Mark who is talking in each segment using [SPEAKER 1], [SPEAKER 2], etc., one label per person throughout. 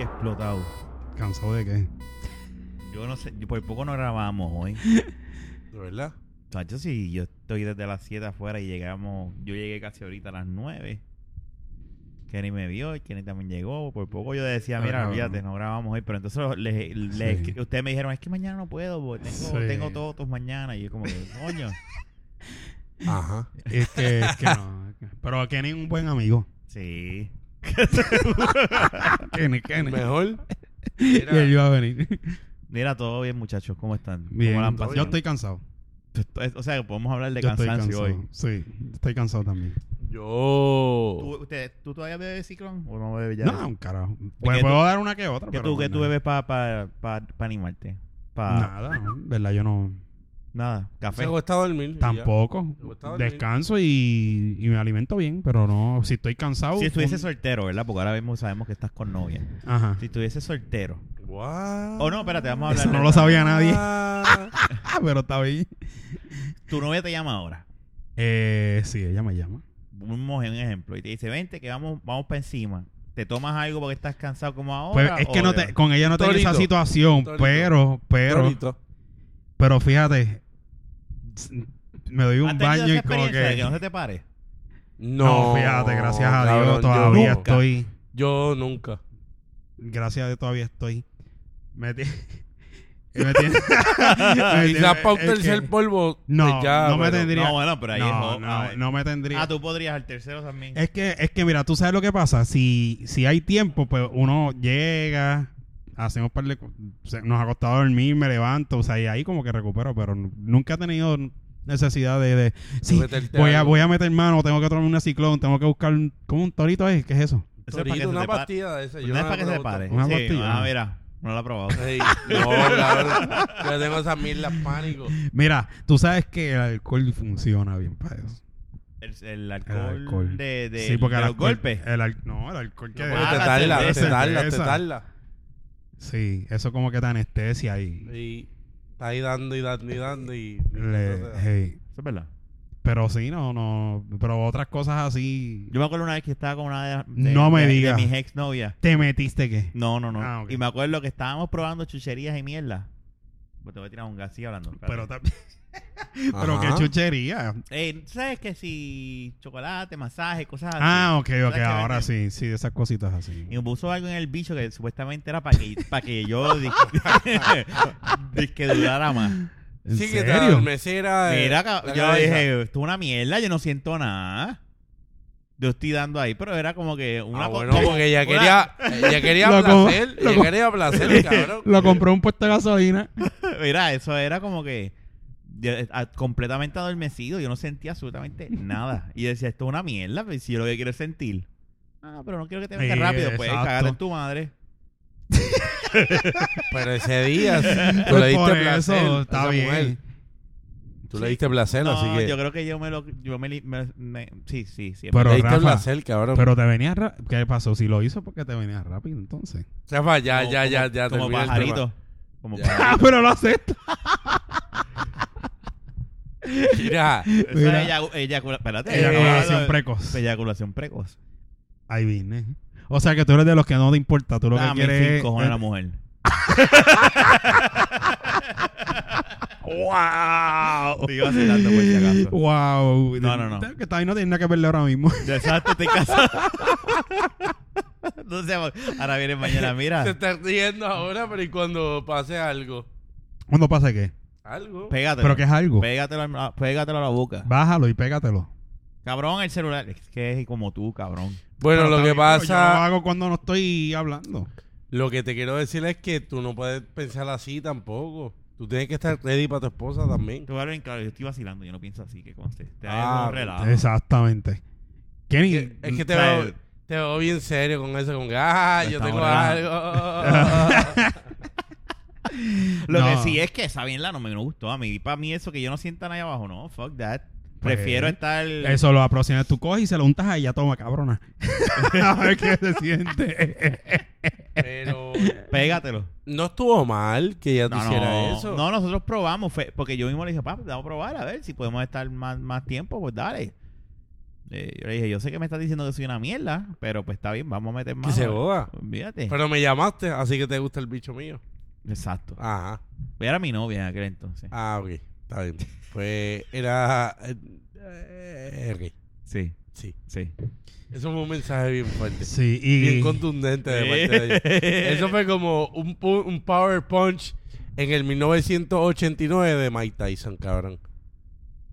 [SPEAKER 1] explotado.
[SPEAKER 2] ¿Cansado de qué?
[SPEAKER 1] Yo no sé, yo por poco no grabamos hoy.
[SPEAKER 3] ¿De verdad?
[SPEAKER 1] Chacho, sí, yo estoy desde las 7 afuera y llegamos, yo llegué casi ahorita a las 9. Kenny me vio, y Kenny también llegó. Por poco yo decía,
[SPEAKER 2] Ah,
[SPEAKER 1] mira,
[SPEAKER 2] cabrón.
[SPEAKER 1] fíjate, no grabamos hoy. Pero entonces les- les-
[SPEAKER 2] Sí.
[SPEAKER 1] ustedes me dijeron, es que mañana no puedo, porque tengo,
[SPEAKER 2] Sí.
[SPEAKER 1] tengo todos mañana. Y yo como que, coño.
[SPEAKER 3] Ajá.
[SPEAKER 2] Es que, Este, es que no. es que- Pero Kenny es un buen amigo.
[SPEAKER 1] Sí.
[SPEAKER 2] Kenny, Kenny.
[SPEAKER 3] Mejor.
[SPEAKER 2] Y él iba a venir.
[SPEAKER 1] Mira, todo bien, muchachos, ¿cómo están?
[SPEAKER 2] Bien.
[SPEAKER 1] ¿Cómo la han
[SPEAKER 3] todo
[SPEAKER 1] pasado?
[SPEAKER 2] Yo estoy cansado.
[SPEAKER 1] O sea, podemos hablar de
[SPEAKER 2] Yo estoy
[SPEAKER 1] cansancio
[SPEAKER 2] cansado.
[SPEAKER 1] hoy.
[SPEAKER 2] Sí, estoy cansado también.
[SPEAKER 1] ¿Tú,
[SPEAKER 3] Yo.
[SPEAKER 1] usted, ¿tú todavía bebes ciclón o no bebes ya?
[SPEAKER 2] No, un carajo.
[SPEAKER 1] que
[SPEAKER 2] Pues
[SPEAKER 1] tú-
[SPEAKER 2] puedo dar una que otra.
[SPEAKER 1] ¿Qué
[SPEAKER 2] pero
[SPEAKER 1] tú, qué
[SPEAKER 2] pues
[SPEAKER 1] tú
[SPEAKER 2] nada.
[SPEAKER 1] bebes para pa, pa- pa animarte? Pa,
[SPEAKER 2] Nada, no, verdad, yo no.
[SPEAKER 1] Nada,
[SPEAKER 3] Se
[SPEAKER 1] café.
[SPEAKER 3] acuesta a dormir. y ya.
[SPEAKER 2] Tampoco.
[SPEAKER 3] Me gustaba dormir.
[SPEAKER 2] Descanso y, y me alimento bien, pero no. Si estoy cansado.
[SPEAKER 1] Si estuviese
[SPEAKER 2] un-
[SPEAKER 1] soltero, ¿verdad? Porque ahora mismo sabemos que estás con novia.
[SPEAKER 2] Ajá.
[SPEAKER 1] Si estuviese soltero.
[SPEAKER 3] What?
[SPEAKER 1] Oh, no, espérate, vamos a hablar.
[SPEAKER 2] Eso no
[SPEAKER 1] de-
[SPEAKER 2] lo sabía nadie.
[SPEAKER 3] Ah,
[SPEAKER 2] Ah, pero está bien.
[SPEAKER 1] Tu novia te llama ahora.
[SPEAKER 2] Eh, sí, ella me llama.
[SPEAKER 1] Un mo- un ejemplo. Y te dice, vente, que vamos, vamos para encima. ¿Te tomas algo porque estás cansado como
[SPEAKER 2] Pues
[SPEAKER 1] ahora?
[SPEAKER 2] es que
[SPEAKER 1] o
[SPEAKER 2] no
[SPEAKER 1] te-
[SPEAKER 2] te, con ella no tenía esa
[SPEAKER 3] Torito.
[SPEAKER 2] situación,
[SPEAKER 3] Torito.
[SPEAKER 2] pero, pero,
[SPEAKER 3] Torito.
[SPEAKER 2] pero fíjate, me doy
[SPEAKER 1] ¿Has
[SPEAKER 2] un
[SPEAKER 1] tenido
[SPEAKER 2] baño
[SPEAKER 1] esa
[SPEAKER 2] y como
[SPEAKER 1] experiencia de que no
[SPEAKER 2] que...
[SPEAKER 1] se te pare?
[SPEAKER 2] No, fíjate, gracias a Dios
[SPEAKER 3] cabrón, yo
[SPEAKER 2] todavía
[SPEAKER 3] nunca.
[SPEAKER 2] estoy,
[SPEAKER 3] Yo nunca.
[SPEAKER 2] gracias a Dios todavía estoy. Me ti- me tiene- me tiene-
[SPEAKER 3] Quizás para un
[SPEAKER 2] es
[SPEAKER 3] tercer
[SPEAKER 2] que-
[SPEAKER 3] polvo.
[SPEAKER 2] No,
[SPEAKER 3] pues ya,
[SPEAKER 2] no me
[SPEAKER 3] pero-
[SPEAKER 2] tendría-
[SPEAKER 1] No, bueno, pero ahí es
[SPEAKER 2] No,
[SPEAKER 1] jo-
[SPEAKER 2] no,
[SPEAKER 1] ah,
[SPEAKER 2] no me tendría.
[SPEAKER 1] Ah, tú podrías al tercero también.
[SPEAKER 2] Es que, es que mira, tú sabes lo que pasa. Si, si hay tiempo, pues uno llega, hacemos par de co- se- nos acostamos a dormir, me levanto, o sea, y ahí como que recupero, pero nu- nunca he tenido necesidad de, de sí,
[SPEAKER 3] meterte
[SPEAKER 2] voy a,
[SPEAKER 3] algo.
[SPEAKER 2] voy a meter mano, tengo que tomar una ciclón, tengo que buscar un- como un torito es, ¿qué es eso?
[SPEAKER 1] Eso es para que
[SPEAKER 3] Torito,
[SPEAKER 1] se
[SPEAKER 3] una
[SPEAKER 1] te pare.
[SPEAKER 3] pastilla de esa. yo
[SPEAKER 1] no es
[SPEAKER 3] la
[SPEAKER 1] para que se te
[SPEAKER 3] probé.
[SPEAKER 1] pare.
[SPEAKER 2] Una
[SPEAKER 1] Sí,
[SPEAKER 2] pastilla.
[SPEAKER 1] Ah, mira, no lo he probado.
[SPEAKER 3] Ey, no, cabrón. Yo tengo esas mierdas pánico.
[SPEAKER 2] Mira, tú sabes que el alcohol funciona bien para eso.
[SPEAKER 1] El, el alcohol,
[SPEAKER 2] alcohol.
[SPEAKER 1] de, de,
[SPEAKER 2] sí, porque
[SPEAKER 1] de
[SPEAKER 2] el
[SPEAKER 1] los
[SPEAKER 2] alcohol-
[SPEAKER 1] golpes.
[SPEAKER 2] el al- no, el alcohol que...
[SPEAKER 1] No,
[SPEAKER 3] Porque
[SPEAKER 1] Ah,
[SPEAKER 3] te
[SPEAKER 1] la
[SPEAKER 3] tarda, te
[SPEAKER 1] cerveza.
[SPEAKER 3] tarda, te
[SPEAKER 2] Cerveza.
[SPEAKER 3] tarda.
[SPEAKER 2] sí, eso como que te anestesia y...
[SPEAKER 3] Y está ahí dando y dando y dando y...
[SPEAKER 2] le-
[SPEAKER 3] Entonces,
[SPEAKER 2] hey.
[SPEAKER 1] Eso es verdad.
[SPEAKER 2] Pero sí, no, no. Pero otras cosas así.
[SPEAKER 1] Yo me acuerdo una vez que estaba con una de, de-
[SPEAKER 2] No me
[SPEAKER 1] de- de
[SPEAKER 2] digas.
[SPEAKER 1] mis ex novias.
[SPEAKER 2] ¿Te metiste qué?
[SPEAKER 1] No, no, no.
[SPEAKER 2] Ah, ok.
[SPEAKER 1] Y me acuerdo que estábamos probando chucherías y mierda. Pues te voy a tirar un gasillo hablando. espérate.
[SPEAKER 2] Pero también. pero
[SPEAKER 3] Ajá.
[SPEAKER 2] qué chuchería.
[SPEAKER 1] Eh, ¿Sabes que si chocolate, masaje, cosas así?
[SPEAKER 2] Ah, ok, ok.
[SPEAKER 1] que
[SPEAKER 2] Ahora
[SPEAKER 1] venden-
[SPEAKER 2] sí, sí, de esas cositas así.
[SPEAKER 1] Y me puso algo en el bicho que supuestamente era para que, para que yo dis- disque dudara más.
[SPEAKER 2] ¿En
[SPEAKER 3] sí, que te da
[SPEAKER 2] serio?
[SPEAKER 3] mesera. eh,
[SPEAKER 1] Mira,
[SPEAKER 3] la
[SPEAKER 1] cab- yo
[SPEAKER 3] cabeza.
[SPEAKER 1] dije, esto es una mierda, yo no siento nada. Yo estoy dando ahí, pero era como que una
[SPEAKER 3] Ah,
[SPEAKER 1] co-
[SPEAKER 3] bueno,
[SPEAKER 1] como-
[SPEAKER 3] porque ella
[SPEAKER 1] una-
[SPEAKER 3] quería, ella quería
[SPEAKER 2] Lo co-
[SPEAKER 3] placer,
[SPEAKER 2] lo
[SPEAKER 3] ella
[SPEAKER 2] co-
[SPEAKER 3] quería placer, cabrón.
[SPEAKER 2] Lo compró un puesto de gasolina.
[SPEAKER 1] Mira, eso era como que yo, eh, a- completamente adormecido, yo no sentía absolutamente nada. Y yo decía, esto es una mierda, pues, si yo lo que quiero es sentir. Ah, pero no quiero que te venga
[SPEAKER 2] Sí,
[SPEAKER 1] rápido, pues
[SPEAKER 2] exacto.
[SPEAKER 1] cagate en tu madre.
[SPEAKER 3] Pero ese día tú
[SPEAKER 2] Pues
[SPEAKER 3] le diste
[SPEAKER 2] por
[SPEAKER 3] placer
[SPEAKER 2] eso,
[SPEAKER 3] a
[SPEAKER 2] está
[SPEAKER 3] esa
[SPEAKER 2] bien.
[SPEAKER 3] mujer. Tú le
[SPEAKER 1] Sí.
[SPEAKER 3] diste placer, así
[SPEAKER 1] No,
[SPEAKER 3] que
[SPEAKER 1] yo creo que yo me lo... Yo me, li- me- me- sí, sí, sí.
[SPEAKER 2] Pero
[SPEAKER 3] le diste
[SPEAKER 2] Rafa,
[SPEAKER 3] placer, cabrón.
[SPEAKER 2] Pero te venías rápido. ¿Qué pasó? Si lo hizo, porque te venías rápido entonces?
[SPEAKER 3] Rafa, ya,
[SPEAKER 1] Como-
[SPEAKER 3] ya, ya, ya
[SPEAKER 1] como- Como
[SPEAKER 3] termina el
[SPEAKER 1] pajarito. Como
[SPEAKER 3] Ya.
[SPEAKER 1] pajarito.
[SPEAKER 2] ¡Ah, pero lo acepto!
[SPEAKER 3] tema. Mira,
[SPEAKER 1] Eso es
[SPEAKER 2] Mira.
[SPEAKER 1] eyacu- eyacula- espérate,
[SPEAKER 2] Eyaculación
[SPEAKER 1] eyaculación
[SPEAKER 2] precoz.
[SPEAKER 1] Eyaculación precoz.
[SPEAKER 2] Ahí vine. O sea que tú eres de los que no te importa. Tú lo
[SPEAKER 1] Dame
[SPEAKER 2] que quieres
[SPEAKER 1] sin
[SPEAKER 2] es- eh,
[SPEAKER 1] cojones a la mujer.
[SPEAKER 2] ¡Wow!
[SPEAKER 1] Te iba vacilando, por si acaso.
[SPEAKER 2] ¡Wow!
[SPEAKER 1] No, no, no.
[SPEAKER 2] Que está ahí no tiene nada que verle ahora mismo.
[SPEAKER 1] Exacto, estoy casado. no sé, ahora viene mañana,
[SPEAKER 3] te
[SPEAKER 1] mira.
[SPEAKER 3] estás riendo ahora, pero ¿y cuando pase algo?
[SPEAKER 2] ¿Cuándo pasa qué?
[SPEAKER 3] Algo.
[SPEAKER 1] Pégatelo.
[SPEAKER 2] Pero que es algo.
[SPEAKER 1] pégatelo, a la- pégatelo a la boca.
[SPEAKER 2] Bájalo y pégatelo.
[SPEAKER 1] Cabrón, el celular. Es que es como tú, cabrón.
[SPEAKER 3] Bueno, lo que
[SPEAKER 2] Yo lo
[SPEAKER 3] pasa,
[SPEAKER 2] hago cuando no estoy hablando.
[SPEAKER 3] lo que te quiero decir es que tú no puedes pensar así tampoco. Tú tienes que estar ready para tu esposa también.
[SPEAKER 1] Te voy a hablar bien claro, yo estoy vacilando, yo no pienso así, que conste. Te
[SPEAKER 3] Ah,
[SPEAKER 1] hago un relajo.
[SPEAKER 2] Exactamente. Kenny.
[SPEAKER 3] Es que- es que te
[SPEAKER 1] ¿sabes?
[SPEAKER 3] veo, te veo bien serio con eso, con que, ah,
[SPEAKER 1] Lo
[SPEAKER 3] yo
[SPEAKER 1] estamos
[SPEAKER 3] tengo algo.
[SPEAKER 1] Lo que
[SPEAKER 2] No.
[SPEAKER 1] sí es que esa la no me gustó a mí. Para mí eso que yo no sienta ahí abajo, no, fuck that.
[SPEAKER 2] Pues,
[SPEAKER 1] Prefiero estar...
[SPEAKER 2] Eso lo aproximas, tú coges y se lo untas a ella, toma, cabrona. a ver qué se siente.
[SPEAKER 3] Pero
[SPEAKER 1] Pégatelo.
[SPEAKER 3] no estuvo mal que ella te
[SPEAKER 1] No,
[SPEAKER 3] hiciera
[SPEAKER 1] no.
[SPEAKER 3] eso.
[SPEAKER 1] No, nosotros probamos, fue- porque yo mismo le dije, papá, vamos a probar, a ver si podemos estar más, más tiempo, pues dale. Eh, yo le dije, yo sé que me estás diciendo que soy una mierda, pero pues está bien, vamos a meter
[SPEAKER 3] Que
[SPEAKER 1] más.
[SPEAKER 3] se joda.
[SPEAKER 1] Olvídate.
[SPEAKER 3] Pero me llamaste, así que te gusta el bicho mío.
[SPEAKER 1] Exacto.
[SPEAKER 3] Ajá.
[SPEAKER 1] Era mi novia en aquel entonces.
[SPEAKER 3] Ah, ok. Está bien. Pues era. eh, eh, ok.
[SPEAKER 1] Sí,
[SPEAKER 3] Sí.
[SPEAKER 1] sí.
[SPEAKER 3] Eso fue un mensaje bien fuerte.
[SPEAKER 2] Sí, y.
[SPEAKER 3] Bien contundente de parte de ella. pues, Eso fue como un, pu- un power punch en el 1989 de Mike Tyson, cabrón.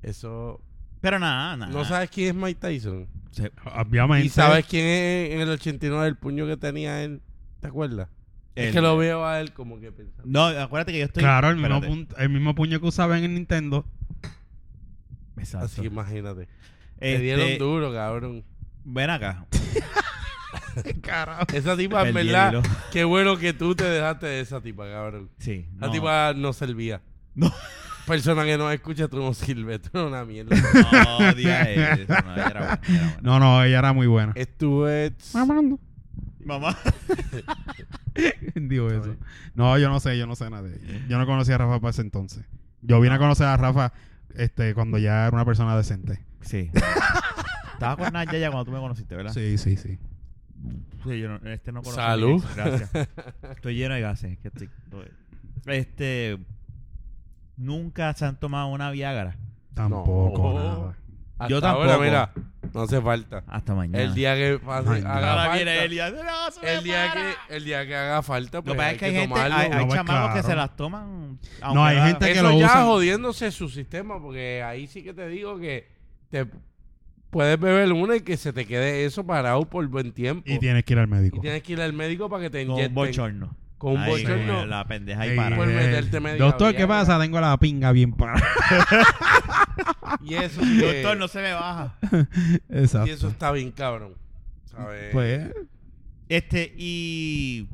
[SPEAKER 3] Eso.
[SPEAKER 1] Pero nada, nada.
[SPEAKER 3] ¿No sabes quién es Mike Tyson?
[SPEAKER 1] Se-
[SPEAKER 2] obviamente.
[SPEAKER 3] ¿Y sabes quién es en el 89 el puño que tenía él? ¿Te acuerdas? Es
[SPEAKER 1] el-
[SPEAKER 3] que lo veo a él como que pensando.
[SPEAKER 1] No, acuérdate que yo estoy.
[SPEAKER 2] Claro, el mismo,
[SPEAKER 1] Espérate.
[SPEAKER 2] pun- el mismo puño que usaba en el Nintendo.
[SPEAKER 1] Exacto.
[SPEAKER 3] Así que imagínate. Te
[SPEAKER 1] Este,
[SPEAKER 3] dieron duro, cabrón.
[SPEAKER 1] Ven acá.
[SPEAKER 2] Carajo.
[SPEAKER 3] Esa tipa, en
[SPEAKER 1] Perdí el
[SPEAKER 3] verdad,
[SPEAKER 1] hilo.
[SPEAKER 3] qué bueno que tú te dejaste de esa tipa, cabrón.
[SPEAKER 1] Sí.
[SPEAKER 3] La
[SPEAKER 1] no.
[SPEAKER 3] tipa no servía.
[SPEAKER 1] No.
[SPEAKER 3] Persona que no escucha, tú no sirves. Tú eres una mierda.
[SPEAKER 1] No, diga eso. No, ella era buena, ella era buena.
[SPEAKER 2] No, no, ella era muy buena.
[SPEAKER 3] Estuve...
[SPEAKER 2] Mamando.
[SPEAKER 1] Mamá.
[SPEAKER 3] Eh,
[SPEAKER 2] Digo eso. No, yo no sé, yo no sé nada de ella. Yo no conocía a Rafa para ese entonces. Yo vine a conocer a Rafa este, cuando ya era una persona decente.
[SPEAKER 1] Sí. Estaba con Naya ya cuando tú me conociste, ¿verdad?
[SPEAKER 2] Sí, sí, sí.
[SPEAKER 1] Sí, yo no, este no conozco.
[SPEAKER 3] Salud.
[SPEAKER 1] mi ex, Gracias. Estoy lleno de gases. es que estoy- estoy- Este. Nunca se han tomado una Viagra.
[SPEAKER 2] Tampoco.
[SPEAKER 3] No.
[SPEAKER 2] nada.
[SPEAKER 3] Hasta
[SPEAKER 1] Yo
[SPEAKER 3] ahora,
[SPEAKER 1] tampoco.
[SPEAKER 3] mira, no hace falta.
[SPEAKER 1] Hasta mañana.
[SPEAKER 3] El día que pase-
[SPEAKER 2] Ay, no.
[SPEAKER 3] haga
[SPEAKER 1] Ahora
[SPEAKER 3] falta.
[SPEAKER 1] viene Elia. "No, se me
[SPEAKER 3] El día
[SPEAKER 1] para".
[SPEAKER 3] que, el día que haga falta,
[SPEAKER 1] Lo
[SPEAKER 3] pues
[SPEAKER 1] que pasa
[SPEAKER 3] hay
[SPEAKER 1] es que hay
[SPEAKER 3] que
[SPEAKER 1] gente,
[SPEAKER 3] tomarlo.
[SPEAKER 1] hay, hay
[SPEAKER 2] No, pues,
[SPEAKER 1] chamacos que
[SPEAKER 2] claro.
[SPEAKER 1] se las toman.
[SPEAKER 2] No, hay
[SPEAKER 1] aunque-
[SPEAKER 2] gente- que
[SPEAKER 3] Eso
[SPEAKER 2] lo
[SPEAKER 3] ya
[SPEAKER 2] usan.
[SPEAKER 3] jodiéndose su sistema, porque ahí sí que te digo que te puedes beber una y que se te quede eso parado por buen tiempo.
[SPEAKER 2] Y tienes que ir al médico.
[SPEAKER 3] Oh. Y tienes que ir al médico para que te
[SPEAKER 1] Con un
[SPEAKER 3] inyecten.
[SPEAKER 1] bochorno.
[SPEAKER 3] Con un
[SPEAKER 1] Ahí,
[SPEAKER 3] bochorno.
[SPEAKER 1] eh, La pendeja ahí
[SPEAKER 2] Eh,
[SPEAKER 1] para.
[SPEAKER 3] Por meterte media
[SPEAKER 2] Doctor, ¿qué
[SPEAKER 3] viagra.
[SPEAKER 2] pasa? Tengo la pinga bien para.
[SPEAKER 3] Y eso, sí que-
[SPEAKER 1] Doctor, no se me baja.
[SPEAKER 2] Exacto.
[SPEAKER 3] y eso está bien cabrón. ¿sabes?
[SPEAKER 2] Pues,
[SPEAKER 1] Este, y.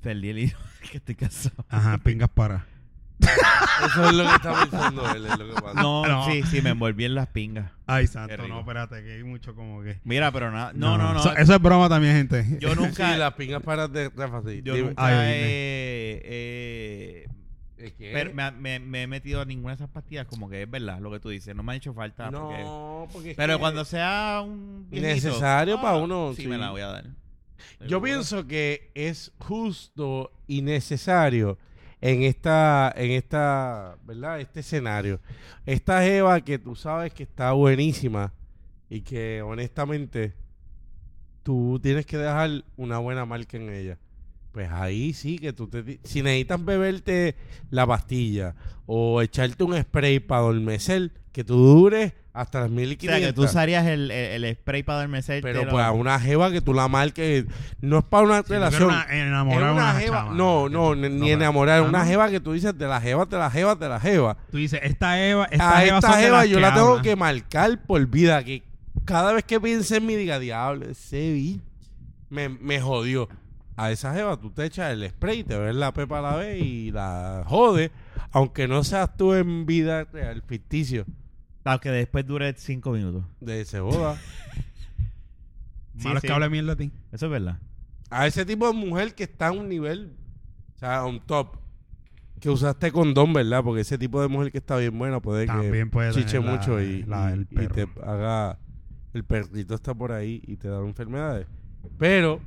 [SPEAKER 1] Perdí el hilo, que estoy cansado.
[SPEAKER 2] ajá, pingas para.
[SPEAKER 3] Eso es lo que está pensando él, es lo que pasa.
[SPEAKER 1] No,
[SPEAKER 2] No.
[SPEAKER 1] sí, sí, me envolví en las pingas.
[SPEAKER 2] Ay,
[SPEAKER 1] Qué
[SPEAKER 2] santo,
[SPEAKER 1] rico.
[SPEAKER 2] no, espérate, que hay mucho como que.
[SPEAKER 1] Mira, pero nada. No, no, no.
[SPEAKER 2] Eso, eso es broma también, gente.
[SPEAKER 1] yo nunca.
[SPEAKER 3] Sí, las pingas para de Rafa, sí.
[SPEAKER 1] Yo
[SPEAKER 3] Dime,
[SPEAKER 1] nunca
[SPEAKER 2] Ay, dime.
[SPEAKER 1] he- eh,
[SPEAKER 3] ¿es que-
[SPEAKER 1] pero me, me- me he metido a ninguna de esas pastillas, como que es verdad lo que tú dices. No me han hecho falta. porque-
[SPEAKER 3] No, porque es
[SPEAKER 1] pero
[SPEAKER 3] que-
[SPEAKER 1] cuando sea un. ah,
[SPEAKER 3] Necesario para uno,
[SPEAKER 1] Sí,
[SPEAKER 3] sí.
[SPEAKER 1] me la voy a dar.
[SPEAKER 3] Yo pienso que es justo y necesario en esta, en esta, ¿verdad? Este escenario. Esta Eva que tú sabes que está buenísima y que honestamente tú tienes que dejar una buena marca en ella. Pues ahí sí que tú te... ti- Si necesitas beberte la pastilla o echarte un spray para adormecer, que tú dures hasta las
[SPEAKER 1] O sea,
[SPEAKER 3] 1500.
[SPEAKER 1] que tú usarías el, el- el spray para adormecerte.
[SPEAKER 3] Pero
[SPEAKER 1] lo-
[SPEAKER 3] pues a una jeva que tú la marques, no es para una
[SPEAKER 2] Sí, porque
[SPEAKER 3] relación.
[SPEAKER 2] era una-
[SPEAKER 3] es
[SPEAKER 2] enamorar a
[SPEAKER 3] una
[SPEAKER 2] una
[SPEAKER 3] jeva,
[SPEAKER 2] chava.
[SPEAKER 3] no, no, ni, ni
[SPEAKER 2] pero-
[SPEAKER 3] enamorar,
[SPEAKER 2] Ah,
[SPEAKER 3] una
[SPEAKER 2] no.
[SPEAKER 3] jeva que tú dices de la jeva, te la jeva, te la jeva.
[SPEAKER 2] Tú dices, esta Eva, esta
[SPEAKER 3] A
[SPEAKER 2] Eva
[SPEAKER 3] esta
[SPEAKER 2] son de
[SPEAKER 3] jeva
[SPEAKER 2] las
[SPEAKER 3] yo la tengo
[SPEAKER 2] hablan.
[SPEAKER 3] que marcar por vida, que cada vez que piense en mí diga, diablo, ese bicho me, me jodió. A esa jeva tú te echas el spray, te ves la pepa a la vez y la jode, aunque no seas tú en vida real, ficticio,
[SPEAKER 1] Aunque después dure cinco minutos.
[SPEAKER 3] de ese joda.
[SPEAKER 1] Sí,
[SPEAKER 2] Malo es
[SPEAKER 1] sí.
[SPEAKER 2] que hable mierda a ti.
[SPEAKER 1] Eso es verdad.
[SPEAKER 3] a ese tipo de mujer que está a un nivel, o sea, on top. Que usaste condón, ¿verdad? Porque ese tipo de mujer que está bien buena puede
[SPEAKER 2] También
[SPEAKER 3] que
[SPEAKER 2] puede tener
[SPEAKER 3] chiche
[SPEAKER 2] pues, la-
[SPEAKER 3] mucho y,
[SPEAKER 2] la del
[SPEAKER 3] y- y te
[SPEAKER 2] perro.
[SPEAKER 3] haga... El perrito está por ahí y te da enfermedades. Pero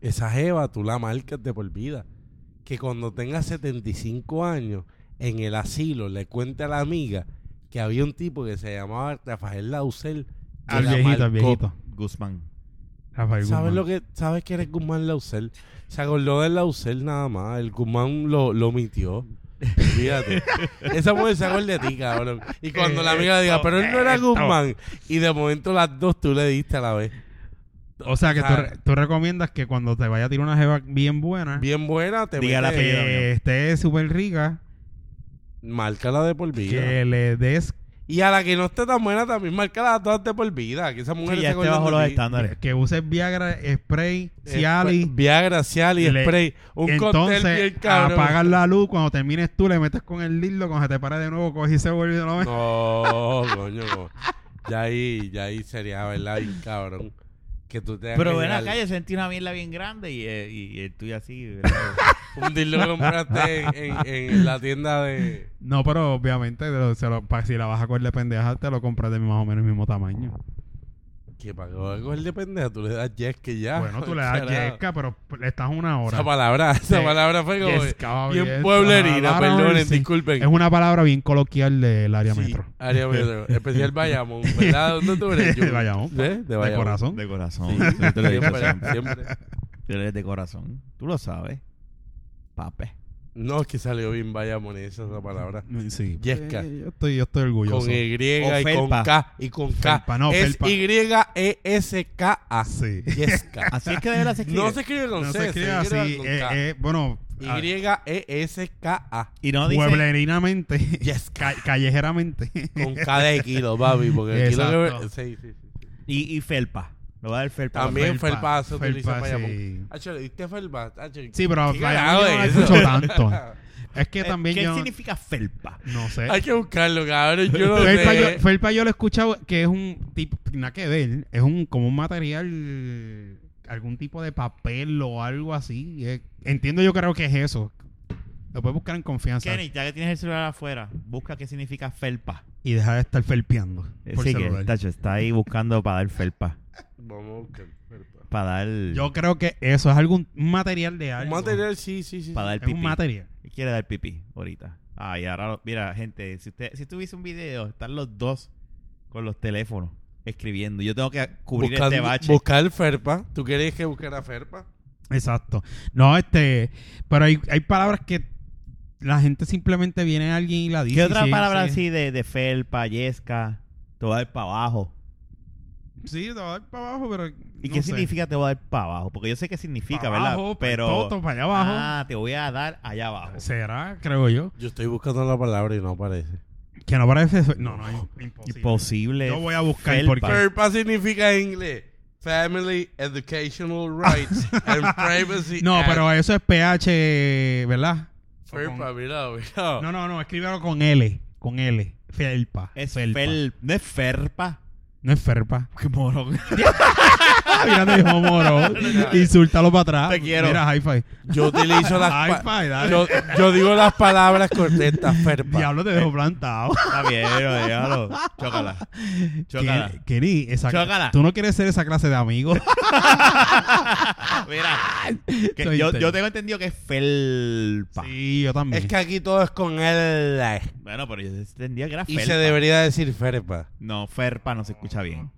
[SPEAKER 3] esa jeva tú la marcas de por vida. Que cuando tenga 75 años en el asilo le cuente a la amiga que había un tipo que se llamaba Rafael Lausel. que
[SPEAKER 2] Al
[SPEAKER 3] la
[SPEAKER 2] viejito, al
[SPEAKER 3] marcó.
[SPEAKER 2] viejito.
[SPEAKER 1] Guzmán.
[SPEAKER 2] Rafael
[SPEAKER 3] ¿Sabes
[SPEAKER 2] Guzmán.
[SPEAKER 3] lo que sabes que eres Guzmán Lausel? Se acordó del Lausel nada más. El Guzmán lo, lo mintió. Fíjate. Esa mujer se acuerda de ti, cabrón. Y cuando la amiga le diga, pero él no era
[SPEAKER 2] Esto.
[SPEAKER 3] Guzmán. Y de momento las dos tú le diste a la vez.
[SPEAKER 2] O sea, que tú,
[SPEAKER 3] ¿sabes?
[SPEAKER 2] re- tú recomiendas que cuando te vaya a tirar una jeva bien buena,
[SPEAKER 3] Bien buena, te
[SPEAKER 1] Diga la
[SPEAKER 3] metes-
[SPEAKER 1] apellido,
[SPEAKER 2] que esté súper rica,
[SPEAKER 3] Márcala de por vida.
[SPEAKER 2] que le des...
[SPEAKER 3] Y a la que no esté tan buena también, márcala a todas de por vida. Que esa mujer
[SPEAKER 1] Sí,
[SPEAKER 3] se
[SPEAKER 1] ya esté
[SPEAKER 3] acuerda
[SPEAKER 1] bajo
[SPEAKER 3] de
[SPEAKER 1] los
[SPEAKER 3] ti.
[SPEAKER 1] estándares.
[SPEAKER 2] Que uses Viagra, spray,
[SPEAKER 3] Eh,
[SPEAKER 2] Cialis.
[SPEAKER 3] Viagra, Cialis,
[SPEAKER 2] Le-
[SPEAKER 3] Spray. Un cóctel
[SPEAKER 2] Entonces,
[SPEAKER 3] bien cabrón.
[SPEAKER 2] apagas la luz. Cuando termines tú, le metes con el dildo. Cuando se te pare de nuevo, coges y se vuelve de nuevo.
[SPEAKER 3] No, coño. pues, Ya ahí, ya ahí sería, ¿verdad? Bien cabrón. Que tú te
[SPEAKER 1] Pero ven acá, yo sentí una mierda bien grande y, eh, y, y estoy así. ¿verdad?
[SPEAKER 3] Un dildo que compraste en, en- en la tienda de.
[SPEAKER 2] No, pero obviamente, de lo- se lo- pa- si la vas a coger de pendeja, te lo compras de más o menos el mismo tamaño.
[SPEAKER 3] Que para coger de pendeja, tú le das yes que ya.
[SPEAKER 2] bueno, tú le das
[SPEAKER 3] Carajo.
[SPEAKER 2] yesca, pero le estás una hora.
[SPEAKER 3] Esa palabra, esa
[SPEAKER 2] Sí.
[SPEAKER 3] palabra fue como.
[SPEAKER 2] Yesca, baby,
[SPEAKER 3] bien
[SPEAKER 2] yesca.
[SPEAKER 3] pueblerina,
[SPEAKER 2] Palabra,
[SPEAKER 3] perdonen,
[SPEAKER 2] Ah, sí.
[SPEAKER 3] disculpen.
[SPEAKER 2] Es una palabra bien coloquial del área
[SPEAKER 3] Sí,
[SPEAKER 2] metro.
[SPEAKER 3] área metro. Especial Bayamón, ¿verdad? ¿Dónde tú eres? Yo-
[SPEAKER 2] De Bayamón.
[SPEAKER 3] ¿Eh? De
[SPEAKER 2] De
[SPEAKER 3] Bayamón.
[SPEAKER 2] corazón.
[SPEAKER 1] De corazón.
[SPEAKER 3] Sí,
[SPEAKER 1] Yo te lo he dicho
[SPEAKER 3] siempre,
[SPEAKER 1] siempre.
[SPEAKER 3] siempre.
[SPEAKER 1] Tú eres de corazón. Tú lo sabes. Pape.
[SPEAKER 3] No, es que salió bien Bayamón esa es la palabra.
[SPEAKER 2] Sí.
[SPEAKER 3] Yesca.
[SPEAKER 2] Eh, yo, estoy, yo estoy orgulloso.
[SPEAKER 3] Con E. Y y con
[SPEAKER 1] felpa.
[SPEAKER 3] K. Y con K.
[SPEAKER 2] Felpa, no,
[SPEAKER 3] es
[SPEAKER 2] felpa.
[SPEAKER 3] Y-E-S-K-A.
[SPEAKER 2] Sí.
[SPEAKER 3] Yesca.
[SPEAKER 1] Así es que de verdad se escribe.
[SPEAKER 3] No se escribe con
[SPEAKER 2] No
[SPEAKER 3] C,
[SPEAKER 2] se escribe así.
[SPEAKER 3] con
[SPEAKER 2] eh,
[SPEAKER 3] K.
[SPEAKER 2] eh, bueno, ah,
[SPEAKER 3] Y-E-S-K-A.
[SPEAKER 1] Y no dice...
[SPEAKER 2] pueblerinamente.
[SPEAKER 3] Yesca.
[SPEAKER 2] ca- callejeramente.
[SPEAKER 3] Con K de kilo, papi. Porque el kilo que...
[SPEAKER 2] Exacto.
[SPEAKER 3] Sí, sí, sí.
[SPEAKER 1] Y, y felpa. Lo va a dar felpa.
[SPEAKER 3] También felpa se utiliza en
[SPEAKER 2] felpa,
[SPEAKER 3] Bayamón.
[SPEAKER 2] sí.
[SPEAKER 3] Hacho, ¿le diste felpa? Hacho,
[SPEAKER 2] Sí, pero
[SPEAKER 3] qué
[SPEAKER 2] Bayamón
[SPEAKER 3] cagado
[SPEAKER 2] yo no la
[SPEAKER 3] es
[SPEAKER 2] escucho
[SPEAKER 3] eso.
[SPEAKER 2] tanto. Es que
[SPEAKER 1] Eh,
[SPEAKER 2] también
[SPEAKER 1] ¿Qué
[SPEAKER 2] yo...
[SPEAKER 1] significa felpa?
[SPEAKER 2] No sé.
[SPEAKER 3] Hay que buscarlo, cabrón. Yo no
[SPEAKER 2] Felpa yo,
[SPEAKER 3] sé.
[SPEAKER 2] felpa yo lo he escuchado que es un tipo, nada que ver, es un como un material, algún tipo de papel o algo así. Eh, entiendo yo creo que es eso. Lo puedes buscar en confianza
[SPEAKER 1] Kenny, ya que tienes el celular afuera, busca qué significa felpa.
[SPEAKER 2] y deja de estar felpeando
[SPEAKER 3] Eh,
[SPEAKER 2] por
[SPEAKER 1] Sí, que
[SPEAKER 2] celular.
[SPEAKER 1] Tacho está ahí buscando para dar felpa.
[SPEAKER 3] Vamos a buscar felpa.
[SPEAKER 1] Para dar...
[SPEAKER 2] Yo creo que eso es algún material de
[SPEAKER 3] Un
[SPEAKER 2] algo.
[SPEAKER 3] material, sí, sí, sí. sí.
[SPEAKER 1] Para dar
[SPEAKER 2] Es
[SPEAKER 1] pipí.
[SPEAKER 2] un material.
[SPEAKER 1] Quiere dar pipí ahorita. Ay, ahora... lo- Mira, gente, si usted si tuviese un video, están los dos con los teléfonos escribiendo. Yo tengo que cubrir
[SPEAKER 3] Buscando-
[SPEAKER 1] este bache.
[SPEAKER 3] Buscar felpa. ¿Tú querías que buscara felpa?
[SPEAKER 2] Exacto. No, este, pero hay, hay palabras que la gente simplemente viene a alguien y la dice.
[SPEAKER 1] ¿Qué
[SPEAKER 2] y
[SPEAKER 1] otra
[SPEAKER 2] sí,
[SPEAKER 1] palabra
[SPEAKER 2] sí.
[SPEAKER 1] así de, de felpa, yesca, te voy a dar para abajo?
[SPEAKER 2] Sí, te va a dar para abajo, pero
[SPEAKER 1] ¿Y
[SPEAKER 2] no
[SPEAKER 1] qué
[SPEAKER 2] sé.
[SPEAKER 1] significa te voy a dar para abajo? Porque yo sé qué significa,
[SPEAKER 2] Para
[SPEAKER 1] ¿verdad?
[SPEAKER 2] abajo, para
[SPEAKER 1] Pero...
[SPEAKER 2] el toto, para allá abajo.
[SPEAKER 1] Ah, te voy a dar allá abajo.
[SPEAKER 2] Será, creo yo.
[SPEAKER 3] Yo estoy buscando la palabra y no aparece.
[SPEAKER 2] Que no parece. No, no,
[SPEAKER 3] Oh,
[SPEAKER 2] im- imposible.
[SPEAKER 1] Imposible.
[SPEAKER 2] Yo voy a buscar
[SPEAKER 1] Felpa.
[SPEAKER 2] porque-
[SPEAKER 3] Felpa significa en inglés. Family, Educational Rights and Privacy
[SPEAKER 2] No,
[SPEAKER 3] Act.
[SPEAKER 2] pero eh, eso es PH, ¿verdad?
[SPEAKER 3] Felpa,
[SPEAKER 2] O
[SPEAKER 3] mira, mira.
[SPEAKER 2] con- No, no, no, escríbelo con L. Con L. Felpa.
[SPEAKER 1] Es
[SPEAKER 2] felpa.
[SPEAKER 1] fel- No es ferpa.
[SPEAKER 2] No es Ferpa.
[SPEAKER 1] Qué morón.
[SPEAKER 2] Ah, mira, te dijo moro. Insúltalo para atrás.
[SPEAKER 3] Te quiero.
[SPEAKER 2] Mira, hi-fi.
[SPEAKER 3] Yo utilizo las... pa-
[SPEAKER 2] Hi-fi, dale.
[SPEAKER 3] yo, yo digo las palabras correctas, Ferpa.
[SPEAKER 2] Diablo, te dejo plantado.
[SPEAKER 1] Está bien, pero déjalo. Chócala. Chócala.
[SPEAKER 2] Ken- Kenny, esa
[SPEAKER 1] Chócala.
[SPEAKER 2] Tú no quieres ser esa clase de amigo.
[SPEAKER 1] Mira. que
[SPEAKER 2] Soy
[SPEAKER 1] yo,
[SPEAKER 2] inter-
[SPEAKER 1] yo tengo entendido que es felpa.
[SPEAKER 2] sí, yo también.
[SPEAKER 3] Es que aquí todo es con L.
[SPEAKER 1] Bueno, pero yo entendía que era
[SPEAKER 3] Y
[SPEAKER 1] felpa.
[SPEAKER 3] se debería decir Ferpa.
[SPEAKER 1] No, ferpa no se escucha
[SPEAKER 2] Ah.
[SPEAKER 1] bien.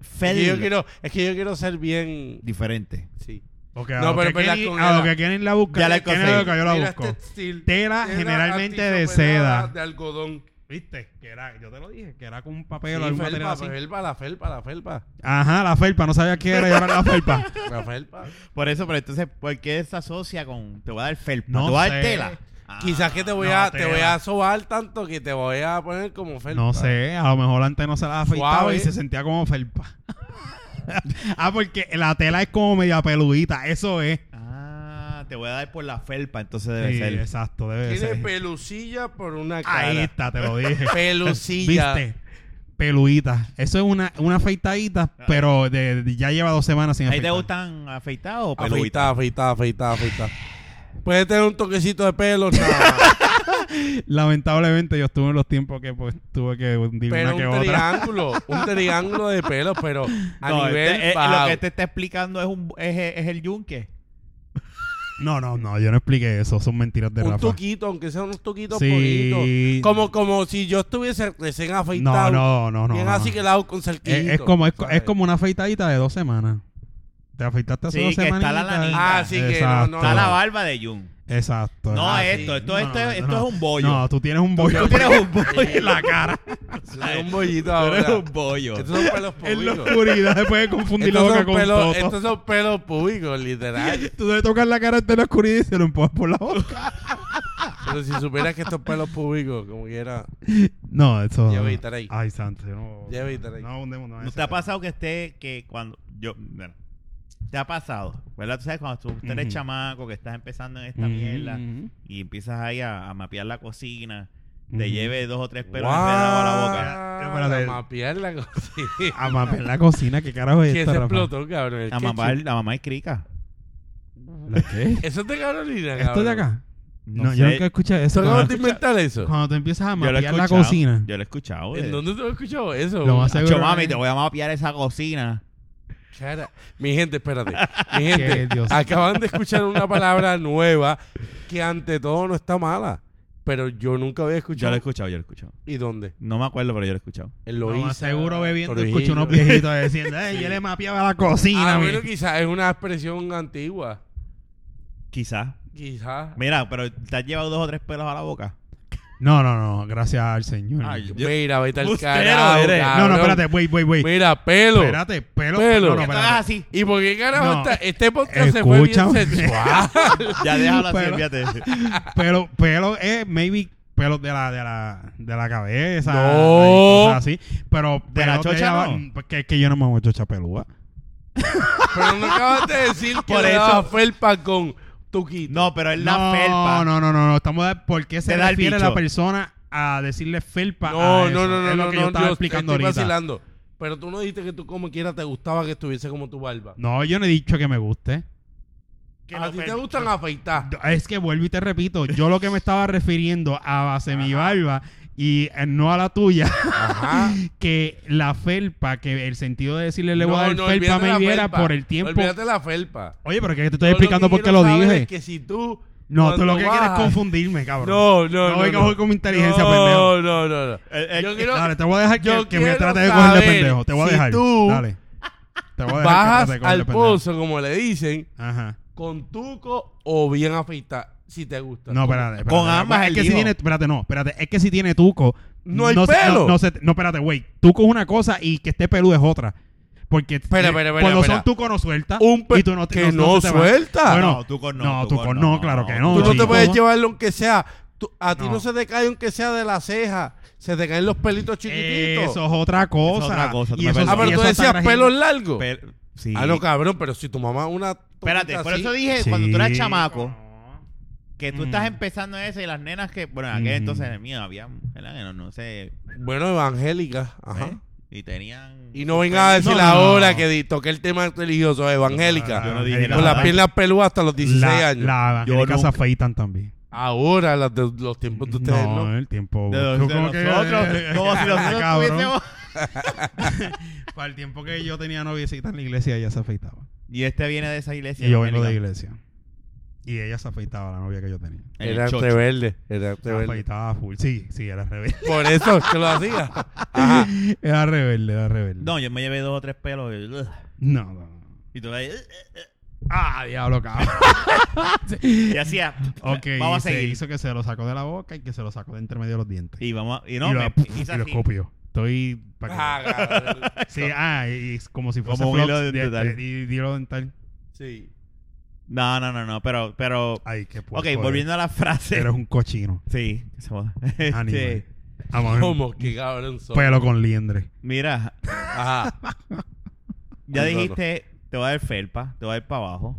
[SPEAKER 3] Es que,
[SPEAKER 1] Fel.
[SPEAKER 3] yo quiero, es que yo quiero ser bien...
[SPEAKER 1] Diferente.
[SPEAKER 3] Sí.
[SPEAKER 2] Ok, a
[SPEAKER 3] No,
[SPEAKER 2] lo
[SPEAKER 3] pero
[SPEAKER 2] que
[SPEAKER 3] es verdad,
[SPEAKER 2] Kenny-
[SPEAKER 3] con
[SPEAKER 2] a lo
[SPEAKER 3] L.
[SPEAKER 2] que Kenny la busca.
[SPEAKER 1] Ya la
[SPEAKER 2] Kenny
[SPEAKER 1] encontré.
[SPEAKER 2] busca, yo la
[SPEAKER 3] Tela
[SPEAKER 2] busco.
[SPEAKER 3] textil,
[SPEAKER 2] Tela generalmente de
[SPEAKER 3] antisoperada,
[SPEAKER 2] seda.
[SPEAKER 3] De algodón.
[SPEAKER 2] ¿Viste? Que era, yo te lo dije, que era con un
[SPEAKER 3] Sí,
[SPEAKER 2] papel o algún material
[SPEAKER 3] felpa,
[SPEAKER 2] así.
[SPEAKER 3] felpa, la felpa, la felpa.
[SPEAKER 2] Ajá, la felpa, no sabía qué era y ahora la felpa.
[SPEAKER 3] La felpa.
[SPEAKER 1] Por eso, pero entonces, ¿por qué se asocia con te voy a dar felpa?
[SPEAKER 2] No
[SPEAKER 1] te voy a
[SPEAKER 2] sé.
[SPEAKER 1] dar tela. Ah,
[SPEAKER 3] Quizás que te voy
[SPEAKER 2] no,
[SPEAKER 3] a te
[SPEAKER 2] tela.
[SPEAKER 3] voy a sobar tanto que te voy a poner como felpa.
[SPEAKER 2] No sé, a lo mejor antes no se la afeitaba
[SPEAKER 3] Suave.
[SPEAKER 2] y se sentía como felpa. ah, porque la tela es como media peludita, eso es.
[SPEAKER 1] Ah, te voy a dar por la felpa, entonces debe
[SPEAKER 2] Sí,
[SPEAKER 1] ser.
[SPEAKER 2] exacto, debe
[SPEAKER 3] Tiene
[SPEAKER 2] ser.
[SPEAKER 3] pelucilla por una cara.
[SPEAKER 2] Ahí está, te lo dije.
[SPEAKER 3] Pelucilla.
[SPEAKER 2] ¿Viste? Peludita. Eso es una, una afeitadita, pero de, de- ya lleva dos semanas sin
[SPEAKER 1] Ah. ¿Ahí te
[SPEAKER 2] afeitar.
[SPEAKER 1] gustan afeitados o peluditos?
[SPEAKER 3] Afeitada, afeitada, afeitada, afeitada. Puede tener un toquecito de pelo, nada más,
[SPEAKER 2] Lamentablemente yo estuve en los tiempos que pues tuve que hundir
[SPEAKER 3] pero
[SPEAKER 2] una que
[SPEAKER 3] un
[SPEAKER 2] otra.
[SPEAKER 3] triángulo, un triángulo de pelo, pero a
[SPEAKER 1] No,
[SPEAKER 3] nivel
[SPEAKER 1] este- eh,
[SPEAKER 3] bajado.
[SPEAKER 1] lo que te está explicando es, un, es, es el yunque.
[SPEAKER 2] No, no, no, yo no expliqué eso, son mentiras de
[SPEAKER 3] un
[SPEAKER 2] Rafa.
[SPEAKER 3] toquito, aunque sea unos toquitos
[SPEAKER 2] Sí.
[SPEAKER 3] poquitos. Como, como si yo estuviese recién
[SPEAKER 2] No,
[SPEAKER 3] afeitado.
[SPEAKER 2] no, no, no.
[SPEAKER 3] bien
[SPEAKER 2] no.
[SPEAKER 3] así que la hago con
[SPEAKER 2] Es-
[SPEAKER 3] cerquillito.
[SPEAKER 2] es, como, es, co-
[SPEAKER 3] ¿sabes?
[SPEAKER 2] es como una afeitadita de dos semanas. Te afeitaste hace
[SPEAKER 1] Sí,
[SPEAKER 2] dos
[SPEAKER 1] que está
[SPEAKER 2] semanas.
[SPEAKER 1] la lanita.
[SPEAKER 3] Ah, sí que no,
[SPEAKER 2] Exacto.
[SPEAKER 3] no.
[SPEAKER 1] Está
[SPEAKER 3] no.
[SPEAKER 1] la barba de Jun.
[SPEAKER 2] Exacto.
[SPEAKER 1] No,
[SPEAKER 2] Ah,
[SPEAKER 1] esto, esto,
[SPEAKER 2] sí.
[SPEAKER 1] esto,
[SPEAKER 2] No,
[SPEAKER 1] esto
[SPEAKER 2] no.
[SPEAKER 1] es un bollo.
[SPEAKER 2] No, tú tienes un bollo.
[SPEAKER 1] Tú tienes un bollo en la cara.
[SPEAKER 3] Sí, un bollito
[SPEAKER 1] Tú eres
[SPEAKER 3] ahora.
[SPEAKER 1] un bollo.
[SPEAKER 3] Estos son pelos
[SPEAKER 2] En la
[SPEAKER 3] públicos.
[SPEAKER 2] oscuridad se puede confundir la
[SPEAKER 3] Estos
[SPEAKER 2] boca
[SPEAKER 3] son,
[SPEAKER 2] con
[SPEAKER 3] pelos,
[SPEAKER 2] todo.
[SPEAKER 3] estos son pelos públicos, literal.
[SPEAKER 2] Tú debes tocar la cara hasta en la oscuridad y se lo empujas por la boca.
[SPEAKER 3] Pero si supieras que estos pelos públicos, como quiera,
[SPEAKER 2] No, eso.
[SPEAKER 3] Lleva Gatorade.
[SPEAKER 2] Ay, santo. yo No,
[SPEAKER 3] Lleva Gatorade.
[SPEAKER 2] No abundemos, no,
[SPEAKER 1] ¿No te ha pasado que esté, que cuando yo, bueno, te ha pasado, ¿verdad? Tú sabes, cuando tú, tú eres
[SPEAKER 2] Ujú.
[SPEAKER 1] chamaco, que estás empezando en esta
[SPEAKER 2] Ujú,
[SPEAKER 1] mierda
[SPEAKER 2] ujú.
[SPEAKER 1] y empiezas ahí a, a mapear la cocina, te
[SPEAKER 2] Ujú.
[SPEAKER 1] lleve dos o tres pelos enredados a la boca.
[SPEAKER 3] Guau,
[SPEAKER 2] Espérate.
[SPEAKER 3] a mapear la cocina.
[SPEAKER 2] A mapear la cocina, ¿qué carajo es
[SPEAKER 3] Que se
[SPEAKER 2] esta, Rafa?
[SPEAKER 3] explotó, cabrón. el
[SPEAKER 1] La
[SPEAKER 3] ketchup.
[SPEAKER 1] mamá, la mamá es crica.
[SPEAKER 2] ¿La qué?
[SPEAKER 3] Eso es de Carolina,
[SPEAKER 2] ¿Esto
[SPEAKER 3] cabrón.
[SPEAKER 2] de acá? No,
[SPEAKER 1] No
[SPEAKER 2] yo
[SPEAKER 1] sé.
[SPEAKER 2] nunca escuché eso.
[SPEAKER 3] ¿Tú acabas de
[SPEAKER 2] Cuando,
[SPEAKER 3] inventar eso?
[SPEAKER 2] cuando te empiezas a
[SPEAKER 1] Yo lo he
[SPEAKER 2] mapear la
[SPEAKER 1] escuchado.
[SPEAKER 2] cocina.
[SPEAKER 1] Yo lo he escuchado.
[SPEAKER 3] ¿En
[SPEAKER 1] eh.
[SPEAKER 3] dónde tú has escuchado eso?
[SPEAKER 2] Lo más
[SPEAKER 1] Acho,
[SPEAKER 2] seguro
[SPEAKER 1] mami,
[SPEAKER 2] es-
[SPEAKER 1] te voy a mapear esa cocina.
[SPEAKER 3] Chara. Mi gente, espérate. Mi gente,
[SPEAKER 2] Qué Dios.
[SPEAKER 3] acaban de escuchar una palabra nueva que ante todo no está mala, pero yo nunca había
[SPEAKER 1] Yo
[SPEAKER 3] escuchado.
[SPEAKER 1] lo he escuchado, yo lo he escuchado.
[SPEAKER 3] ¿Y dónde?
[SPEAKER 1] No me acuerdo, pero yo lo he escuchado.
[SPEAKER 3] En
[SPEAKER 2] Lo más
[SPEAKER 3] Loíza,
[SPEAKER 2] seguro bebiendo
[SPEAKER 3] Trujillo.
[SPEAKER 2] escucho unos viejitos diciendo, "Ey, yo le mapeaba la cocina,
[SPEAKER 3] Ah,
[SPEAKER 2] mi".
[SPEAKER 3] bueno, quizás es una expresión antigua.
[SPEAKER 1] Quizás.
[SPEAKER 3] Quizás.
[SPEAKER 1] Mira, pero te has llevado dos o tres pelos a la boca.
[SPEAKER 2] No, no, no, gracias al señor.
[SPEAKER 1] Ay, yo-
[SPEAKER 3] Mira, vete al
[SPEAKER 1] Bustero
[SPEAKER 3] carajo,
[SPEAKER 1] eres. No,
[SPEAKER 2] no, no,
[SPEAKER 3] cabrón.
[SPEAKER 2] espérate, wait, wait, wait.
[SPEAKER 3] Mira, pelo.
[SPEAKER 2] Espérate, pelo.
[SPEAKER 3] Pelo.
[SPEAKER 2] No, no,
[SPEAKER 1] Que tú hagas
[SPEAKER 2] espérate.
[SPEAKER 1] así.
[SPEAKER 3] ¿Y por qué carajo
[SPEAKER 2] No.
[SPEAKER 3] está- este podcast se fue
[SPEAKER 2] Escúchame.
[SPEAKER 3] bien sexual?
[SPEAKER 1] Ya déjalo así,
[SPEAKER 2] Pero-
[SPEAKER 1] olvídate.
[SPEAKER 2] Pelo, pelo es maybe pelos de la, de la, de la cabeza.
[SPEAKER 3] No.
[SPEAKER 2] y cosas así. Pero
[SPEAKER 1] ¿De la
[SPEAKER 2] pelos
[SPEAKER 1] chocha
[SPEAKER 2] la-
[SPEAKER 1] no?
[SPEAKER 2] Porque es pues, que yo no me hago chocha pelúa.
[SPEAKER 3] Pero no acabas de decir que
[SPEAKER 1] Por
[SPEAKER 3] le
[SPEAKER 1] eso-
[SPEAKER 3] daba felpa con tuquito.
[SPEAKER 1] No, pero es la
[SPEAKER 2] no,
[SPEAKER 1] felpa.
[SPEAKER 2] No, no, no, no. Estamos de, ¿Por qué se
[SPEAKER 1] Te da el
[SPEAKER 2] refiere
[SPEAKER 1] bicho.
[SPEAKER 2] la persona a decirle felpa? a
[SPEAKER 3] No,
[SPEAKER 2] eso?
[SPEAKER 3] no, no, no,
[SPEAKER 2] Es lo
[SPEAKER 3] no,
[SPEAKER 2] que
[SPEAKER 3] no,
[SPEAKER 2] yo estaba
[SPEAKER 3] yo
[SPEAKER 2] explicando
[SPEAKER 3] estoy
[SPEAKER 2] ahorita.
[SPEAKER 3] vacilando. Pero tú no dijiste que tú como quiera te gustaba que estuviese como tu barba.
[SPEAKER 2] No, yo no he dicho que me guste.
[SPEAKER 1] Que
[SPEAKER 3] Ah, a
[SPEAKER 1] no
[SPEAKER 3] ti
[SPEAKER 1] fel-
[SPEAKER 3] te gustan afeitar.
[SPEAKER 2] Es que vuelvo y te repito, yo lo que me estaba refiriendo a base mi barba y eh, no a la tuya,
[SPEAKER 3] Ajá.
[SPEAKER 2] que la felpa, que el sentido de decirle le voy a dar felpa
[SPEAKER 3] olvídate
[SPEAKER 2] me
[SPEAKER 3] la
[SPEAKER 2] viera
[SPEAKER 3] felpa.
[SPEAKER 2] por el tiempo.
[SPEAKER 3] Olvídate la felpa.
[SPEAKER 2] Oye, pero que te
[SPEAKER 3] Yo
[SPEAKER 2] estoy explicando por qué
[SPEAKER 3] quiero
[SPEAKER 2] lo
[SPEAKER 3] saber
[SPEAKER 2] dije.
[SPEAKER 3] es que si tú
[SPEAKER 2] No, tú lo
[SPEAKER 3] cuando
[SPEAKER 2] que quieres es
[SPEAKER 3] bajas-
[SPEAKER 2] confundirme, cabrón.
[SPEAKER 3] No, no, no.
[SPEAKER 2] No vengas hoy con mi inteligencia,
[SPEAKER 3] no,
[SPEAKER 2] pendejo.
[SPEAKER 3] No, no, no.
[SPEAKER 1] El- el-
[SPEAKER 3] yo quiero
[SPEAKER 2] Dale, te voy a dejar
[SPEAKER 3] yo
[SPEAKER 2] que, que me
[SPEAKER 3] quiero
[SPEAKER 2] trate de cogerle
[SPEAKER 3] saber
[SPEAKER 2] pendejo. Te voy a
[SPEAKER 3] si
[SPEAKER 2] dejar.
[SPEAKER 3] tú
[SPEAKER 2] Dale. Te voy a dejar que
[SPEAKER 3] bajas
[SPEAKER 2] trate de cogerle
[SPEAKER 3] al
[SPEAKER 2] pendejo.
[SPEAKER 3] pozo, como le dicen,
[SPEAKER 2] Ajá.
[SPEAKER 3] con tuco o bien afeitar, si te gusta.
[SPEAKER 2] No,
[SPEAKER 3] Tú-
[SPEAKER 2] espérate. espérate,
[SPEAKER 1] Con
[SPEAKER 2] espérate.
[SPEAKER 1] ambas
[SPEAKER 2] Es
[SPEAKER 1] él
[SPEAKER 2] que si
[SPEAKER 1] dijo.
[SPEAKER 2] tiene. Espérate, no. Espérate. Es que si tiene tuco.
[SPEAKER 3] No hay
[SPEAKER 2] se-
[SPEAKER 3] pelo.
[SPEAKER 2] No, se- no, espérate, güey. Tuco es una cosa y que esté peludo es otra. Porque
[SPEAKER 3] Espera, espera, espera,
[SPEAKER 2] cuando
[SPEAKER 3] espera.
[SPEAKER 2] son tuco no suelta.
[SPEAKER 3] Un pe-
[SPEAKER 2] y tú no te-
[SPEAKER 3] que no
[SPEAKER 2] se te va.
[SPEAKER 3] suelta.
[SPEAKER 2] Bueno,
[SPEAKER 1] No, tuco no,
[SPEAKER 2] No,
[SPEAKER 1] tuco
[SPEAKER 2] tuco
[SPEAKER 1] no,
[SPEAKER 2] no, claro que no.
[SPEAKER 3] Tú no te
[SPEAKER 2] chico.
[SPEAKER 3] puedes llevarlo aunque sea. tú- a ti no.
[SPEAKER 2] No.
[SPEAKER 3] se te cae aunque sea de la ceja. Se te caen los pelitos chiquititos.
[SPEAKER 2] Eso es otra cosa.
[SPEAKER 1] Eso es otra cosa, tú
[SPEAKER 2] Y
[SPEAKER 1] me
[SPEAKER 2] eso-
[SPEAKER 1] perdonas.
[SPEAKER 3] ah,
[SPEAKER 2] y
[SPEAKER 3] pero tú
[SPEAKER 2] eso está
[SPEAKER 3] decías
[SPEAKER 2] regido.
[SPEAKER 3] pelos largos.
[SPEAKER 1] Pero- sí.
[SPEAKER 3] Ah, no, cabrón, pero si tu mamá una.
[SPEAKER 1] Espérate,
[SPEAKER 3] toquita
[SPEAKER 1] por
[SPEAKER 3] así-
[SPEAKER 1] eso dije, cuando tú eras
[SPEAKER 2] Sí.
[SPEAKER 1] chamaco, que tú
[SPEAKER 2] Mm.
[SPEAKER 1] estás empezando en eso y las nenas que, bueno, en aquel
[SPEAKER 2] Mm.
[SPEAKER 1] entonces en el mío había, ¿verdad? Que no, no sé,
[SPEAKER 3] Bueno, evangélica. Ajá.
[SPEAKER 1] ¿eh? Y tenían...
[SPEAKER 3] Y no vengas a decir
[SPEAKER 2] No, no,
[SPEAKER 3] ahora
[SPEAKER 2] no.
[SPEAKER 3] que di- toqué el tema religioso, evangélica.
[SPEAKER 1] Yo no dije
[SPEAKER 3] con
[SPEAKER 1] nada.
[SPEAKER 3] las piernas peludas hasta los 16
[SPEAKER 2] la,
[SPEAKER 3] años.
[SPEAKER 2] La
[SPEAKER 1] Yo
[SPEAKER 2] evangélica se
[SPEAKER 1] nunca-
[SPEAKER 2] afeitan también.
[SPEAKER 3] Ahora, las de los tiempos de Pues ustedes,
[SPEAKER 2] no, eh,
[SPEAKER 3] ¿no?
[SPEAKER 2] el tiempo.
[SPEAKER 1] De, de nosotros, como si nosotros
[SPEAKER 2] Cabrón.
[SPEAKER 1] tuviésemos-
[SPEAKER 2] Para el tiempo que yo tenía noviecita en la iglesia, ella se afeitaba.
[SPEAKER 1] Y este viene de esa iglesia.
[SPEAKER 2] Y yo vengo de
[SPEAKER 1] evangélica.
[SPEAKER 2] iglesia. Y ella se afeitaba, la novia que yo tenía.
[SPEAKER 1] En
[SPEAKER 3] Era
[SPEAKER 1] el chocho.
[SPEAKER 3] rebelde. Era
[SPEAKER 2] Se
[SPEAKER 3] rebelde.
[SPEAKER 2] afeitaba full. Sí, sí, era rebelde.
[SPEAKER 3] Por eso es que lo hacía. Ajá.
[SPEAKER 2] Era rebelde, era rebelde.
[SPEAKER 1] No, yo me llevé dos o tres pelos. y- ugh.
[SPEAKER 2] no, no, no.
[SPEAKER 1] Y tú ahí, ugh.
[SPEAKER 2] Ah, diablo, cabrón.
[SPEAKER 1] y hacía.
[SPEAKER 2] ok,
[SPEAKER 1] vamos a
[SPEAKER 2] se
[SPEAKER 1] seguir.
[SPEAKER 2] hizo que se lo sacó de la boca y que se lo sacó de entre medio de los dientes.
[SPEAKER 1] Y vamos a- Y no,
[SPEAKER 2] y lo,
[SPEAKER 1] me
[SPEAKER 2] puf,
[SPEAKER 1] hice
[SPEAKER 2] y lo
[SPEAKER 1] así.
[SPEAKER 2] escupió. Estoy. pa' que-
[SPEAKER 3] Ah, cabrón.
[SPEAKER 2] sí, ah, y, y como si fuese
[SPEAKER 1] Como un
[SPEAKER 2] flox
[SPEAKER 1] hilo dental.
[SPEAKER 2] de- de- y- y hilo dental.
[SPEAKER 3] Sí.
[SPEAKER 1] No, no, no, no. Pero, pero.
[SPEAKER 2] Ay, qué puerco
[SPEAKER 1] Ok,
[SPEAKER 2] eres.
[SPEAKER 1] volviendo a la frase.
[SPEAKER 2] Eres un cochino.
[SPEAKER 1] Sí, que se joda.
[SPEAKER 2] Animal.
[SPEAKER 1] Este,
[SPEAKER 2] Vamos,
[SPEAKER 3] ¿Cómo? Qué cabrón son.
[SPEAKER 2] Pelo con liendre.
[SPEAKER 1] mira,
[SPEAKER 3] Ajá.
[SPEAKER 1] ya
[SPEAKER 3] Muy
[SPEAKER 1] dijiste, te voy a dar felpa, te voy a dar para abajo,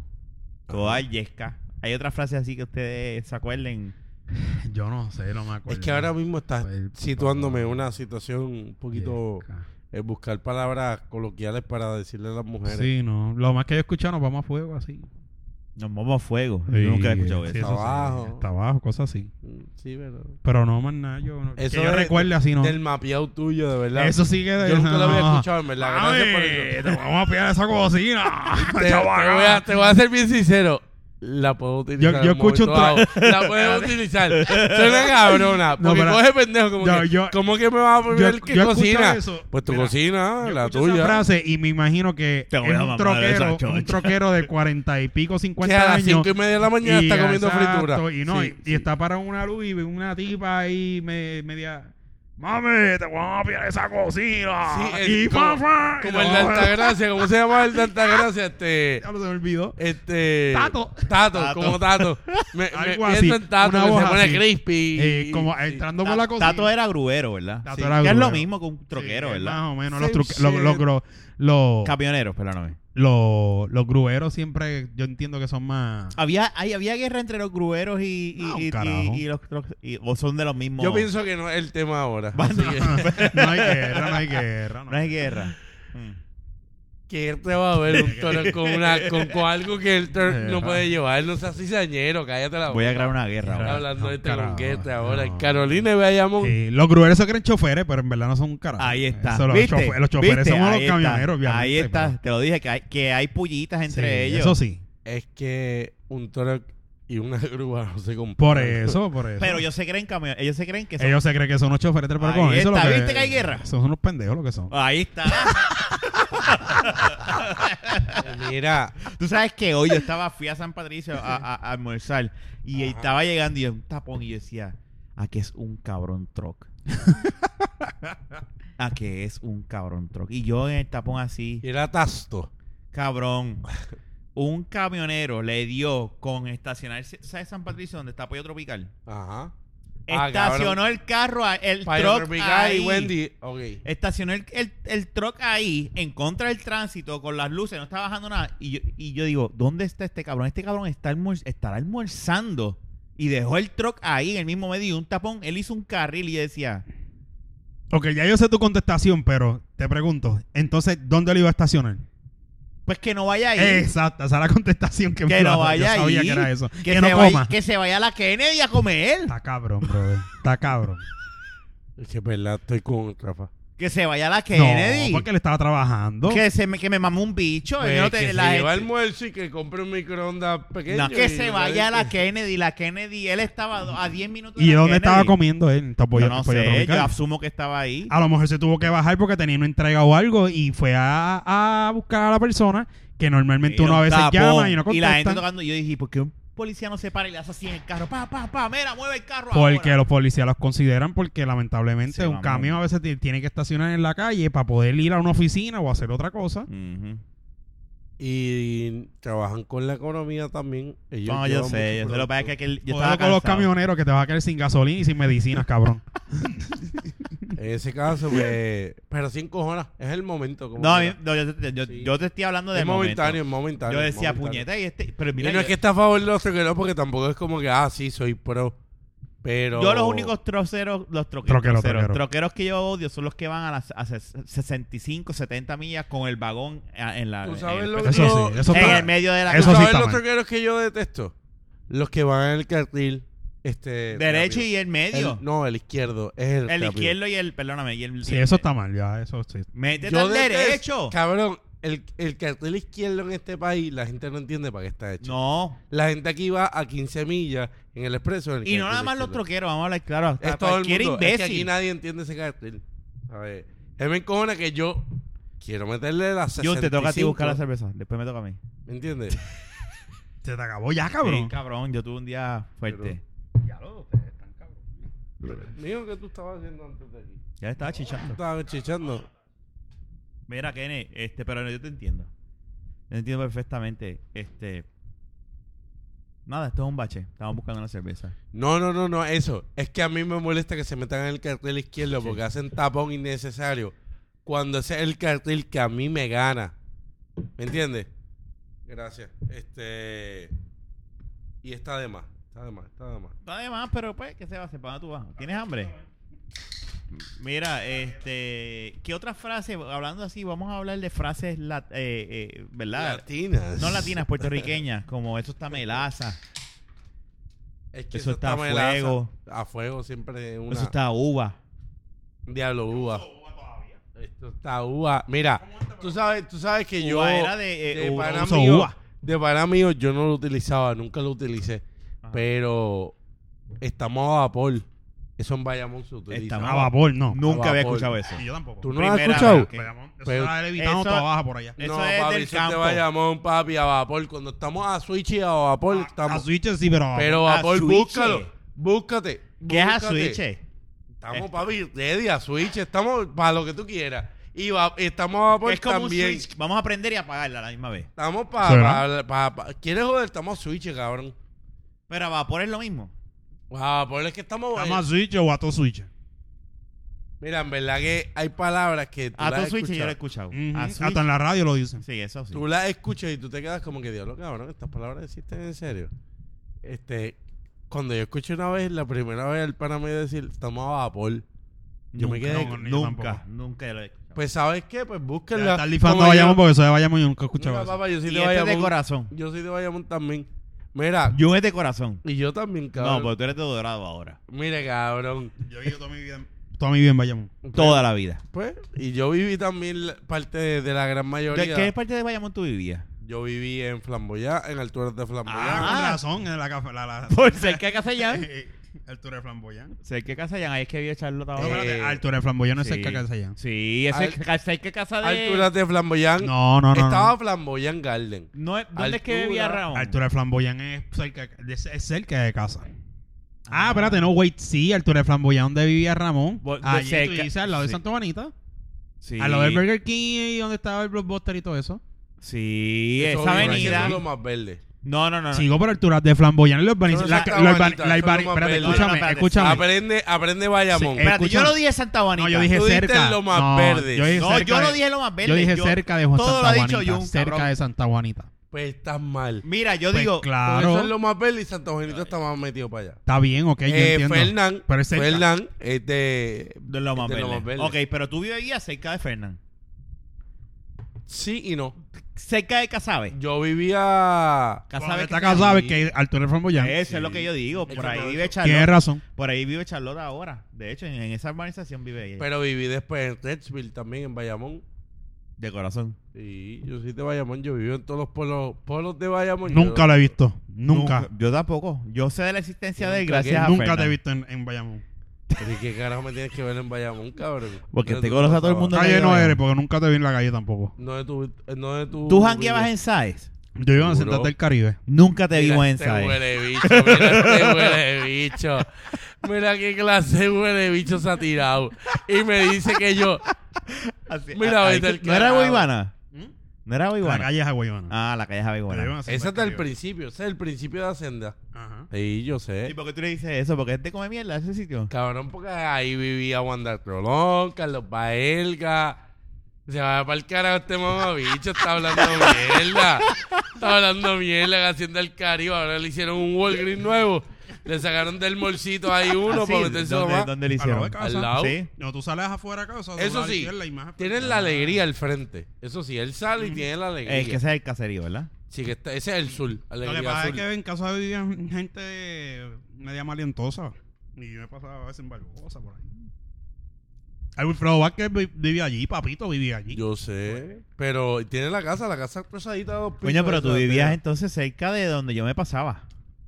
[SPEAKER 1] te voy a dar yesca. Hay otra frase así que ustedes se acuerden.
[SPEAKER 2] Yo no sé, no me acuerdo.
[SPEAKER 3] Es que ahora mismo estás
[SPEAKER 2] El-
[SPEAKER 3] situándome en
[SPEAKER 2] pues,
[SPEAKER 3] una situación un poquito.
[SPEAKER 2] Yesca.
[SPEAKER 3] eh, buscar palabras coloquiales para decirle a las mujeres.
[SPEAKER 2] Sí, no. Lo más que yo he escuchado, nos vamos a fuego así.
[SPEAKER 1] Nos vamos a fuego. Yo nunca he escuchado
[SPEAKER 2] Sí,
[SPEAKER 1] eso.
[SPEAKER 2] eso sí.
[SPEAKER 3] Abajo.
[SPEAKER 2] Hasta abajo, cosas así.
[SPEAKER 3] Mm, Sí, pero.
[SPEAKER 2] Pero no, más nada. Yo, no- que
[SPEAKER 3] Eso
[SPEAKER 2] yo
[SPEAKER 3] es
[SPEAKER 2] recuerde así, ¿no?
[SPEAKER 3] Del mapeado tuyo, de verdad.
[SPEAKER 2] Eso sí que...
[SPEAKER 3] Yo nunca lo había
[SPEAKER 2] no.
[SPEAKER 3] escuchado, en verdad. Gracias por
[SPEAKER 2] Ay,
[SPEAKER 3] eso.
[SPEAKER 2] te vamos a pillar esa cocina.
[SPEAKER 3] Te, te
[SPEAKER 2] chaval.
[SPEAKER 3] voy a, te voy a ser bien sincero. La puedo utilizar.
[SPEAKER 2] Yo-
[SPEAKER 3] en
[SPEAKER 2] yo escucho
[SPEAKER 3] momento
[SPEAKER 2] un tra-
[SPEAKER 3] dado. La puedo utilizar. Soy una cabrona.
[SPEAKER 2] No,
[SPEAKER 3] Porque
[SPEAKER 2] pero-
[SPEAKER 3] coge pendejo. Como
[SPEAKER 2] Yo-
[SPEAKER 3] que,
[SPEAKER 2] yo-
[SPEAKER 3] ¿Cómo que me vas a poner
[SPEAKER 2] yo-
[SPEAKER 3] que
[SPEAKER 2] yo he
[SPEAKER 3] cocina?
[SPEAKER 2] escuchado eso.
[SPEAKER 3] Pues tu
[SPEAKER 2] Mira,
[SPEAKER 3] cocina,
[SPEAKER 2] Yo
[SPEAKER 3] la
[SPEAKER 2] escucho esa
[SPEAKER 3] tuya.
[SPEAKER 2] frase y me imagino que
[SPEAKER 1] Te voy a
[SPEAKER 2] es un
[SPEAKER 1] mamar
[SPEAKER 2] troquero,
[SPEAKER 1] esa chocha.
[SPEAKER 2] un troquero de cuarenta y pico,
[SPEAKER 3] Que a
[SPEAKER 2] cincuenta
[SPEAKER 3] las
[SPEAKER 2] años.
[SPEAKER 3] cinco y media de la mañana
[SPEAKER 2] y
[SPEAKER 3] está comiendo
[SPEAKER 2] exacto,
[SPEAKER 3] fritura.
[SPEAKER 2] Y no,
[SPEAKER 3] Sí,
[SPEAKER 2] y, y
[SPEAKER 3] sí.
[SPEAKER 2] está para una luz y ve una tipa ahí me- media. Mami, te voy a pillar esa cocina.
[SPEAKER 3] Sí, es
[SPEAKER 2] y
[SPEAKER 3] como-
[SPEAKER 2] papá.
[SPEAKER 3] Como el de Altagracia. ¿Cómo se llama el de Altagracia? Este.
[SPEAKER 2] Ya lo se me olvidó.
[SPEAKER 3] Este.
[SPEAKER 2] Tato.
[SPEAKER 3] Tato,
[SPEAKER 1] Tato.
[SPEAKER 3] como Tato. Me, me
[SPEAKER 2] Algo así,
[SPEAKER 3] pienso en Tato,
[SPEAKER 2] una
[SPEAKER 3] que
[SPEAKER 2] voz
[SPEAKER 3] se pone
[SPEAKER 2] así.
[SPEAKER 3] crispy.
[SPEAKER 2] Eh, como
[SPEAKER 3] Sí.
[SPEAKER 2] entrando por la cocina.
[SPEAKER 1] Tato era gruero, ¿verdad?
[SPEAKER 2] Tato
[SPEAKER 1] Sí,
[SPEAKER 2] era
[SPEAKER 1] que es
[SPEAKER 2] gruero.
[SPEAKER 1] lo mismo que un troquero,
[SPEAKER 2] Sí,
[SPEAKER 1] ¿verdad?
[SPEAKER 2] Más o menos.
[SPEAKER 3] Same
[SPEAKER 2] Los, truque- los,
[SPEAKER 3] shit.
[SPEAKER 2] los, los, los,
[SPEAKER 1] Camioneros, perdóname.
[SPEAKER 2] los- los grueros siempre, yo entiendo que son más.
[SPEAKER 1] Había, hay- había guerra entre los grueros y, y,
[SPEAKER 2] Ah, un
[SPEAKER 1] y- y-
[SPEAKER 2] carajo.
[SPEAKER 1] y los tro- y- o son de los mismos.
[SPEAKER 3] Yo pienso que no es el tema ahora.
[SPEAKER 1] Bueno.
[SPEAKER 3] así que-
[SPEAKER 2] no hay guerra, no hay guerra. No.
[SPEAKER 1] no es guerra. Mm.
[SPEAKER 3] que él te va a ver un toro con, una, con, con algo que él te- no
[SPEAKER 2] Ajá.
[SPEAKER 3] puede llevar. No seas cizañero, cállate la boca.
[SPEAKER 1] Voy a crear una guerra.
[SPEAKER 3] Está
[SPEAKER 1] ahora.
[SPEAKER 3] hablando de este
[SPEAKER 2] carajo,
[SPEAKER 3] longuete ahora.
[SPEAKER 2] no.
[SPEAKER 3] Carolina y Bayamón.
[SPEAKER 2] Sí, los grueros se creen choferes, pero en verdad no son un carajo.
[SPEAKER 1] Ahí está.
[SPEAKER 2] Eso, los,
[SPEAKER 1] ¿Viste?
[SPEAKER 2] chofe- los choferes
[SPEAKER 1] ¿Viste?
[SPEAKER 2] somos
[SPEAKER 1] Ahí
[SPEAKER 2] los
[SPEAKER 1] está.
[SPEAKER 2] camioneros, obviamente.
[SPEAKER 1] Ahí está.
[SPEAKER 2] pero-
[SPEAKER 1] Te lo dije que hay, que hay pullitas entre
[SPEAKER 2] Sí,
[SPEAKER 1] ellos.
[SPEAKER 2] Eso sí.
[SPEAKER 3] Es que un toro y una grúa no se comparan.
[SPEAKER 2] Por eso, por eso.
[SPEAKER 1] Pero ellos se creen camion- ellos se creen que son.
[SPEAKER 2] Ellos se creen que son unos choferes pero
[SPEAKER 1] Ahí
[SPEAKER 2] con eso
[SPEAKER 1] está,
[SPEAKER 2] lo
[SPEAKER 1] ¿viste que hay guerra? Ah.
[SPEAKER 2] Son unos pendejos lo que son.
[SPEAKER 1] Ahí está.
[SPEAKER 3] Eh, Mira,
[SPEAKER 1] Tú sabes que hoy yo estaba, fui a San Patricio a, a- a almorzar y estaba llegando y yo, un tapón y yo decía, ¿a qué es un cabrón truck? ¿A qué es un cabrón truck? Y yo en el tapón así,
[SPEAKER 3] era Tasto.
[SPEAKER 1] cabrón, un camionero le dio con estacionarse, ¿sabes San Patricio donde está Pollo Tropical?
[SPEAKER 3] Ajá. Ah,
[SPEAKER 1] Estacionó el carro, a- el
[SPEAKER 3] Payo
[SPEAKER 1] truck
[SPEAKER 3] Tropical
[SPEAKER 1] ahí.
[SPEAKER 3] y Wendy. Ok.
[SPEAKER 1] Estacionó el, el, el truck ahí, en contra del tránsito, con las luces, no está bajando nada. Y yo, y yo digo, ¿dónde está este cabrón? Este cabrón está almuer- estará almorzando. Y dejó el truck ahí, en el mismo medio, y un tapón. Él hizo un carril y yo decía,
[SPEAKER 2] Ok, ya yo sé tu contestación, pero te pregunto, entonces, ¿dónde lo iba a estacionar?
[SPEAKER 1] pues que no vaya ahí.
[SPEAKER 2] Exacto, esa es la contestación que, me
[SPEAKER 1] que
[SPEAKER 2] iba a
[SPEAKER 1] no
[SPEAKER 2] dar.
[SPEAKER 1] vaya
[SPEAKER 2] Yo sabía
[SPEAKER 1] ahí.
[SPEAKER 2] que era eso. Que,
[SPEAKER 1] Que,
[SPEAKER 2] no
[SPEAKER 1] se
[SPEAKER 2] coma.
[SPEAKER 1] vaya, que se vaya a la Kennedy a comer.
[SPEAKER 2] Está cabrón, brother. Está cabrón.
[SPEAKER 3] Es que es verdad, estoy con Rafa.
[SPEAKER 1] Que se vaya a la
[SPEAKER 2] no,
[SPEAKER 1] Kennedy.
[SPEAKER 2] porque él estaba trabajando.
[SPEAKER 1] que, se me, que me mamó un bicho.
[SPEAKER 3] Pues,
[SPEAKER 1] yo no
[SPEAKER 3] que
[SPEAKER 1] te-
[SPEAKER 3] se
[SPEAKER 1] la
[SPEAKER 3] lleva
[SPEAKER 1] gente-
[SPEAKER 3] almuerzo y que compre un microondas pequeño.
[SPEAKER 1] No, que
[SPEAKER 3] y-
[SPEAKER 1] se vaya a la Kennedy. La Kennedy, él estaba a do- a 10 minutos de
[SPEAKER 2] ¿Y
[SPEAKER 1] la
[SPEAKER 2] dónde estaba Pues
[SPEAKER 1] Kennedy.
[SPEAKER 2] comiendo él? En Topo-
[SPEAKER 1] Yo no
[SPEAKER 2] Pollo
[SPEAKER 1] sé,
[SPEAKER 2] Tropical.
[SPEAKER 1] yo asumo que estaba ahí.
[SPEAKER 2] A lo mejor se tuvo que bajar porque tenía una entrega o algo y fue a, a buscar a la persona que normalmente
[SPEAKER 1] Era
[SPEAKER 2] uno a
[SPEAKER 1] un
[SPEAKER 2] veces
[SPEAKER 1] tapón.
[SPEAKER 2] llama y no contesta.
[SPEAKER 1] la gente tocando, y yo dije, ¿por qué un policía no se para y le hace así en el carro? Pa, pa, pa, mira, mueve el carro
[SPEAKER 2] Porque
[SPEAKER 1] ahora.
[SPEAKER 2] los policías los consideran porque lamentablemente
[SPEAKER 1] Sí,
[SPEAKER 2] un
[SPEAKER 1] mamón.
[SPEAKER 2] camión a veces ti- tiene que estacionar en la calle para poder ir a una oficina o hacer otra cosa.
[SPEAKER 1] Ujú.
[SPEAKER 3] Y trabajan con la economía también. Ellos
[SPEAKER 1] No, yo
[SPEAKER 3] llevan
[SPEAKER 1] sé, yo
[SPEAKER 3] mucho
[SPEAKER 1] sé. Lo que pasa es que
[SPEAKER 3] producto.
[SPEAKER 1] aquel- yo
[SPEAKER 2] Yo
[SPEAKER 1] estaba
[SPEAKER 2] con
[SPEAKER 1] cansado.
[SPEAKER 2] los camioneros que te vas a quedar sin gasolina y sin medicinas, cabrón.
[SPEAKER 3] En ese caso, pues. pero sin cojonas, es el momento. como
[SPEAKER 1] No, a
[SPEAKER 3] que-
[SPEAKER 1] mí- no, yo, te- yo-
[SPEAKER 3] Sí.
[SPEAKER 1] yo te estoy hablando de
[SPEAKER 3] es momentáneo, es
[SPEAKER 1] Yo
[SPEAKER 3] momentáneo. es
[SPEAKER 1] decía,
[SPEAKER 3] momentáneo.
[SPEAKER 1] puñeta, y este... Pero mira,
[SPEAKER 3] y no es
[SPEAKER 1] yo-
[SPEAKER 3] que está a favor de los troqueros, porque tampoco es como que, ah, sí, soy pro. Pero.
[SPEAKER 1] Yo los únicos troceros, los troqueros,
[SPEAKER 2] Troquero,
[SPEAKER 1] troceros,
[SPEAKER 2] troquero.
[SPEAKER 1] troqueros que yo odio son los que van a las a ses- 65, 70 millas con el vagón a- en la
[SPEAKER 3] Tú
[SPEAKER 1] en
[SPEAKER 3] sabes
[SPEAKER 1] el,
[SPEAKER 3] lo
[SPEAKER 1] en
[SPEAKER 3] que
[SPEAKER 2] Eso
[SPEAKER 3] yo-
[SPEAKER 2] sí, eso
[SPEAKER 1] el
[SPEAKER 2] está-
[SPEAKER 1] medio de la
[SPEAKER 2] eso
[SPEAKER 3] ¿Tú
[SPEAKER 2] sí
[SPEAKER 3] sabes
[SPEAKER 2] está
[SPEAKER 3] los
[SPEAKER 2] mal.
[SPEAKER 3] troqueros que yo detesto? Los que van en el carril. Este,
[SPEAKER 1] derecho
[SPEAKER 3] rápido.
[SPEAKER 1] y el medio.
[SPEAKER 3] El- no, el izquierdo. Es el,
[SPEAKER 1] el
[SPEAKER 3] rápido.
[SPEAKER 1] izquierdo y el, perdóname, y el
[SPEAKER 2] Sí, eso está mal, ya, eso sí.
[SPEAKER 1] Métete
[SPEAKER 3] Yo
[SPEAKER 1] al
[SPEAKER 3] detesto-
[SPEAKER 1] derecho.
[SPEAKER 3] Cabrón, el, el cartel izquierdo en este país, la gente no entiende para qué está hecho.
[SPEAKER 1] No.
[SPEAKER 3] La gente aquí va a 15 millas en el expreso. en el
[SPEAKER 1] Y no
[SPEAKER 3] carril
[SPEAKER 1] nada más los
[SPEAKER 3] izquierdo.
[SPEAKER 1] troqueros, vamos a hablar claro. Hasta
[SPEAKER 3] Es todo el
[SPEAKER 1] cualquier
[SPEAKER 3] mundo. Es que
[SPEAKER 1] imbécil.
[SPEAKER 3] aquí nadie entiende ese cartel. A ver, él me encojona que yo quiero meterle la 65.
[SPEAKER 1] Yo te toca a ti buscar la cerveza, después me toca a mí.
[SPEAKER 3] ¿Me entiendes?
[SPEAKER 2] Se te acabó ya,
[SPEAKER 1] Sí,
[SPEAKER 2] cabrón.
[SPEAKER 1] cabrón, yo tuve un día fuerte.
[SPEAKER 3] Mijo, ¿qué tú estabas haciendo antes de aquí?
[SPEAKER 1] Ya estaba
[SPEAKER 3] Tú
[SPEAKER 1] chichando.
[SPEAKER 3] estabas chichando.
[SPEAKER 1] Mira, Kene, este, pero yo te entiendo. Yo te entiendo perfectamente. Este. Nada, esto es un bache. Estamos buscando una cerveza.
[SPEAKER 3] No, no, no, no, eso. Es que a mí me molesta que se metan en el cartel izquierdo porque hacen tapón innecesario. Cuando ese es el cartel que a mí me gana. ¿Me entiendes? Gracias. Este. Y está de más. Está de más, está de más.
[SPEAKER 1] Está de más, pero pues, ¿qué se va a hacer? ¿Para dónde tú vas? ¿Tienes hambre? Mira, este. ¿Qué otra frase? Hablando así, vamos a hablar de frases, lat- eh, eh, ¿verdad?
[SPEAKER 3] Latinas.
[SPEAKER 1] No latinas, puertorriqueñas, como eso está melaza,
[SPEAKER 3] Es que eso,
[SPEAKER 1] Eso está
[SPEAKER 3] está,
[SPEAKER 1] a
[SPEAKER 3] melaza.
[SPEAKER 1] fuego.
[SPEAKER 3] A fuego siempre una.
[SPEAKER 1] eso está uva.
[SPEAKER 3] Diablo uva. Esto está uva. Mira, tú sabes, tú sabes que yo
[SPEAKER 1] Uva era de, eh,
[SPEAKER 3] de
[SPEAKER 1] uva,
[SPEAKER 3] pana
[SPEAKER 2] uso
[SPEAKER 3] mío-
[SPEAKER 2] uva.
[SPEAKER 3] de pana mío yo no lo utilizaba, nunca lo utilicé,
[SPEAKER 1] Ajá.
[SPEAKER 3] pero estamos a vapor. Eso en Bayamón se utiliza.
[SPEAKER 1] Estamos
[SPEAKER 2] A vapor, no.
[SPEAKER 1] Nunca había
[SPEAKER 3] vapor.
[SPEAKER 1] escuchado eso.
[SPEAKER 2] Y yo tampoco.
[SPEAKER 3] ¿Tú no lo has
[SPEAKER 1] Primera
[SPEAKER 3] escuchado?
[SPEAKER 1] vez que-
[SPEAKER 2] Bayamón, eso
[SPEAKER 3] Pero-
[SPEAKER 2] era levitando
[SPEAKER 1] eso-
[SPEAKER 2] para abajo por allá.
[SPEAKER 1] Eso
[SPEAKER 3] no,
[SPEAKER 1] es
[SPEAKER 3] papi, eso
[SPEAKER 1] del
[SPEAKER 3] es de
[SPEAKER 1] campo.
[SPEAKER 3] Bayamón, papi, a vapor. Cuando estamos a switch y a vapor,
[SPEAKER 2] A
[SPEAKER 3] estamos.
[SPEAKER 2] Switch sí, pero. a vapor.
[SPEAKER 3] pero
[SPEAKER 1] a
[SPEAKER 3] vapor,
[SPEAKER 1] switch.
[SPEAKER 3] búscalo. Búscate.
[SPEAKER 1] ¿Qué es a
[SPEAKER 3] búscate.
[SPEAKER 1] switch? eh.
[SPEAKER 3] Estamos,
[SPEAKER 1] Esto.
[SPEAKER 3] papi, ready a Switch. Estamos para lo que tú quieras. Y va- estamos a vapor
[SPEAKER 1] Es como
[SPEAKER 3] también.
[SPEAKER 1] un switch. Vamos a prender y apagarla a la misma vez.
[SPEAKER 3] Estamos
[SPEAKER 2] ¿Será?
[SPEAKER 3] para... Pa, pa- pa- ¿Quieres joder? Estamos a Switch, cabrón.
[SPEAKER 1] Pero a vapor es lo mismo.
[SPEAKER 3] A vapor es que estamos...
[SPEAKER 2] Estamos a Switch o a todo Switch.
[SPEAKER 3] Mira, en verdad que hay palabras que tú,
[SPEAKER 1] A tu
[SPEAKER 3] las,
[SPEAKER 1] switch Ah, yo lo he
[SPEAKER 3] escuchas,
[SPEAKER 1] escuchado.
[SPEAKER 2] Ujú.
[SPEAKER 1] A
[SPEAKER 2] Hasta en
[SPEAKER 1] switch.
[SPEAKER 2] la radio lo dicen.
[SPEAKER 1] Sí, eso sí.
[SPEAKER 3] tú las escuchas y tú te quedas como que, diablo, cabrón, estas palabras existen en serio. Este, cuando yo escuché una vez, la primera vez al pana me decir, estamos a vapor. Yo me quedé-
[SPEAKER 2] no, yo
[SPEAKER 1] nunca,
[SPEAKER 2] tampoco.
[SPEAKER 1] nunca yo lo he escuchado.
[SPEAKER 3] Pues, ¿sabes qué? Pues
[SPEAKER 2] Ya
[SPEAKER 3] búsquenla.
[SPEAKER 2] están difando
[SPEAKER 3] Como
[SPEAKER 2] a
[SPEAKER 3] yo-
[SPEAKER 2] Bayamón porque soy de Bayamón y nunca he
[SPEAKER 3] Mira,
[SPEAKER 2] escuchado eso.
[SPEAKER 3] papá, yo soy
[SPEAKER 1] y
[SPEAKER 3] de
[SPEAKER 1] este es de
[SPEAKER 3] Bayamón.
[SPEAKER 1] corazón.
[SPEAKER 3] Yo soy de Bayamón también. Mira,
[SPEAKER 1] Yo es de corazón.
[SPEAKER 3] y yo también,
[SPEAKER 1] No, pues.
[SPEAKER 3] cabrón.
[SPEAKER 1] pero tú eres de Dorado ahora.
[SPEAKER 3] Mire, cabrón.
[SPEAKER 2] Yo he vivido toda mi vida en- toda mi vida en Bayamón.
[SPEAKER 1] Toda la vida.
[SPEAKER 3] Pues, y yo viví también la- parte de, de la gran
[SPEAKER 1] ¿De
[SPEAKER 3] mayoría.
[SPEAKER 1] qué parte de Bayamón tú vivías?
[SPEAKER 3] Yo viví en Flamboyá, en alturas de Flamboyá.
[SPEAKER 1] Ah.
[SPEAKER 2] Ah, con razón, en la café- la- la-
[SPEAKER 1] Por cerca de Casellán.
[SPEAKER 2] Eh, Altura de Flamboyán.
[SPEAKER 1] cerca de Casellán, ahí es que vive Charlotte
[SPEAKER 2] No,
[SPEAKER 1] ahora.
[SPEAKER 2] espérate,
[SPEAKER 3] Eh,
[SPEAKER 2] Altura de Flamboyán no es
[SPEAKER 1] sí.
[SPEAKER 2] cerca de Casallán.
[SPEAKER 1] Sí, eso es ca- cerca de casa de...
[SPEAKER 3] Alturas de Flamboyán.
[SPEAKER 2] No, no, no. no.
[SPEAKER 3] Estaba Flamboyán Garden.
[SPEAKER 1] No es- ¿Dónde es que
[SPEAKER 3] Altura-
[SPEAKER 1] vivía Ramón?
[SPEAKER 2] Altura de Flamboyán es cerca, es- es cerca de casa. Ah, espérate, no, wait, sí, Altura de Flamboyán, donde vivía Ramón.
[SPEAKER 1] Bo- de
[SPEAKER 2] Allí tú
[SPEAKER 1] cerca-
[SPEAKER 2] dices, al lado de
[SPEAKER 1] sí.
[SPEAKER 2] Santa Juanita.
[SPEAKER 1] Sí,
[SPEAKER 2] Al lado del Burger King y donde estaba el Blockbuster y todo eso.
[SPEAKER 1] Sí,
[SPEAKER 3] Eso
[SPEAKER 1] esa
[SPEAKER 3] viene siendo
[SPEAKER 1] avenida.
[SPEAKER 3] lo más verde.
[SPEAKER 1] No, no, no. no.
[SPEAKER 2] Sigo por Altura de Flamboyán y la urbanización.
[SPEAKER 3] Ah. Eso
[SPEAKER 2] La,
[SPEAKER 3] no está
[SPEAKER 2] la urban-
[SPEAKER 3] Juanita,
[SPEAKER 2] la
[SPEAKER 3] eso
[SPEAKER 2] urban-
[SPEAKER 3] no más
[SPEAKER 2] espérate,
[SPEAKER 3] bello.
[SPEAKER 2] escúchame,
[SPEAKER 1] No, no, Ah, espérate.
[SPEAKER 2] escúchame.
[SPEAKER 3] Aprende, aprende Bayamón.
[SPEAKER 2] Sí, eh,
[SPEAKER 1] Espérate, yo
[SPEAKER 2] escúchame.
[SPEAKER 1] lo dije Santa Juanita.
[SPEAKER 2] No, yo dije
[SPEAKER 3] Tú dijiste
[SPEAKER 2] cerca.
[SPEAKER 3] lo más
[SPEAKER 2] no,
[SPEAKER 3] verde.
[SPEAKER 2] Yo dije,
[SPEAKER 1] No,
[SPEAKER 2] cerca
[SPEAKER 1] yo no
[SPEAKER 2] de-
[SPEAKER 1] dije lo más verde.
[SPEAKER 2] Yo dije cerca de Santa
[SPEAKER 1] Todo lo ha dicho
[SPEAKER 2] Juanita.
[SPEAKER 1] Jun,
[SPEAKER 2] cerca
[SPEAKER 1] cabrón.
[SPEAKER 2] de Santa Juanita.
[SPEAKER 3] Pues estás mal.
[SPEAKER 1] Mira, yo
[SPEAKER 2] Pues
[SPEAKER 1] digo...
[SPEAKER 3] Porque
[SPEAKER 2] claro.
[SPEAKER 3] Eso es lo más verde y Santa Juanita está más metido para allá.
[SPEAKER 2] Está bien, ok, yo
[SPEAKER 3] Eh,
[SPEAKER 2] entiendo.
[SPEAKER 3] Fernán,
[SPEAKER 2] pero es cerca.
[SPEAKER 3] Fernán este, es de...
[SPEAKER 1] De lo más
[SPEAKER 3] de
[SPEAKER 1] verde.
[SPEAKER 3] lo más verde.
[SPEAKER 1] Ok, pero tú vivías cerca de Fernán.
[SPEAKER 3] Sí y no.
[SPEAKER 1] Cerca de Casabe.
[SPEAKER 3] Yo vivía...
[SPEAKER 2] Cuando
[SPEAKER 1] Casabe
[SPEAKER 2] está
[SPEAKER 1] Casabe.
[SPEAKER 2] casado, sabes que Altura de Flamboyán.
[SPEAKER 1] Eso es lo que yo digo. Por
[SPEAKER 3] Exacto,
[SPEAKER 1] ahí
[SPEAKER 3] eso.
[SPEAKER 1] vive
[SPEAKER 2] Tienes
[SPEAKER 1] Charlotte.
[SPEAKER 2] razón.
[SPEAKER 1] Por ahí vive Charlotte ahora. De hecho, en, en esa urbanización vive ella.
[SPEAKER 3] Pero viví después en Redsville también, en Bayamón.
[SPEAKER 1] de corazón.
[SPEAKER 3] Sí, yo soy de Bayamón. Yo viví en todos los pueblos, pueblos de Bayamón.
[SPEAKER 2] Nunca
[SPEAKER 3] Yo-
[SPEAKER 2] lo he visto. Nunca.
[SPEAKER 1] Yo tampoco. Yo sé de la existencia de él
[SPEAKER 3] Nunca,
[SPEAKER 1] gracias
[SPEAKER 3] ¿qué?
[SPEAKER 1] a
[SPEAKER 2] Nunca te he
[SPEAKER 1] Fernan.
[SPEAKER 2] visto en, en Bayamón.
[SPEAKER 3] Pero ¿y qué carajo me tienes que ver en Bayamón, cabrón?
[SPEAKER 1] Porque
[SPEAKER 3] ¿Dónde
[SPEAKER 1] te
[SPEAKER 3] tú
[SPEAKER 1] conoces a todo el
[SPEAKER 3] pasabas?
[SPEAKER 1] mundo.
[SPEAKER 2] Calle
[SPEAKER 1] en
[SPEAKER 2] no
[SPEAKER 1] Bayamón.
[SPEAKER 2] eres, porque nunca te vi en la calle tampoco.
[SPEAKER 3] No de tu... No de tu
[SPEAKER 1] ¿Tú jangueabas en Saez?
[SPEAKER 2] Yo iba
[SPEAKER 3] Seguro.
[SPEAKER 2] a sentar del Caribe.
[SPEAKER 1] Nunca te
[SPEAKER 3] Mira
[SPEAKER 1] vimos en
[SPEAKER 3] este
[SPEAKER 1] Saez.
[SPEAKER 3] huele bicho, mira este huele bicho. Mira qué clase de huele bicho se ha tirado. Y me dice que yo... Mira,
[SPEAKER 1] Ahí-
[SPEAKER 3] vete al
[SPEAKER 1] ¿No era
[SPEAKER 3] carajo. ¿Mm?
[SPEAKER 1] Guaybana? ¿No era
[SPEAKER 2] La
[SPEAKER 1] Guaybana?
[SPEAKER 2] calle es Aguayona.
[SPEAKER 1] Ah, la calle es Guaybana.
[SPEAKER 3] Ese es el principio, ese es el principio de la senda.
[SPEAKER 2] Ajá.
[SPEAKER 3] Sí, yo
[SPEAKER 1] ¿Y
[SPEAKER 3] sé.
[SPEAKER 1] por qué tú le dices eso? Porque él te come mierda ese sitio.
[SPEAKER 3] Cabrón, porque ahí vivía Wanda Colón, Carlos Baelga. Se va para el carajo este mamabicho, está hablando mierda. Está hablando mierda en Hacienda del Caribe. Ahora le hicieron un Walgreens nuevo. Le sacaron del morcito ahí uno
[SPEAKER 1] Así,
[SPEAKER 3] para meterse
[SPEAKER 1] ¿dónde-
[SPEAKER 3] más.
[SPEAKER 1] ¿Dónde le
[SPEAKER 2] Al lado
[SPEAKER 1] hicieron?
[SPEAKER 2] de casa.
[SPEAKER 3] Al lado.
[SPEAKER 1] Sí.
[SPEAKER 2] No, tú sales afuera de casa. tú
[SPEAKER 3] Eso
[SPEAKER 2] vas a
[SPEAKER 3] sí,
[SPEAKER 2] izquierda y más-
[SPEAKER 3] tienen la alegría al frente. Eso sí, él sale y tiene la alegría.
[SPEAKER 1] Es que ese es el caserío, ¿verdad?
[SPEAKER 3] Sí, que está- ese es el sur.
[SPEAKER 2] Lo que
[SPEAKER 3] Alegría
[SPEAKER 2] pasa
[SPEAKER 3] sur.
[SPEAKER 2] es que en casa vivían gente media malientosa. Y yo me pasaba a veces en Barbosa por ahí. Ay, Wilfredo Vázquez vi- vivía allí, papito vivía allí.
[SPEAKER 3] Yo sé. Pero tiene la casa, la casa pesadita de dos pisos.
[SPEAKER 1] Coño, pero tú
[SPEAKER 3] esa,
[SPEAKER 1] vivías
[SPEAKER 3] de-
[SPEAKER 1] entonces cerca de donde yo me pasaba.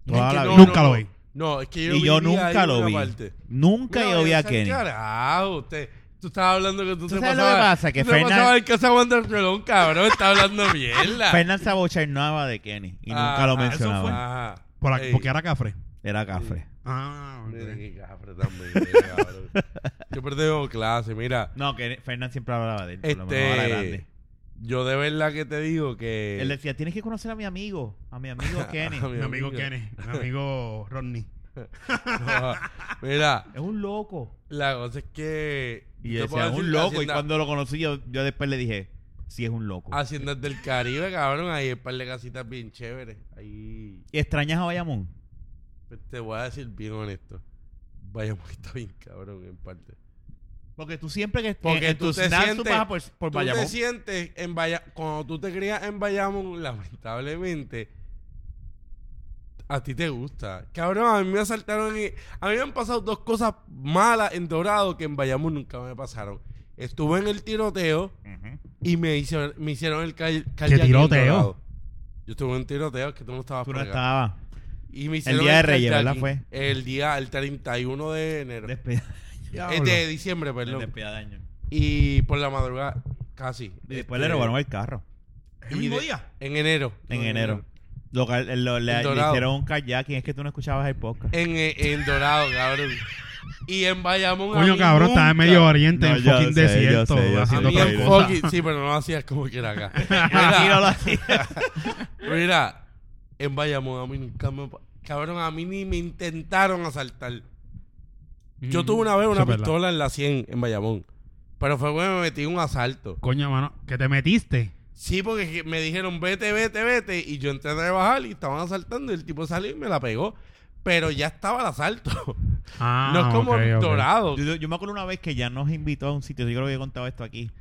[SPEAKER 2] Es
[SPEAKER 1] Toda
[SPEAKER 2] que
[SPEAKER 1] la
[SPEAKER 3] no,
[SPEAKER 1] vida.
[SPEAKER 2] nunca lo vi.
[SPEAKER 3] No, es que yo
[SPEAKER 1] Y yo
[SPEAKER 3] vivía ahí
[SPEAKER 1] nunca
[SPEAKER 3] en
[SPEAKER 1] lo
[SPEAKER 3] una
[SPEAKER 1] vi.
[SPEAKER 3] parte.
[SPEAKER 1] Nunca
[SPEAKER 3] Mira,
[SPEAKER 1] yo vi a
[SPEAKER 3] ese
[SPEAKER 1] Kenny.
[SPEAKER 3] Carajo, usted. Tú estabas hablando que tú,
[SPEAKER 1] ¿Tú
[SPEAKER 3] te
[SPEAKER 1] sabes
[SPEAKER 3] pasabas.
[SPEAKER 1] lo que pasa? Que
[SPEAKER 3] tú
[SPEAKER 1] Fernan-
[SPEAKER 3] te pasabas en casa de Wander Rolón, cabrón. Está hablando mierda.
[SPEAKER 1] Fernan se abochornaba de Kenny y nunca
[SPEAKER 3] Ah,
[SPEAKER 1] lo
[SPEAKER 3] eso
[SPEAKER 1] mencionaba.
[SPEAKER 3] Ajá.
[SPEAKER 2] Por la-
[SPEAKER 3] Ey,
[SPEAKER 2] porque era cafre.
[SPEAKER 1] Era cafre.
[SPEAKER 2] Ah,
[SPEAKER 3] Mira
[SPEAKER 2] ok.
[SPEAKER 3] qué cafre tan mierda, cabrón. Yo perdí clase, mira.
[SPEAKER 1] No, que Fernan siempre hablaba de él. Por lo menos ahora grande.
[SPEAKER 3] Este, yo de verdad que te digo que...
[SPEAKER 1] Él decía, tienes que conocer a mi amigo, a mi amigo Kenny.
[SPEAKER 3] A
[SPEAKER 2] mi amigo Kenny, mi amigo Rodney.
[SPEAKER 3] Mira,
[SPEAKER 1] es un loco.
[SPEAKER 3] la cosa es que...
[SPEAKER 1] Y
[SPEAKER 3] yo
[SPEAKER 1] él
[SPEAKER 3] te puedo
[SPEAKER 1] decía, es
[SPEAKER 3] decir
[SPEAKER 1] un
[SPEAKER 3] que
[SPEAKER 1] loco. Y
[SPEAKER 3] Hacienda- Ah.
[SPEAKER 1] cuando lo conocí, yo, yo después le dije, sí es un loco.
[SPEAKER 3] Haciendas del Caribe, cabrón, ahí hay un par de casitas bien chéveres. Ahí...
[SPEAKER 1] ¿Y extrañas a Bayamón?
[SPEAKER 3] pues, Te voy a decir bien honesto. Bayamón está bien cabrón en parte.
[SPEAKER 1] Porque tú siempre que
[SPEAKER 3] Porque
[SPEAKER 1] en
[SPEAKER 3] tú
[SPEAKER 1] tus
[SPEAKER 3] te
[SPEAKER 1] snaps
[SPEAKER 3] sientes-
[SPEAKER 1] tú pasas por, por
[SPEAKER 3] tú
[SPEAKER 1] Bayamón.
[SPEAKER 3] te sientes en Bayamón, cuando tú te crías en Bayamón, lamentablemente, a ti te gusta. Cabrón, a mí me asaltaron y a mí me han pasado dos cosas malas en Dorado que en Bayamón nunca me pasaron. Estuve en el tiroteo
[SPEAKER 1] Ujú.
[SPEAKER 3] y me, hizo- me hicieron el kay-
[SPEAKER 2] ¿Qué
[SPEAKER 3] kayaking en
[SPEAKER 2] tiroteo?
[SPEAKER 3] Dorado. Yo estuve en un tiroteo que tú no estabas
[SPEAKER 1] Tú
[SPEAKER 3] por
[SPEAKER 1] no
[SPEAKER 3] acá.
[SPEAKER 1] estabas.
[SPEAKER 3] Y me hicieron
[SPEAKER 1] día de Reyes, ¿verdad?
[SPEAKER 3] kayaking El día, el 31 de enero.
[SPEAKER 1] Despedida
[SPEAKER 3] Eh, de diciembre, perdón.
[SPEAKER 1] de año.
[SPEAKER 3] Y por la madrugada, casi.
[SPEAKER 1] Y después le
[SPEAKER 3] Este,
[SPEAKER 1] robaron el carro.
[SPEAKER 2] ¿El
[SPEAKER 3] y
[SPEAKER 2] mismo
[SPEAKER 3] de-
[SPEAKER 2] día?
[SPEAKER 3] En enero.
[SPEAKER 1] En enero. Lo, cal- lo- le,
[SPEAKER 3] En
[SPEAKER 1] le
[SPEAKER 3] Dorado.
[SPEAKER 1] hicieron un kayaking. Es que tú no escuchabas el podcast.
[SPEAKER 3] En, eh, en Dorado, cabrón. Y en Bayamón. a
[SPEAKER 2] Coño,
[SPEAKER 3] mí
[SPEAKER 2] cabrón, estaba en
[SPEAKER 3] nunca-
[SPEAKER 2] Medio Oriente,
[SPEAKER 1] No,
[SPEAKER 2] en
[SPEAKER 1] yo
[SPEAKER 2] fucking
[SPEAKER 1] sé, yo
[SPEAKER 2] desierto,
[SPEAKER 1] sé, yo
[SPEAKER 3] a
[SPEAKER 2] haciendo
[SPEAKER 3] mí
[SPEAKER 2] otra
[SPEAKER 3] en
[SPEAKER 2] cosa.
[SPEAKER 3] fucking- Sí, pero no lo hacías como que era acá.
[SPEAKER 1] Y no
[SPEAKER 3] Mira,
[SPEAKER 1] lo hacía.
[SPEAKER 3] mira, en Bayamón a mí nunca me. pa- Cabrón, a mí ni me intentaron asaltar. Yo tuve una vez
[SPEAKER 2] Eso
[SPEAKER 3] una
[SPEAKER 2] es verdad.
[SPEAKER 3] pistola en la 100 en Bayamón. Pero fue cuando me metí en un asalto.
[SPEAKER 2] Coño, mano, que te metiste.
[SPEAKER 3] Sí, porque que- me dijeron vete, vete, vete. Y yo entré a trabajar y estaban asaltando. Y el tipo salió y me la pegó. pero ya estaba el asalto.
[SPEAKER 2] Ah,
[SPEAKER 3] no es como
[SPEAKER 2] ok, ok.
[SPEAKER 3] Dorado.
[SPEAKER 1] Yo, yo me acuerdo una vez que ya nos invitó a un sitio, yo creo que he contado esto aquí.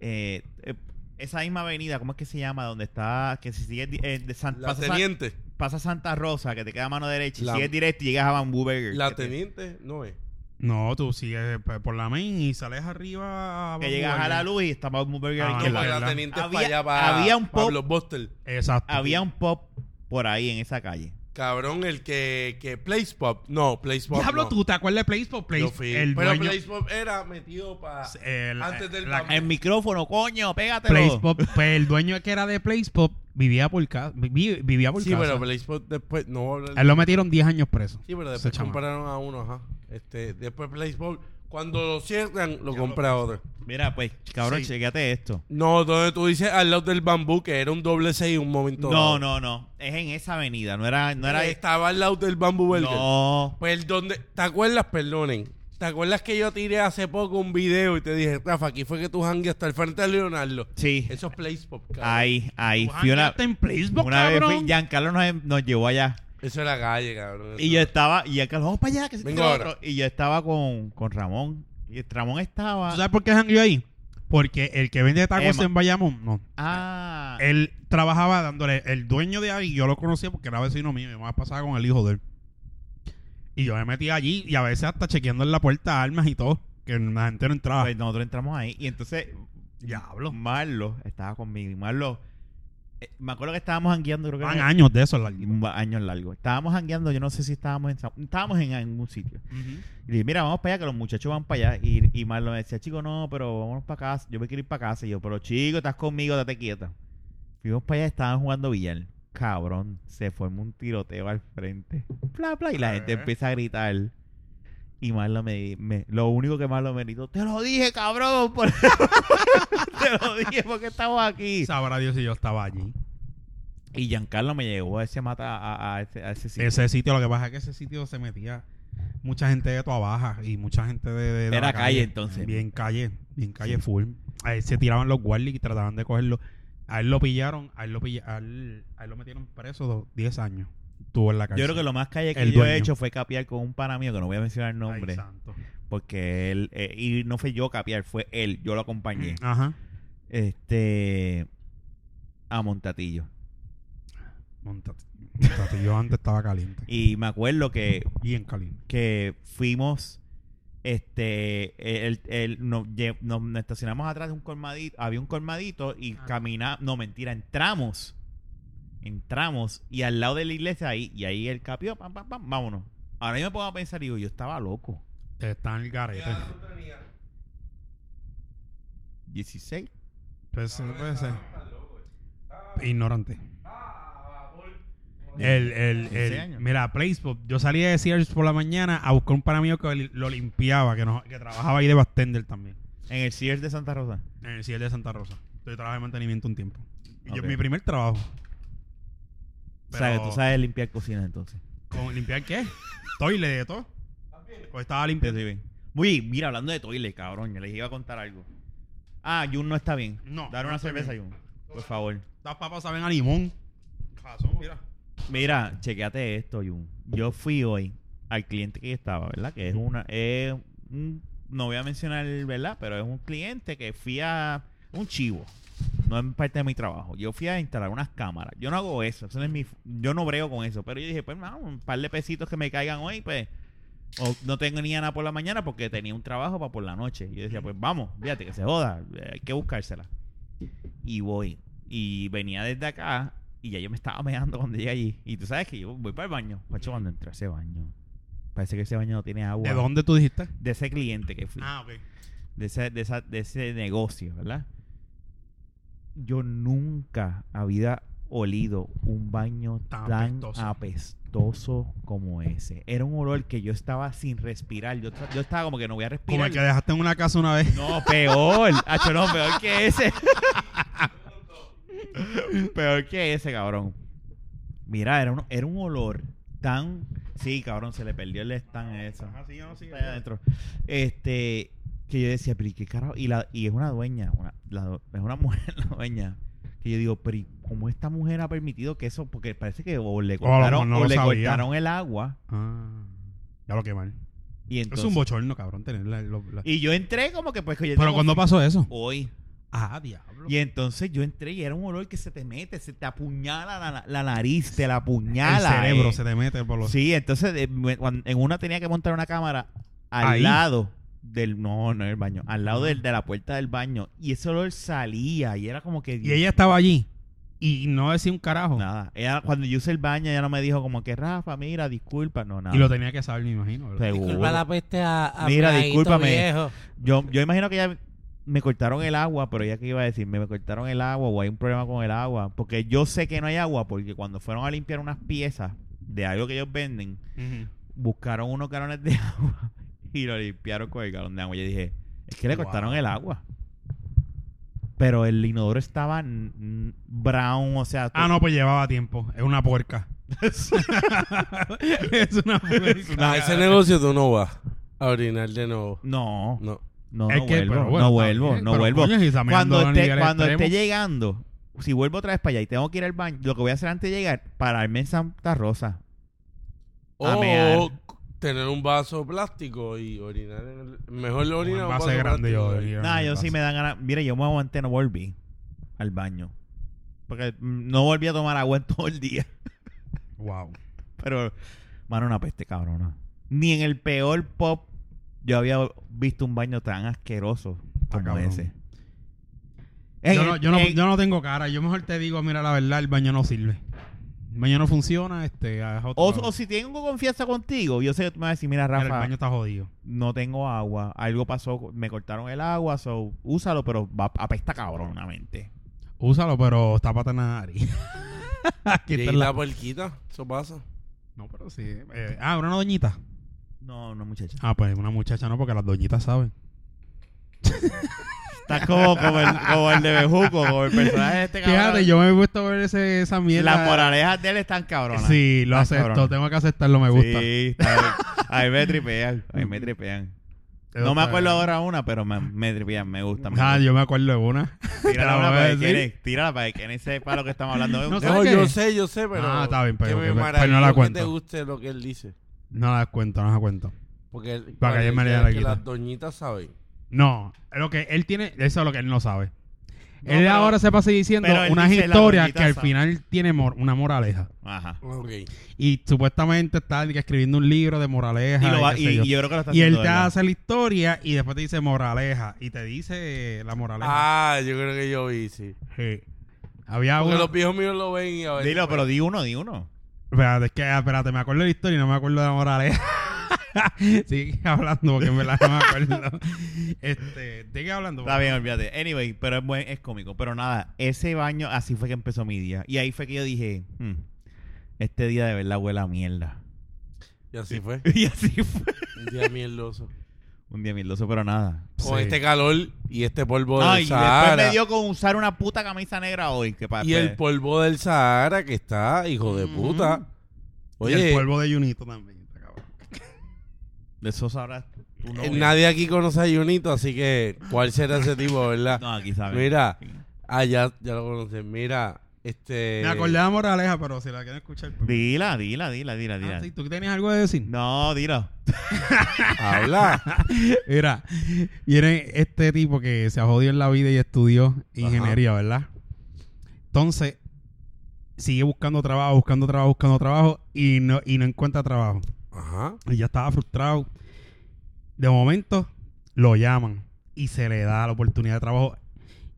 [SPEAKER 1] Eh, eh, esa misma avenida, ¿cómo es que se llama? Donde está, que si sigues di- eh, de San-
[SPEAKER 3] La
[SPEAKER 1] pasa, San-
[SPEAKER 3] teniente.
[SPEAKER 1] pasa Santa Rosa, que te queda a mano derecha, y
[SPEAKER 3] La-
[SPEAKER 1] sigues directo y llegas a Bamboo Burger.
[SPEAKER 3] La
[SPEAKER 1] que te-
[SPEAKER 3] teniente no es.
[SPEAKER 2] No, tú sigues p- por la main y sales arriba. a
[SPEAKER 1] Que llegas a la luz y está Bamboo Burger
[SPEAKER 2] Ah,
[SPEAKER 1] a la
[SPEAKER 2] no,
[SPEAKER 3] Que
[SPEAKER 1] izquierda.
[SPEAKER 2] vale.
[SPEAKER 3] la
[SPEAKER 2] verdad.
[SPEAKER 3] teniente es
[SPEAKER 1] Había-
[SPEAKER 3] para allá, para,
[SPEAKER 1] había un
[SPEAKER 3] para
[SPEAKER 1] pop-
[SPEAKER 3] los Buster.
[SPEAKER 2] Exacto.
[SPEAKER 1] Había un pop por ahí en esa calle.
[SPEAKER 3] Cabrón, el que, que Place Pop. No, Place Pop.
[SPEAKER 2] Diablo,
[SPEAKER 3] no.
[SPEAKER 2] tú te acuerdas de Place por Place.
[SPEAKER 3] Yo fui.
[SPEAKER 2] El
[SPEAKER 3] Pero
[SPEAKER 2] dueño.
[SPEAKER 3] Place Pop era metido para.
[SPEAKER 2] el-
[SPEAKER 3] antes del
[SPEAKER 2] la-
[SPEAKER 3] bambú.
[SPEAKER 1] El micrófono, coño, pégatelo.
[SPEAKER 2] Place Pop, pues, el dueño que era de Place Pop vivía por casa. vivía por
[SPEAKER 3] Sí,
[SPEAKER 2] casa.
[SPEAKER 3] pero Place Pop después. No voy a hablar
[SPEAKER 2] A él lo metieron 10 años preso.
[SPEAKER 3] Sí, pero
[SPEAKER 2] Ese
[SPEAKER 3] después
[SPEAKER 2] chamaco.
[SPEAKER 3] compraron a uno, ajá. Este, después Place Pop. Cuando lo cierran, lo compra otro.
[SPEAKER 1] Mira, pues, cabrón,
[SPEAKER 2] Sí.
[SPEAKER 1] chequeate esto.
[SPEAKER 3] No, donde tú dices al lado del bambú, que era un doble seis un momento.
[SPEAKER 1] No, no, no. Es en esa avenida. No era, no
[SPEAKER 3] Era,
[SPEAKER 1] era.
[SPEAKER 3] estaba al lado del bambú burger.
[SPEAKER 1] No.
[SPEAKER 3] Pues donde, ¿te acuerdas? Perdonen. ¿Te acuerdas que yo tiré hace poco un video y te dije, Rafa, aquí fue que tú hangues hasta el frente de Leonardo?
[SPEAKER 1] Sí.
[SPEAKER 3] Eso es Place Pop, cabrón.
[SPEAKER 1] Ahí, ahí.
[SPEAKER 2] Tú
[SPEAKER 1] Fui una,
[SPEAKER 2] jangueaste en Place Pop,
[SPEAKER 1] una vez
[SPEAKER 2] cabrón.
[SPEAKER 1] fui, Giancarlo nos, nos llevó allá.
[SPEAKER 3] Eso era calle, cabrón.
[SPEAKER 1] Y yo estaba, y Giancarlo, vamos para allá, que se
[SPEAKER 3] Vengo
[SPEAKER 1] tira
[SPEAKER 3] Pues ahora.
[SPEAKER 1] otro. Y yo estaba con, con Ramón. Y Ramón estaba.
[SPEAKER 2] ¿Tú sabes por qué jangueó ahí? Porque el que vende tacos
[SPEAKER 1] Emma.
[SPEAKER 2] en Bayamón, no.
[SPEAKER 1] ah,
[SPEAKER 2] Él trabajaba dándole. El dueño de ahí, yo lo conocía porque era vecino mío. Mi mamá pasaba con el hijo de él. Y yo me metía allí y a veces hasta chequeando en la puerta armas y todo. Que la gente no entraba.
[SPEAKER 1] pues nosotros entramos ahí. Y entonces,
[SPEAKER 2] ah. Diablo.
[SPEAKER 1] Marlo estaba conmigo. Y Marlo, eh, me acuerdo que estábamos jangueando, creo que
[SPEAKER 2] Van
[SPEAKER 1] era-
[SPEAKER 2] años de eso, larguito.
[SPEAKER 1] un- años largos. Estábamos jangueando, yo no sé si estábamos en San- estábamos en algún sitio. Y dije, mira, vamos para allá, que los muchachos van para allá. Y, y Marlon me decía, chico, no, pero vámonos para casa. Yo me quiero ir para casa. Y yo, pero chico, estás conmigo, date quieta. Fuimos para allá, estaban jugando billar. Cabrón, se formó un tiroteo al frente. Bla, bla, y la gente
[SPEAKER 2] Ah.
[SPEAKER 1] empieza a gritar. Y Marlon me, me- Lo único que Marlon me gritó, te lo dije, cabrón. por- te lo dije porque estamos aquí.
[SPEAKER 2] Sabrá Dios si yo estaba allí.
[SPEAKER 1] Y Giancarlo me llegó a ese mata a, a ese, a ese sitio.
[SPEAKER 2] Ese sitio, lo que pasa es que ese sitio se metía mucha gente de toda baja y mucha gente de. de- de
[SPEAKER 1] Era
[SPEAKER 2] la
[SPEAKER 1] calle, entonces.
[SPEAKER 2] Bien calle, bien calle full. A él se tiraban los guardias y trataban de cogerlo. A él lo pillaron, a él lo, pilla- a él, a él lo metieron preso dos- 10 años. Estuvo en la calle.
[SPEAKER 1] Yo creo que lo más calle que
[SPEAKER 2] El
[SPEAKER 1] yo
[SPEAKER 2] dueño.
[SPEAKER 1] he hecho fue capear con un pana mío, que no voy a mencionar el nombre. porque él eh, y no fue yo capiar fue él yo lo acompañé
[SPEAKER 2] Ajá.
[SPEAKER 1] este a Montatillo
[SPEAKER 2] Montate. Montate. Yo antes estaba caliente.
[SPEAKER 1] y me acuerdo que
[SPEAKER 2] Bien caliente.
[SPEAKER 1] que fuimos este el, el- nos, lle- nos- nos estacionamos atrás de un colmadito había un colmadito y
[SPEAKER 2] Ajá.
[SPEAKER 1] caminamos no mentira entramos entramos y al lado de la iglesia ahí y ahí el capió pam pam pam vámonos ahora yo me pongo a pensar y digo yo estaba loco
[SPEAKER 2] Está en el garete.
[SPEAKER 1] 16
[SPEAKER 2] Pues, puede ser. Ignorante. Ah, El, el,
[SPEAKER 1] 16
[SPEAKER 2] el-
[SPEAKER 1] años.
[SPEAKER 2] mira, Placebop. Yo salía de Sears por la mañana a buscar un pana mío que li- lo limpiaba, que, no- que trabajaba ahí de bartender también,
[SPEAKER 1] en el Sears de Santa Rosa
[SPEAKER 2] en el Sears de Santa Rosa. Yo trabajé en mantenimiento un tiempo. Y yo-
[SPEAKER 1] Ok.
[SPEAKER 2] mi primer trabajo.
[SPEAKER 1] o sea
[SPEAKER 2] Pero-
[SPEAKER 1] que tú sabes limpiar cocinas entonces
[SPEAKER 2] ¿Con limpiar qué? Toile de todo. O estaba
[SPEAKER 1] Te
[SPEAKER 2] limpiando.
[SPEAKER 1] estoy bien. Uy, mira, hablando de toile, cabrón, yo les iba a contar algo. Ah, Jun no está bien.
[SPEAKER 2] No,
[SPEAKER 1] Dar
[SPEAKER 2] no
[SPEAKER 1] una
[SPEAKER 2] estoy
[SPEAKER 1] cerveza,
[SPEAKER 2] bien.
[SPEAKER 1] Jun. Por favor.
[SPEAKER 2] Las papas saben a limón. Razón, mira.
[SPEAKER 1] Mira, chequeate esto, Jun. Yo fui hoy al cliente que yo estaba, ¿verdad? Que es una. es un- no voy a mencionar, ¿verdad? Pero es un cliente que fui a. Un chivo. No es parte de mi trabajo. Yo fui a instalar unas cámaras. Yo no hago eso. eso no es mi, fu- yo no brego con eso. Pero yo dije, pues, vamos, un par de pesitos que me caigan hoy, pues. O no tenía nada por la mañana porque tenía un trabajo para por la noche. Y yo decía, pues vamos, fíjate que se joda. eh, Hay que buscársela. Y voy. Y venía desde acá y ya yo me estaba meando cuando llegué allí. Y tú sabes que yo voy para el baño. Pacho, cuando entré a ese baño, parece que ese baño no tiene agua.
[SPEAKER 2] ¿De dónde tú dijiste?
[SPEAKER 1] De ese cliente que fui.
[SPEAKER 2] Ah, ok.
[SPEAKER 1] De, ese, de, esa- de ese negocio, ¿verdad? Yo nunca había olido un baño
[SPEAKER 2] Tan
[SPEAKER 1] tan,
[SPEAKER 2] apestoso.
[SPEAKER 1] apestoso. como ese. Era un olor que yo estaba sin respirar. Yo, tra- yo estaba como que no voy a
[SPEAKER 2] Como
[SPEAKER 1] respirar.
[SPEAKER 2] el que dejaste en una casa una vez.
[SPEAKER 1] No, peor. Acho, no, peor que ese. peor que ese, cabrón. Mira, era un, era un olor tan. Sí, cabrón, se le perdió el stand eso.
[SPEAKER 2] sí, yo no
[SPEAKER 1] Está allá adentro. Este, que yo decía, pero ¿y qué carajo? Y, la, y es una dueña, una- la du- es una mujer, la dueña, que yo digo, pero ¿y ¿cómo esta mujer ha permitido que eso? Porque parece que o le
[SPEAKER 2] O a lo mejor
[SPEAKER 1] cortaron,
[SPEAKER 2] no
[SPEAKER 1] o
[SPEAKER 2] lo
[SPEAKER 1] le
[SPEAKER 2] sabía.
[SPEAKER 1] cortaron el agua.
[SPEAKER 2] Ah, ya lo que mal.
[SPEAKER 1] Y
[SPEAKER 2] es
[SPEAKER 1] entonces,
[SPEAKER 2] un bochorno, cabrón, tener la- lo- la-
[SPEAKER 1] Y yo entré como que pues que yo
[SPEAKER 2] Pero
[SPEAKER 1] tengo-
[SPEAKER 2] cuando pasó eso?
[SPEAKER 1] hoy.
[SPEAKER 2] Ah, diablo.
[SPEAKER 1] Y entonces yo entré y era un olor que se te mete, se te apuñala la, la- la nariz, te la
[SPEAKER 2] el
[SPEAKER 1] apuñala.
[SPEAKER 2] cerebro
[SPEAKER 1] eh.
[SPEAKER 2] se te mete por los...
[SPEAKER 1] Sí, entonces de- me- cuan- en una tenía que montar una cámara al
[SPEAKER 2] Ahí. Ah.
[SPEAKER 1] lado del no, no en el baño, al lado del, de la puerta del baño y ese olor salía y era como que
[SPEAKER 2] Y ella estaba allí y no decía un carajo.
[SPEAKER 1] nada, ella, cuando yo usé el baño ella no me dijo como que Rafa, mira, disculpa, no nada.
[SPEAKER 2] Y lo tenía que saber, me imagino. ¿verdad?
[SPEAKER 1] Seguro.
[SPEAKER 4] Disculpa la peste a, a
[SPEAKER 1] Mira,
[SPEAKER 4] Flaito
[SPEAKER 1] discúlpame.
[SPEAKER 4] Viejo.
[SPEAKER 1] Yo yo imagino que ella me cortaron el agua, pero ella que iba a decirme, me cortaron el agua o hay un problema con el agua, porque yo sé que no hay agua porque cuando fueron a limpiar unas piezas de algo que ellos venden
[SPEAKER 2] Ujú.
[SPEAKER 1] buscaron unos galones de agua y lo limpiaron con el galón de agua. Yo dije, es que le
[SPEAKER 2] Wow.
[SPEAKER 1] cortaron el agua. Pero el inodoro estaba n- n- brown, o sea...
[SPEAKER 2] Ah, no, pues llevaba tiempo. Es una puerca. es una puerca.
[SPEAKER 3] A ese negocio tú no vas a orinar de nuevo.
[SPEAKER 1] No, no,
[SPEAKER 3] No.
[SPEAKER 1] no,
[SPEAKER 2] Es
[SPEAKER 1] vuelvo,
[SPEAKER 2] que, pero bueno,
[SPEAKER 1] no
[SPEAKER 2] está
[SPEAKER 1] vuelvo,
[SPEAKER 2] bien,
[SPEAKER 1] no
[SPEAKER 2] pero
[SPEAKER 1] vuelvo.
[SPEAKER 2] coño, si está mirando
[SPEAKER 1] Cuando,
[SPEAKER 2] a
[SPEAKER 1] esté,
[SPEAKER 2] niveles
[SPEAKER 1] cuando esté
[SPEAKER 2] extremos.
[SPEAKER 1] llegando, si vuelvo otra vez para allá y tengo que ir al baño, lo que voy a hacer antes de llegar, pararme en Santa Rosa.
[SPEAKER 3] O
[SPEAKER 1] A mear.
[SPEAKER 3] tener un vaso plástico y orinar en el... Mejor lo
[SPEAKER 2] Un
[SPEAKER 3] orina en un
[SPEAKER 2] envase
[SPEAKER 3] vaso
[SPEAKER 2] grande yo
[SPEAKER 3] plástico.
[SPEAKER 2] diría,
[SPEAKER 1] Nah,
[SPEAKER 2] un
[SPEAKER 1] yo sí
[SPEAKER 2] envase.
[SPEAKER 1] me dan ganas. Mira, yo me aguanté, no volví al baño. Porque mm, no volví a tomar agua en todo el día.
[SPEAKER 2] Wow.
[SPEAKER 1] Pero, mano, una peste cabrona. Ni en el peor pop yo había visto un baño tan asqueroso
[SPEAKER 2] Está
[SPEAKER 1] como
[SPEAKER 2] cabrón.
[SPEAKER 1] ese. En
[SPEAKER 2] Yo
[SPEAKER 1] el-
[SPEAKER 2] no, yo, no,
[SPEAKER 1] en-
[SPEAKER 2] yo no tengo cara. Yo mejor te digo, mira, la verdad, el baño no sirve. El baño no funciona. Este, ah, es otro
[SPEAKER 1] o,
[SPEAKER 2] lado.
[SPEAKER 1] o si tengo confianza contigo, yo sé que tú me vas a decir, mira,
[SPEAKER 2] Mira, el
[SPEAKER 1] Rafa,
[SPEAKER 2] baño está jodido.
[SPEAKER 1] no tengo agua, algo pasó, me cortaron el agua, so, úsalo, pero va, apesta cabronamente.
[SPEAKER 2] Úsalo, pero tápate la nariz. Aquí
[SPEAKER 3] Y ahí
[SPEAKER 2] está
[SPEAKER 3] la
[SPEAKER 2] la...
[SPEAKER 3] puerquita, eso pasa.
[SPEAKER 2] No, pero sí. eh, ah, era una doñita.
[SPEAKER 1] No, no, muchacha.
[SPEAKER 2] Ah, pues una muchacha no, porque las doñitas saben.
[SPEAKER 1] Está como, como el, como el de Bejuco, como el personaje de este cabrón.
[SPEAKER 2] Fíjate, yo me he puesto a ver ese, esa mierda.
[SPEAKER 1] Las moralejas de él están cabronas.
[SPEAKER 2] Sí, lo
[SPEAKER 1] Ah,
[SPEAKER 2] acepto.
[SPEAKER 1] cabrón.
[SPEAKER 2] Tengo que aceptarlo, me gusta.
[SPEAKER 1] Sí, está bien. a mí me tripean, a mí me tripean.
[SPEAKER 2] Eso
[SPEAKER 1] No me
[SPEAKER 2] está
[SPEAKER 1] acuerdo
[SPEAKER 2] bien.
[SPEAKER 1] ahora una, pero me, me tripean, me gusta. me
[SPEAKER 2] Ah,
[SPEAKER 1] gusta.
[SPEAKER 2] yo me acuerdo de una. te la
[SPEAKER 1] Tírala una
[SPEAKER 2] voy a
[SPEAKER 1] para que
[SPEAKER 2] decir.
[SPEAKER 1] Kenny- tírala para que Kenny sepa lo que estamos hablando. hoy.
[SPEAKER 2] No sé.
[SPEAKER 1] No,
[SPEAKER 3] No,
[SPEAKER 2] ¿Sabes qué?
[SPEAKER 3] yo sé, yo sé, pero...
[SPEAKER 2] Ah, está bien, pero-
[SPEAKER 3] que me
[SPEAKER 2] pero- pero no la
[SPEAKER 3] maravilló Que te
[SPEAKER 2] cuento.
[SPEAKER 3] guste lo que él dice.
[SPEAKER 2] No la cuento, no la cuento.
[SPEAKER 3] Porque
[SPEAKER 2] Para que ella me lea la
[SPEAKER 3] que
[SPEAKER 2] quita.
[SPEAKER 3] las doñitas saben.
[SPEAKER 2] No, lo que él tiene, eso es lo que él no sabe.
[SPEAKER 1] No,
[SPEAKER 2] él
[SPEAKER 1] pero-
[SPEAKER 2] ahora se pasa diciendo
[SPEAKER 1] pero él
[SPEAKER 2] unas
[SPEAKER 1] dice, la
[SPEAKER 2] historias
[SPEAKER 1] doñita
[SPEAKER 2] que al
[SPEAKER 1] sabe.
[SPEAKER 2] final tiene mor- una moraleja.
[SPEAKER 1] Ajá.
[SPEAKER 3] Ok.
[SPEAKER 2] Y supuestamente está que escribiendo un libro de moraleja.
[SPEAKER 1] Y, lo
[SPEAKER 2] y
[SPEAKER 1] va-
[SPEAKER 2] qué
[SPEAKER 1] y-
[SPEAKER 2] sé yo.
[SPEAKER 1] y yo creo que lo está
[SPEAKER 2] Y él
[SPEAKER 1] haciendo
[SPEAKER 2] te
[SPEAKER 1] él, ¿no?
[SPEAKER 2] hace la historia y después te dice moraleja. Y te dice la moraleja.
[SPEAKER 3] Ah, yo creo que yo vi, sí.
[SPEAKER 2] Sí. Había
[SPEAKER 3] Porque
[SPEAKER 2] uno.
[SPEAKER 3] los viejos míos lo ven y a ver.
[SPEAKER 1] Dilo, pero di uno, di uno.
[SPEAKER 2] Espérate, es que, ah, espérate, me acuerdo de la historia y no me acuerdo de la moraleja. sigue hablando porque en verdad no me acuerdo. Este, sigue hablando.
[SPEAKER 1] Está bien, olvídate. Anyway, pero es, buen, es cómico. Pero nada, ese baño, así fue que empezó mi día. Y ahí fue que yo dije, "Hmm, este día de verdad huele a mierda.
[SPEAKER 3] Y así fue.
[SPEAKER 1] Y así fue.
[SPEAKER 3] Un día mieloso.
[SPEAKER 1] Un día mierdoso, pero nada.
[SPEAKER 3] Con
[SPEAKER 2] Sí.
[SPEAKER 3] este calor y este polvo
[SPEAKER 2] Pues,
[SPEAKER 3] del
[SPEAKER 1] Ay, y después
[SPEAKER 3] Sahara.
[SPEAKER 1] me dio con usar una puta camisa negra hoy. Que para
[SPEAKER 3] Y el polvo del Sahara que está, hijo de
[SPEAKER 2] Mm.
[SPEAKER 3] puta.
[SPEAKER 2] Y
[SPEAKER 3] Oye,
[SPEAKER 2] el polvo de Junito también. está cabrón.
[SPEAKER 1] De eso sabrás tú. no,
[SPEAKER 3] eh,
[SPEAKER 1] bien.
[SPEAKER 3] nadie aquí conoce a Junito, así que ¿cuál será ese tipo, verdad?
[SPEAKER 1] No, aquí sabes.
[SPEAKER 3] Mira, ah, ya, ya lo conocen. Mira, este...
[SPEAKER 2] Me acordé de la moraleja, pero si la quieren escuchar. pues-
[SPEAKER 1] Dila, dila, dila, dila, dila.
[SPEAKER 2] Ah, sí, ¿Tú tenías algo de decir?
[SPEAKER 1] No, dilo.
[SPEAKER 3] Habla.
[SPEAKER 2] Mira, viene este tipo que se jodió en la vida y estudió ingeniería, ¿verdad? Entonces, sigue buscando trabajo, buscando trabajo, buscando trabajo y no, y no encuentra trabajo.
[SPEAKER 3] Ajá.
[SPEAKER 2] Y ya estaba frustrado. De momento, lo llaman y se le da la oportunidad de trabajo.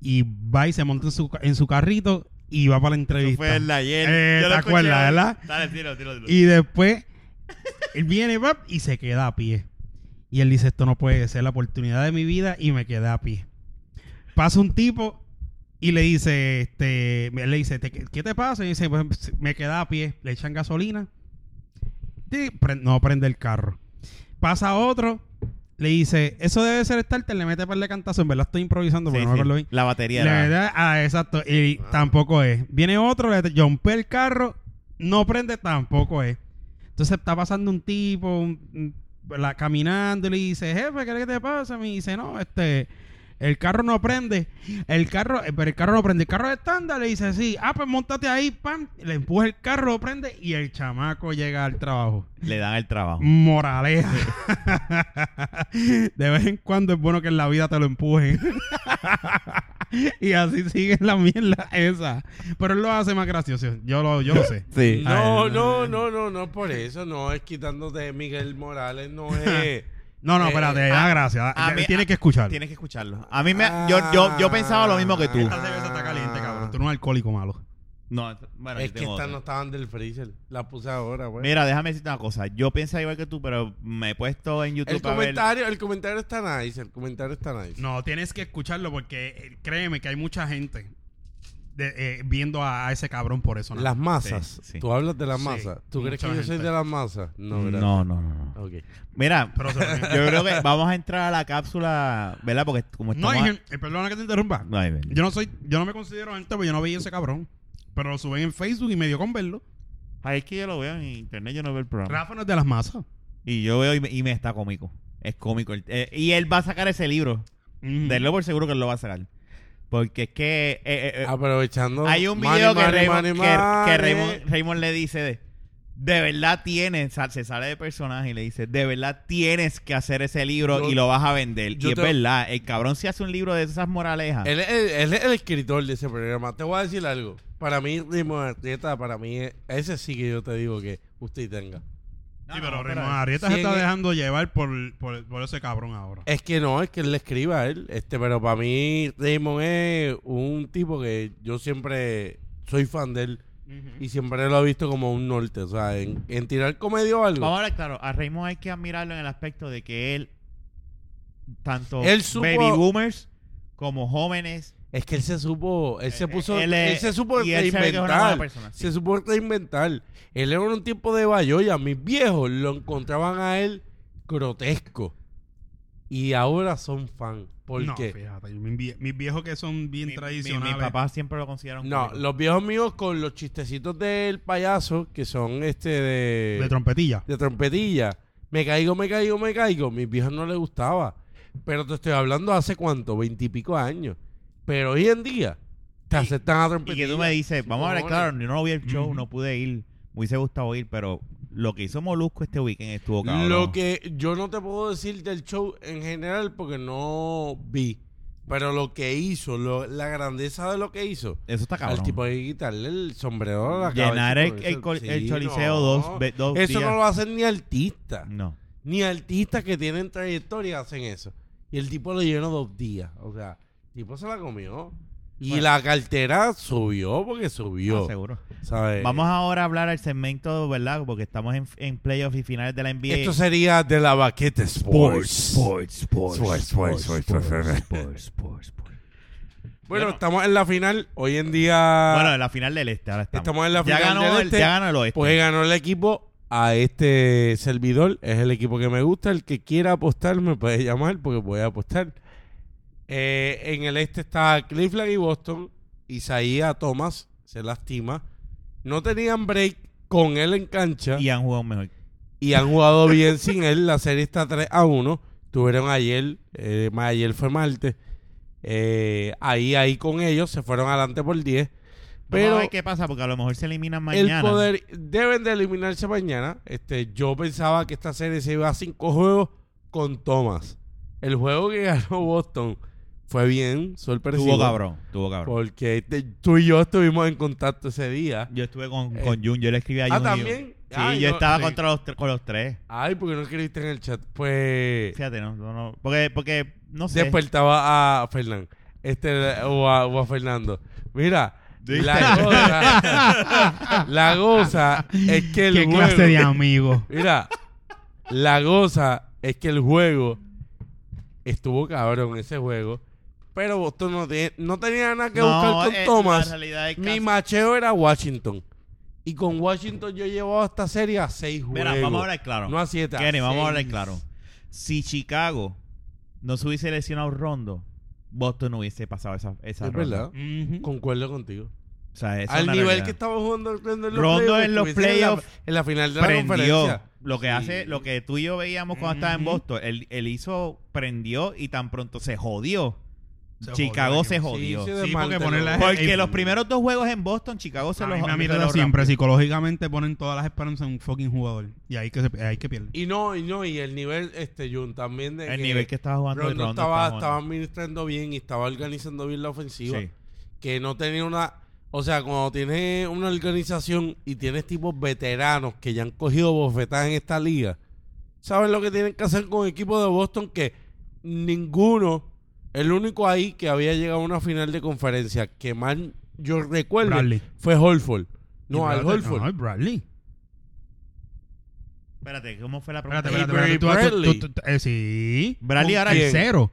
[SPEAKER 2] Y va y se monta en su, ca- en su carrito y va para la entrevista.
[SPEAKER 1] Fue el de ayer.
[SPEAKER 2] Eh,
[SPEAKER 1] Yo lo
[SPEAKER 2] ¿te
[SPEAKER 1] escuché
[SPEAKER 2] acuerdas,
[SPEAKER 1] hoy.
[SPEAKER 2] verdad?
[SPEAKER 1] Dale, dilo, dilo, dilo.
[SPEAKER 2] Y después, él viene pap, y se queda a pie. Y él dice, esto no puede ser la oportunidad de mi vida y me quedé a pie. Pasa un tipo y le dice, este, él le dice, "¿Te- ¿qué te pasa? Y dice, "Pues, me quedé a pie. Le echan gasolina. Ti, pre- No prende el carro. Pasa otro, le dice, eso debe ser starter, le mete par de cantazos. En verdad estoy improvisando porque
[SPEAKER 1] Sí,
[SPEAKER 2] no me
[SPEAKER 1] sí.
[SPEAKER 2] acuerdo bien.
[SPEAKER 1] La batería.
[SPEAKER 2] La
[SPEAKER 1] era-
[SPEAKER 2] verdad, ah, exacto. Y tampoco es. Viene otro, le jumpe el carro, no prende, tampoco es. Entonces está pasando un tipo un- un- la, caminando y le dice, jefe, ¿qué es lo que te pasa? Me dice, no, este, El carro no prende. El carro, eh, pero el carro no prende. El carro es estándar. Le dice así, ah, pues montate ahí, pam. Le empuja el carro, lo prende y el chamaco llega al trabajo.
[SPEAKER 1] Le dan el trabajo.
[SPEAKER 2] Moraleja. De vez en cuando es bueno que en la vida te lo empujen. y así sigue la mierda esa. Pero él lo hace más gracioso. Yo lo, yo lo sé.
[SPEAKER 1] Sí.
[SPEAKER 3] No,
[SPEAKER 2] Ay,
[SPEAKER 3] no, no, no, no, por eso, no es quitándote de Miguel Morales, no es.
[SPEAKER 2] No, no,
[SPEAKER 3] Eh,
[SPEAKER 2] espérate, da
[SPEAKER 1] a-
[SPEAKER 2] gracias.
[SPEAKER 1] a mí-
[SPEAKER 2] Tienes que escuchar.
[SPEAKER 1] Tienes que escucharlo. A mí me. Yo, yo, yo pensaba lo mismo que tú.
[SPEAKER 2] Esta cerveza está caliente, cabrón. Tú no eres alcohólico malo.
[SPEAKER 1] No, esto- bueno,
[SPEAKER 3] es
[SPEAKER 1] yo
[SPEAKER 3] que
[SPEAKER 1] tengo
[SPEAKER 3] estas
[SPEAKER 1] otra.
[SPEAKER 3] no estaban del freezer, las puse ahora, güey.
[SPEAKER 1] Mira, déjame decirte una cosa. Yo pensaba igual que tú, pero me he puesto en YouTube
[SPEAKER 3] El
[SPEAKER 1] a ver.
[SPEAKER 3] comentario, el comentario está nice, el comentario está nice.
[SPEAKER 2] No, tienes que escucharlo porque eh, créeme que hay mucha gente de- eh, viendo a, a ese cabrón por eso. ¿no?
[SPEAKER 3] Las masas,
[SPEAKER 1] Sí, sí.
[SPEAKER 3] tú hablas de las
[SPEAKER 2] Sí,
[SPEAKER 3] masas, ¿tú crees que
[SPEAKER 2] mucha
[SPEAKER 3] yo soy
[SPEAKER 2] gente.
[SPEAKER 3] de las masas? No, gracias.
[SPEAKER 1] No, no, no, no.
[SPEAKER 3] Ok.
[SPEAKER 1] Mira,
[SPEAKER 2] Pero se lo-
[SPEAKER 1] yo creo que vamos a entrar a la cápsula, ¿verdad? Porque como
[SPEAKER 2] no
[SPEAKER 1] estamos.
[SPEAKER 2] hay gente- eh, perdona que te interrumpa.
[SPEAKER 1] No hay gente.
[SPEAKER 2] Yo no soy, yo no me considero gente porque yo no veía ese cabrón. Pero lo suben en Facebook y me dio con verlo.
[SPEAKER 1] Ay, es que yo lo veo en internet, yo no veo el programa.
[SPEAKER 2] Rafa no es de las masas.
[SPEAKER 1] Y yo veo y me, y me está cómico. Es cómico. el- eh, y él va a sacar ese libro.
[SPEAKER 2] Mm.
[SPEAKER 1] Denlo por seguro que él lo va a sacar. Porque es que. eh, eh, eh,
[SPEAKER 3] Aprovechando.
[SPEAKER 1] hay un
[SPEAKER 3] money,
[SPEAKER 1] video que,
[SPEAKER 3] money,
[SPEAKER 1] Raymond,
[SPEAKER 3] money,
[SPEAKER 1] que- que,
[SPEAKER 3] money.
[SPEAKER 1] Raymond, Raymond le dice de, de verdad tienes, sa- se sale de personaje y le dice, de verdad tienes que hacer ese libro
[SPEAKER 3] Yo-
[SPEAKER 1] y lo vas a vender.
[SPEAKER 3] yo
[SPEAKER 1] Y es
[SPEAKER 3] te-
[SPEAKER 1] verdad, el cabrón si hace un libro de esas moralejas.
[SPEAKER 3] Él es, el, él es el escritor de ese programa. Te voy a decir algo. Para mí, Rimo Arrieta, para mí, es- ese sí que yo te digo que usted tenga.
[SPEAKER 2] Sí, pero
[SPEAKER 1] No,
[SPEAKER 2] Raymond
[SPEAKER 1] pero-
[SPEAKER 2] Arrieta
[SPEAKER 3] Sí,
[SPEAKER 2] se está
[SPEAKER 3] en-
[SPEAKER 2] dejando llevar por, por, por ese cabrón ahora.
[SPEAKER 3] Es que no, es que él le escriba a él. Este, pero para mí, Raymond es un tipo que yo siempre soy fan de él y siempre lo he visto como un norte. O sea, en, en tirar comedia o algo.
[SPEAKER 1] Vamos a hablar claro, a Raymond hay que admirarlo en el aspecto de que él, tanto
[SPEAKER 3] Él supo-
[SPEAKER 1] baby boomers como jóvenes,
[SPEAKER 3] Es que él se supo, él se
[SPEAKER 1] Eh,
[SPEAKER 3] puso, él,
[SPEAKER 1] él es-
[SPEAKER 3] se supo
[SPEAKER 1] y él se ve que es una
[SPEAKER 3] reinventar.
[SPEAKER 1] buena persona, sí.
[SPEAKER 3] Se supo reinventar. Él era un tipo de Bayoya. Mis viejos lo encontraban a él grotesco. Y ahora son fan.
[SPEAKER 2] no,
[SPEAKER 3] Porque.
[SPEAKER 2] fíjate, yo- mis, vie- mis viejos que son bien
[SPEAKER 1] mi- mi-
[SPEAKER 2] tradicionales.
[SPEAKER 1] mis papás siempre lo consideraron
[SPEAKER 3] No,
[SPEAKER 1] cómico.
[SPEAKER 3] los viejos míos con los chistecitos del payaso, que son este de.
[SPEAKER 2] de trompetilla.
[SPEAKER 3] de trompetilla. Me caigo, me caigo, me caigo. Mis viejos no les gustaba. Pero te estoy hablando hace cuánto, veintipico años. Pero hoy en día te aceptan a
[SPEAKER 1] Y
[SPEAKER 3] trompetilla.
[SPEAKER 1] que tú me dices, vamos a hablar,
[SPEAKER 3] cojones.
[SPEAKER 1] claro, yo no vi el show,
[SPEAKER 2] Ujú.
[SPEAKER 1] no pude ir, me hubiese gustado ir, pero lo que hizo Molusco este weekend estuvo cabrón.
[SPEAKER 3] Lo que yo no te puedo decir del show en general porque no vi. Pero lo que hizo, lo- la grandeza de lo que hizo.
[SPEAKER 1] Eso está cabrón.
[SPEAKER 3] Al tipo hay que quitarle el sombrero a la cabeza.
[SPEAKER 1] Llenar el- el col- el Choliseo dos ve- dos
[SPEAKER 3] Eso
[SPEAKER 1] días. Mm.
[SPEAKER 3] no lo hacen ni artistas.
[SPEAKER 1] No.
[SPEAKER 3] Ni artistas que tienen trayectoria hacen eso. Y el tipo lo llenó dos días. O sea, el tipo se la comió. Y
[SPEAKER 1] Bueno.
[SPEAKER 3] la cartera subió porque
[SPEAKER 1] Ah,
[SPEAKER 3] subió.
[SPEAKER 1] seguro.
[SPEAKER 3] ¿sabes?
[SPEAKER 1] Vamos ahora a hablar al segmento, ¿verdad? Porque estamos en, en playoffs y finales de la NBA.
[SPEAKER 3] Esto sería de la baqueta Sports.
[SPEAKER 1] sports,
[SPEAKER 3] Sports, sports, sports, sports,
[SPEAKER 1] sports, sports.
[SPEAKER 3] Bueno,
[SPEAKER 1] Bueno.
[SPEAKER 3] estamos en la final. Hoy en día.
[SPEAKER 1] Bueno, en la final del este, ahora estamos.
[SPEAKER 3] Estamos en la
[SPEAKER 1] ya
[SPEAKER 3] final
[SPEAKER 1] ganó
[SPEAKER 3] del
[SPEAKER 1] el,
[SPEAKER 3] este.
[SPEAKER 1] Ya ganó el oeste.
[SPEAKER 3] Pues ganó el equipo a este servidor. Es el equipo que me gusta. El que quiera apostar me puede llamar porque voy a apostar. Eh, en el este está Cleveland y Boston. Isaías Thomas se lastima. No tenían break con él en cancha
[SPEAKER 1] y han jugado mejor.
[SPEAKER 3] y han jugado bien sin él. La serie está 3 a 1. Tuvieron ayer, eh, más ayer fue martes. Eh, ahí, ahí con ellos se fueron adelante por 10.
[SPEAKER 1] Pero
[SPEAKER 3] Pero
[SPEAKER 1] Vamos a ver qué pasa, porque a lo mejor se eliminan mañana.
[SPEAKER 3] el poder deben de eliminarse mañana. Este, yo pensaba que esta serie se iba a cinco juegos con Thomas. El juego que ganó Boston fue bien sorpresivo.
[SPEAKER 1] Tuvo cabrón, tuvo cabrón.
[SPEAKER 3] Porque te- tú y yo estuvimos en contacto ese día.
[SPEAKER 1] Yo estuve con,
[SPEAKER 3] Eh,
[SPEAKER 1] con Jun, yo le escribí a Jun.
[SPEAKER 3] ah,
[SPEAKER 1] y yo-
[SPEAKER 3] también.
[SPEAKER 1] Sí,
[SPEAKER 3] Ay,
[SPEAKER 1] yo
[SPEAKER 3] no,
[SPEAKER 1] estaba
[SPEAKER 3] sí.
[SPEAKER 1] contra los, tre- con los tres.
[SPEAKER 3] Ay, porque no escribiste en el chat. Pues
[SPEAKER 1] Fíjate, no, no, no. Porque, porque, no sé.
[SPEAKER 3] despertaba a Fernán. Este, o, a, o a Fernando. Mira,
[SPEAKER 1] ¿Viste?
[SPEAKER 3] la cosa, la cosa es que el
[SPEAKER 2] ¿Qué
[SPEAKER 3] juego-
[SPEAKER 2] clase de amigo?
[SPEAKER 3] Mira, la goza es que el juego estuvo cabrón ese juego. Pero Boston no, tiene- no tenía nada que
[SPEAKER 1] No,
[SPEAKER 3] buscar con
[SPEAKER 1] eh, la
[SPEAKER 3] Thomas.
[SPEAKER 1] realidad es que-
[SPEAKER 3] Mi macheo era Washington. Y con Washington yo llevaba esta serie a seis juegos.
[SPEAKER 1] Mira, vamos a hablar claro.
[SPEAKER 3] No a siete. a
[SPEAKER 1] Kenny, vamos a hablar
[SPEAKER 3] seis.
[SPEAKER 1] claro. Si Chicago no se hubiese lesionado Rondo, Boston no hubiese pasado esa, esa
[SPEAKER 3] Es
[SPEAKER 1] ronda.
[SPEAKER 3] verdad. Concuerdo contigo.
[SPEAKER 1] O sea, esa es
[SPEAKER 3] Al
[SPEAKER 1] una
[SPEAKER 3] nivel
[SPEAKER 1] realidad.
[SPEAKER 3] que estaba jugando Rondo en los
[SPEAKER 1] Rondo
[SPEAKER 3] playoffs.
[SPEAKER 1] en los
[SPEAKER 3] estuviese la-
[SPEAKER 1] playoffs
[SPEAKER 3] En la final de la
[SPEAKER 1] prendió.
[SPEAKER 3] conferencia.
[SPEAKER 1] Lo que
[SPEAKER 3] Sí.
[SPEAKER 1] hace, lo que tú y yo veíamos cuando estaba en
[SPEAKER 2] Ujú.
[SPEAKER 1] Boston, él, él hizo, prendió y tan pronto se jodió.
[SPEAKER 2] Se
[SPEAKER 1] Chicago
[SPEAKER 2] jodió,
[SPEAKER 1] se
[SPEAKER 2] sí,
[SPEAKER 1] jodió.
[SPEAKER 3] sí, de
[SPEAKER 2] Sí,
[SPEAKER 3] mal
[SPEAKER 2] porque
[SPEAKER 3] de
[SPEAKER 2] poner
[SPEAKER 3] lo-
[SPEAKER 2] la-
[SPEAKER 1] Porque los primeros dos juegos en Boston, Chicago se
[SPEAKER 2] La
[SPEAKER 1] los
[SPEAKER 2] misma
[SPEAKER 1] se
[SPEAKER 2] mierda
[SPEAKER 1] los
[SPEAKER 2] siempre. Psicológicamente ponen todas las esperanzas en un fucking jugador. Y ahí que, se, ahí que pierde.
[SPEAKER 3] Y no, y no, y el nivel, este, Jun, también de
[SPEAKER 1] El nivel que estaba jugando
[SPEAKER 3] Rondo
[SPEAKER 1] y Rondo
[SPEAKER 3] estaba,
[SPEAKER 1] estaba
[SPEAKER 3] estaba
[SPEAKER 1] jugando.
[SPEAKER 3] administrando bien y estaba organizando bien la ofensiva.
[SPEAKER 1] Sí.
[SPEAKER 3] Que no tenía una... O sea, cuando tienes una organización y tienes tipos veteranos que ya han cogido bofetadas en esta liga, ¿sabes lo que tienen que hacer con el equipo de Boston? Que ninguno, el único ahí que había llegado a una final de conferencia, que más yo recuerdo,
[SPEAKER 2] Bradley.
[SPEAKER 3] fue Holford.
[SPEAKER 2] Y
[SPEAKER 3] No, al
[SPEAKER 2] Bradley-
[SPEAKER 3] Holford.
[SPEAKER 2] No, es Bradley.
[SPEAKER 1] Espérate, ¿cómo fue la pregunta?
[SPEAKER 2] Espérate,
[SPEAKER 3] Y
[SPEAKER 2] espérate,
[SPEAKER 3] Bradley
[SPEAKER 2] espérate. Tú- tú-
[SPEAKER 3] Bradley.
[SPEAKER 2] tú- tú- eh, sí.
[SPEAKER 1] Bradley
[SPEAKER 2] Con-
[SPEAKER 1] ahora
[SPEAKER 2] el
[SPEAKER 3] quién?
[SPEAKER 2] cero.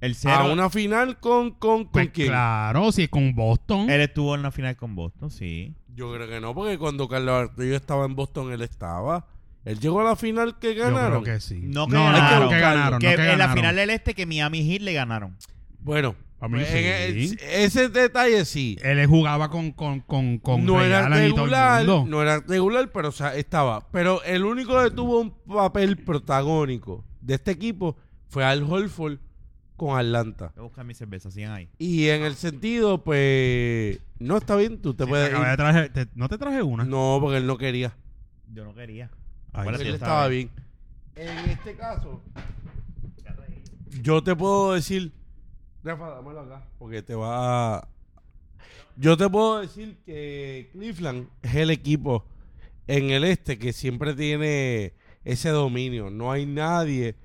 [SPEAKER 1] El
[SPEAKER 3] A
[SPEAKER 1] cero.
[SPEAKER 3] una final con, con, con
[SPEAKER 2] Pues
[SPEAKER 3] quién?
[SPEAKER 2] claro, si es con Boston.
[SPEAKER 1] Él estuvo en la final con Boston, sí.
[SPEAKER 3] Yo creo que no, porque cuando Carlos Arroyo estaba en Boston, él estaba. Él llegó a la final que
[SPEAKER 2] yo
[SPEAKER 3] ganaron.
[SPEAKER 2] creo que sí.
[SPEAKER 1] No
[SPEAKER 2] no,
[SPEAKER 1] ganaron.
[SPEAKER 2] que ganaron.
[SPEAKER 1] que
[SPEAKER 2] no que
[SPEAKER 1] en la
[SPEAKER 2] ganaron.
[SPEAKER 1] final del este que Miami Heat le ganaron.
[SPEAKER 3] Bueno,
[SPEAKER 2] A mí
[SPEAKER 3] pues,
[SPEAKER 2] sí.
[SPEAKER 3] en el- ese detalle sí.
[SPEAKER 2] Él jugaba con, con, con, con
[SPEAKER 3] no
[SPEAKER 2] Ray
[SPEAKER 3] era
[SPEAKER 2] Allen y todo el
[SPEAKER 3] regular,
[SPEAKER 2] mundo.
[SPEAKER 3] no era regular, pero o sea, estaba. Pero el único que tuvo un papel protagónico de este equipo fue Al Holford con Atlanta.
[SPEAKER 1] Voy a buscar mi cerveza, sigan ahí.
[SPEAKER 3] Y en el sentido, pues, no está bien, tú te
[SPEAKER 2] Sí,
[SPEAKER 3] puedes
[SPEAKER 2] te acabé
[SPEAKER 3] ir.
[SPEAKER 2] de traer- te- no te traje una.
[SPEAKER 3] No, porque él no quería.
[SPEAKER 1] Yo no quería.
[SPEAKER 2] Ay,
[SPEAKER 1] Acuérdate,
[SPEAKER 2] sí.
[SPEAKER 1] yo
[SPEAKER 3] él estaba bien. En este caso, yo te puedo decir, Rafa, dámelo acá, porque te va. a- Yo te puedo decir que Cleveland es el equipo en el este que siempre tiene ese dominio. No hay nadie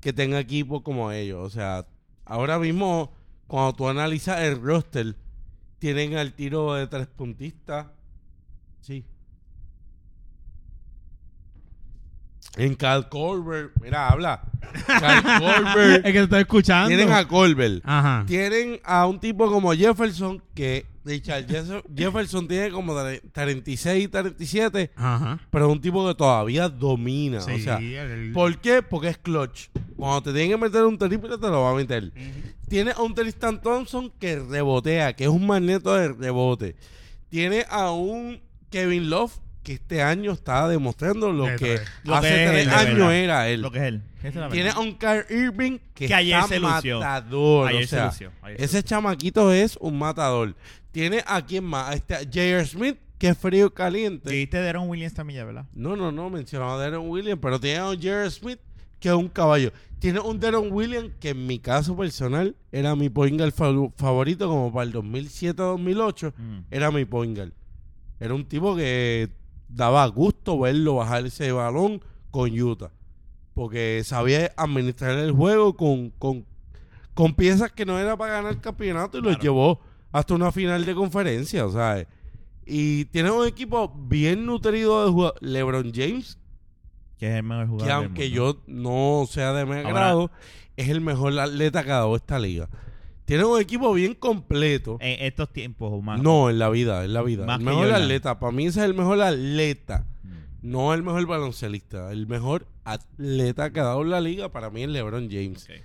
[SPEAKER 3] que tenga equipo como ellos. O sea, ahora mismo, cuando tú analizas el roster, tienen al tiro de tres puntistas. Sí, En Cal Colbert, mira, habla. Cal
[SPEAKER 2] Es
[SPEAKER 3] Colbert.
[SPEAKER 2] que te estoy escuchando.
[SPEAKER 3] tienen a Colbert.
[SPEAKER 2] Ajá.
[SPEAKER 3] Tienen a un tipo como Jefferson, que Richard Jefferson, Jefferson tiene como tre- 36 y 37,
[SPEAKER 2] Ajá.
[SPEAKER 3] pero es un tipo que todavía domina. o
[SPEAKER 2] Sí,
[SPEAKER 3] sea,
[SPEAKER 2] el-
[SPEAKER 3] ¿por qué? Porque es clutch. Cuando te tienen que meter un triple, te lo va a meter. Tiene a un Tristan Thompson que rebotea, que es un magneto de rebote. Tiene a un Kevin Love que este año está demostrando lo
[SPEAKER 2] De
[SPEAKER 3] que
[SPEAKER 2] tres.
[SPEAKER 1] Lo
[SPEAKER 3] hace
[SPEAKER 1] que es
[SPEAKER 3] tres
[SPEAKER 1] él, de
[SPEAKER 3] años
[SPEAKER 1] verdad.
[SPEAKER 3] era él.
[SPEAKER 1] Lo que es él. Esa es la verdad.
[SPEAKER 3] Tiene a un Kyrie Irving que,
[SPEAKER 1] Que ayer
[SPEAKER 3] está
[SPEAKER 1] se lució.
[SPEAKER 3] matador.
[SPEAKER 1] Ayer
[SPEAKER 3] o
[SPEAKER 1] se
[SPEAKER 3] sea,
[SPEAKER 1] lució, ayer se
[SPEAKER 3] ese chamaquito es un matador. Tiene a quién más? A este a J.R. Smith, que es frío y caliente.
[SPEAKER 1] Dijiste de Aaron Williams también, ya, ¿verdad?
[SPEAKER 3] No, no, no, mencionaba a Deron Williams, pero tiene a un J.R. Smith, que es un caballo. Tiene un Deron Williams, que en mi caso personal era mi point guard fa- favorito, como para el 2007-2008,
[SPEAKER 1] Mm.
[SPEAKER 3] era mi point guard. Era un tipo que daba gusto verlo bajar ese balón con Utah. Porque sabía administrar el juego con, con, con piezas que no era para ganar el campeonato y los
[SPEAKER 1] Claro.
[SPEAKER 3] llevó hasta una final de conferencia, ¿sabes? Y tiene un equipo bien nutrido de jugadores. LeBron James,
[SPEAKER 1] Que es el mejor jugador.
[SPEAKER 3] que
[SPEAKER 1] del
[SPEAKER 3] aunque
[SPEAKER 1] mundo.
[SPEAKER 3] yo no sea de mi
[SPEAKER 1] Ahora-
[SPEAKER 3] agrado, es el mejor atleta que ha dado esta liga. Tiene un equipo bien completo.
[SPEAKER 1] En estos tiempos, humanos.
[SPEAKER 3] No, en la vida, en la vida.
[SPEAKER 1] Más
[SPEAKER 3] el
[SPEAKER 1] que
[SPEAKER 3] mejor
[SPEAKER 1] Jordan.
[SPEAKER 3] atleta. Para mí ese es el mejor atleta.
[SPEAKER 1] Mm.
[SPEAKER 3] No el mejor baloncelista. El mejor atleta que ha dado la liga para mí es LeBron James.
[SPEAKER 1] Ok.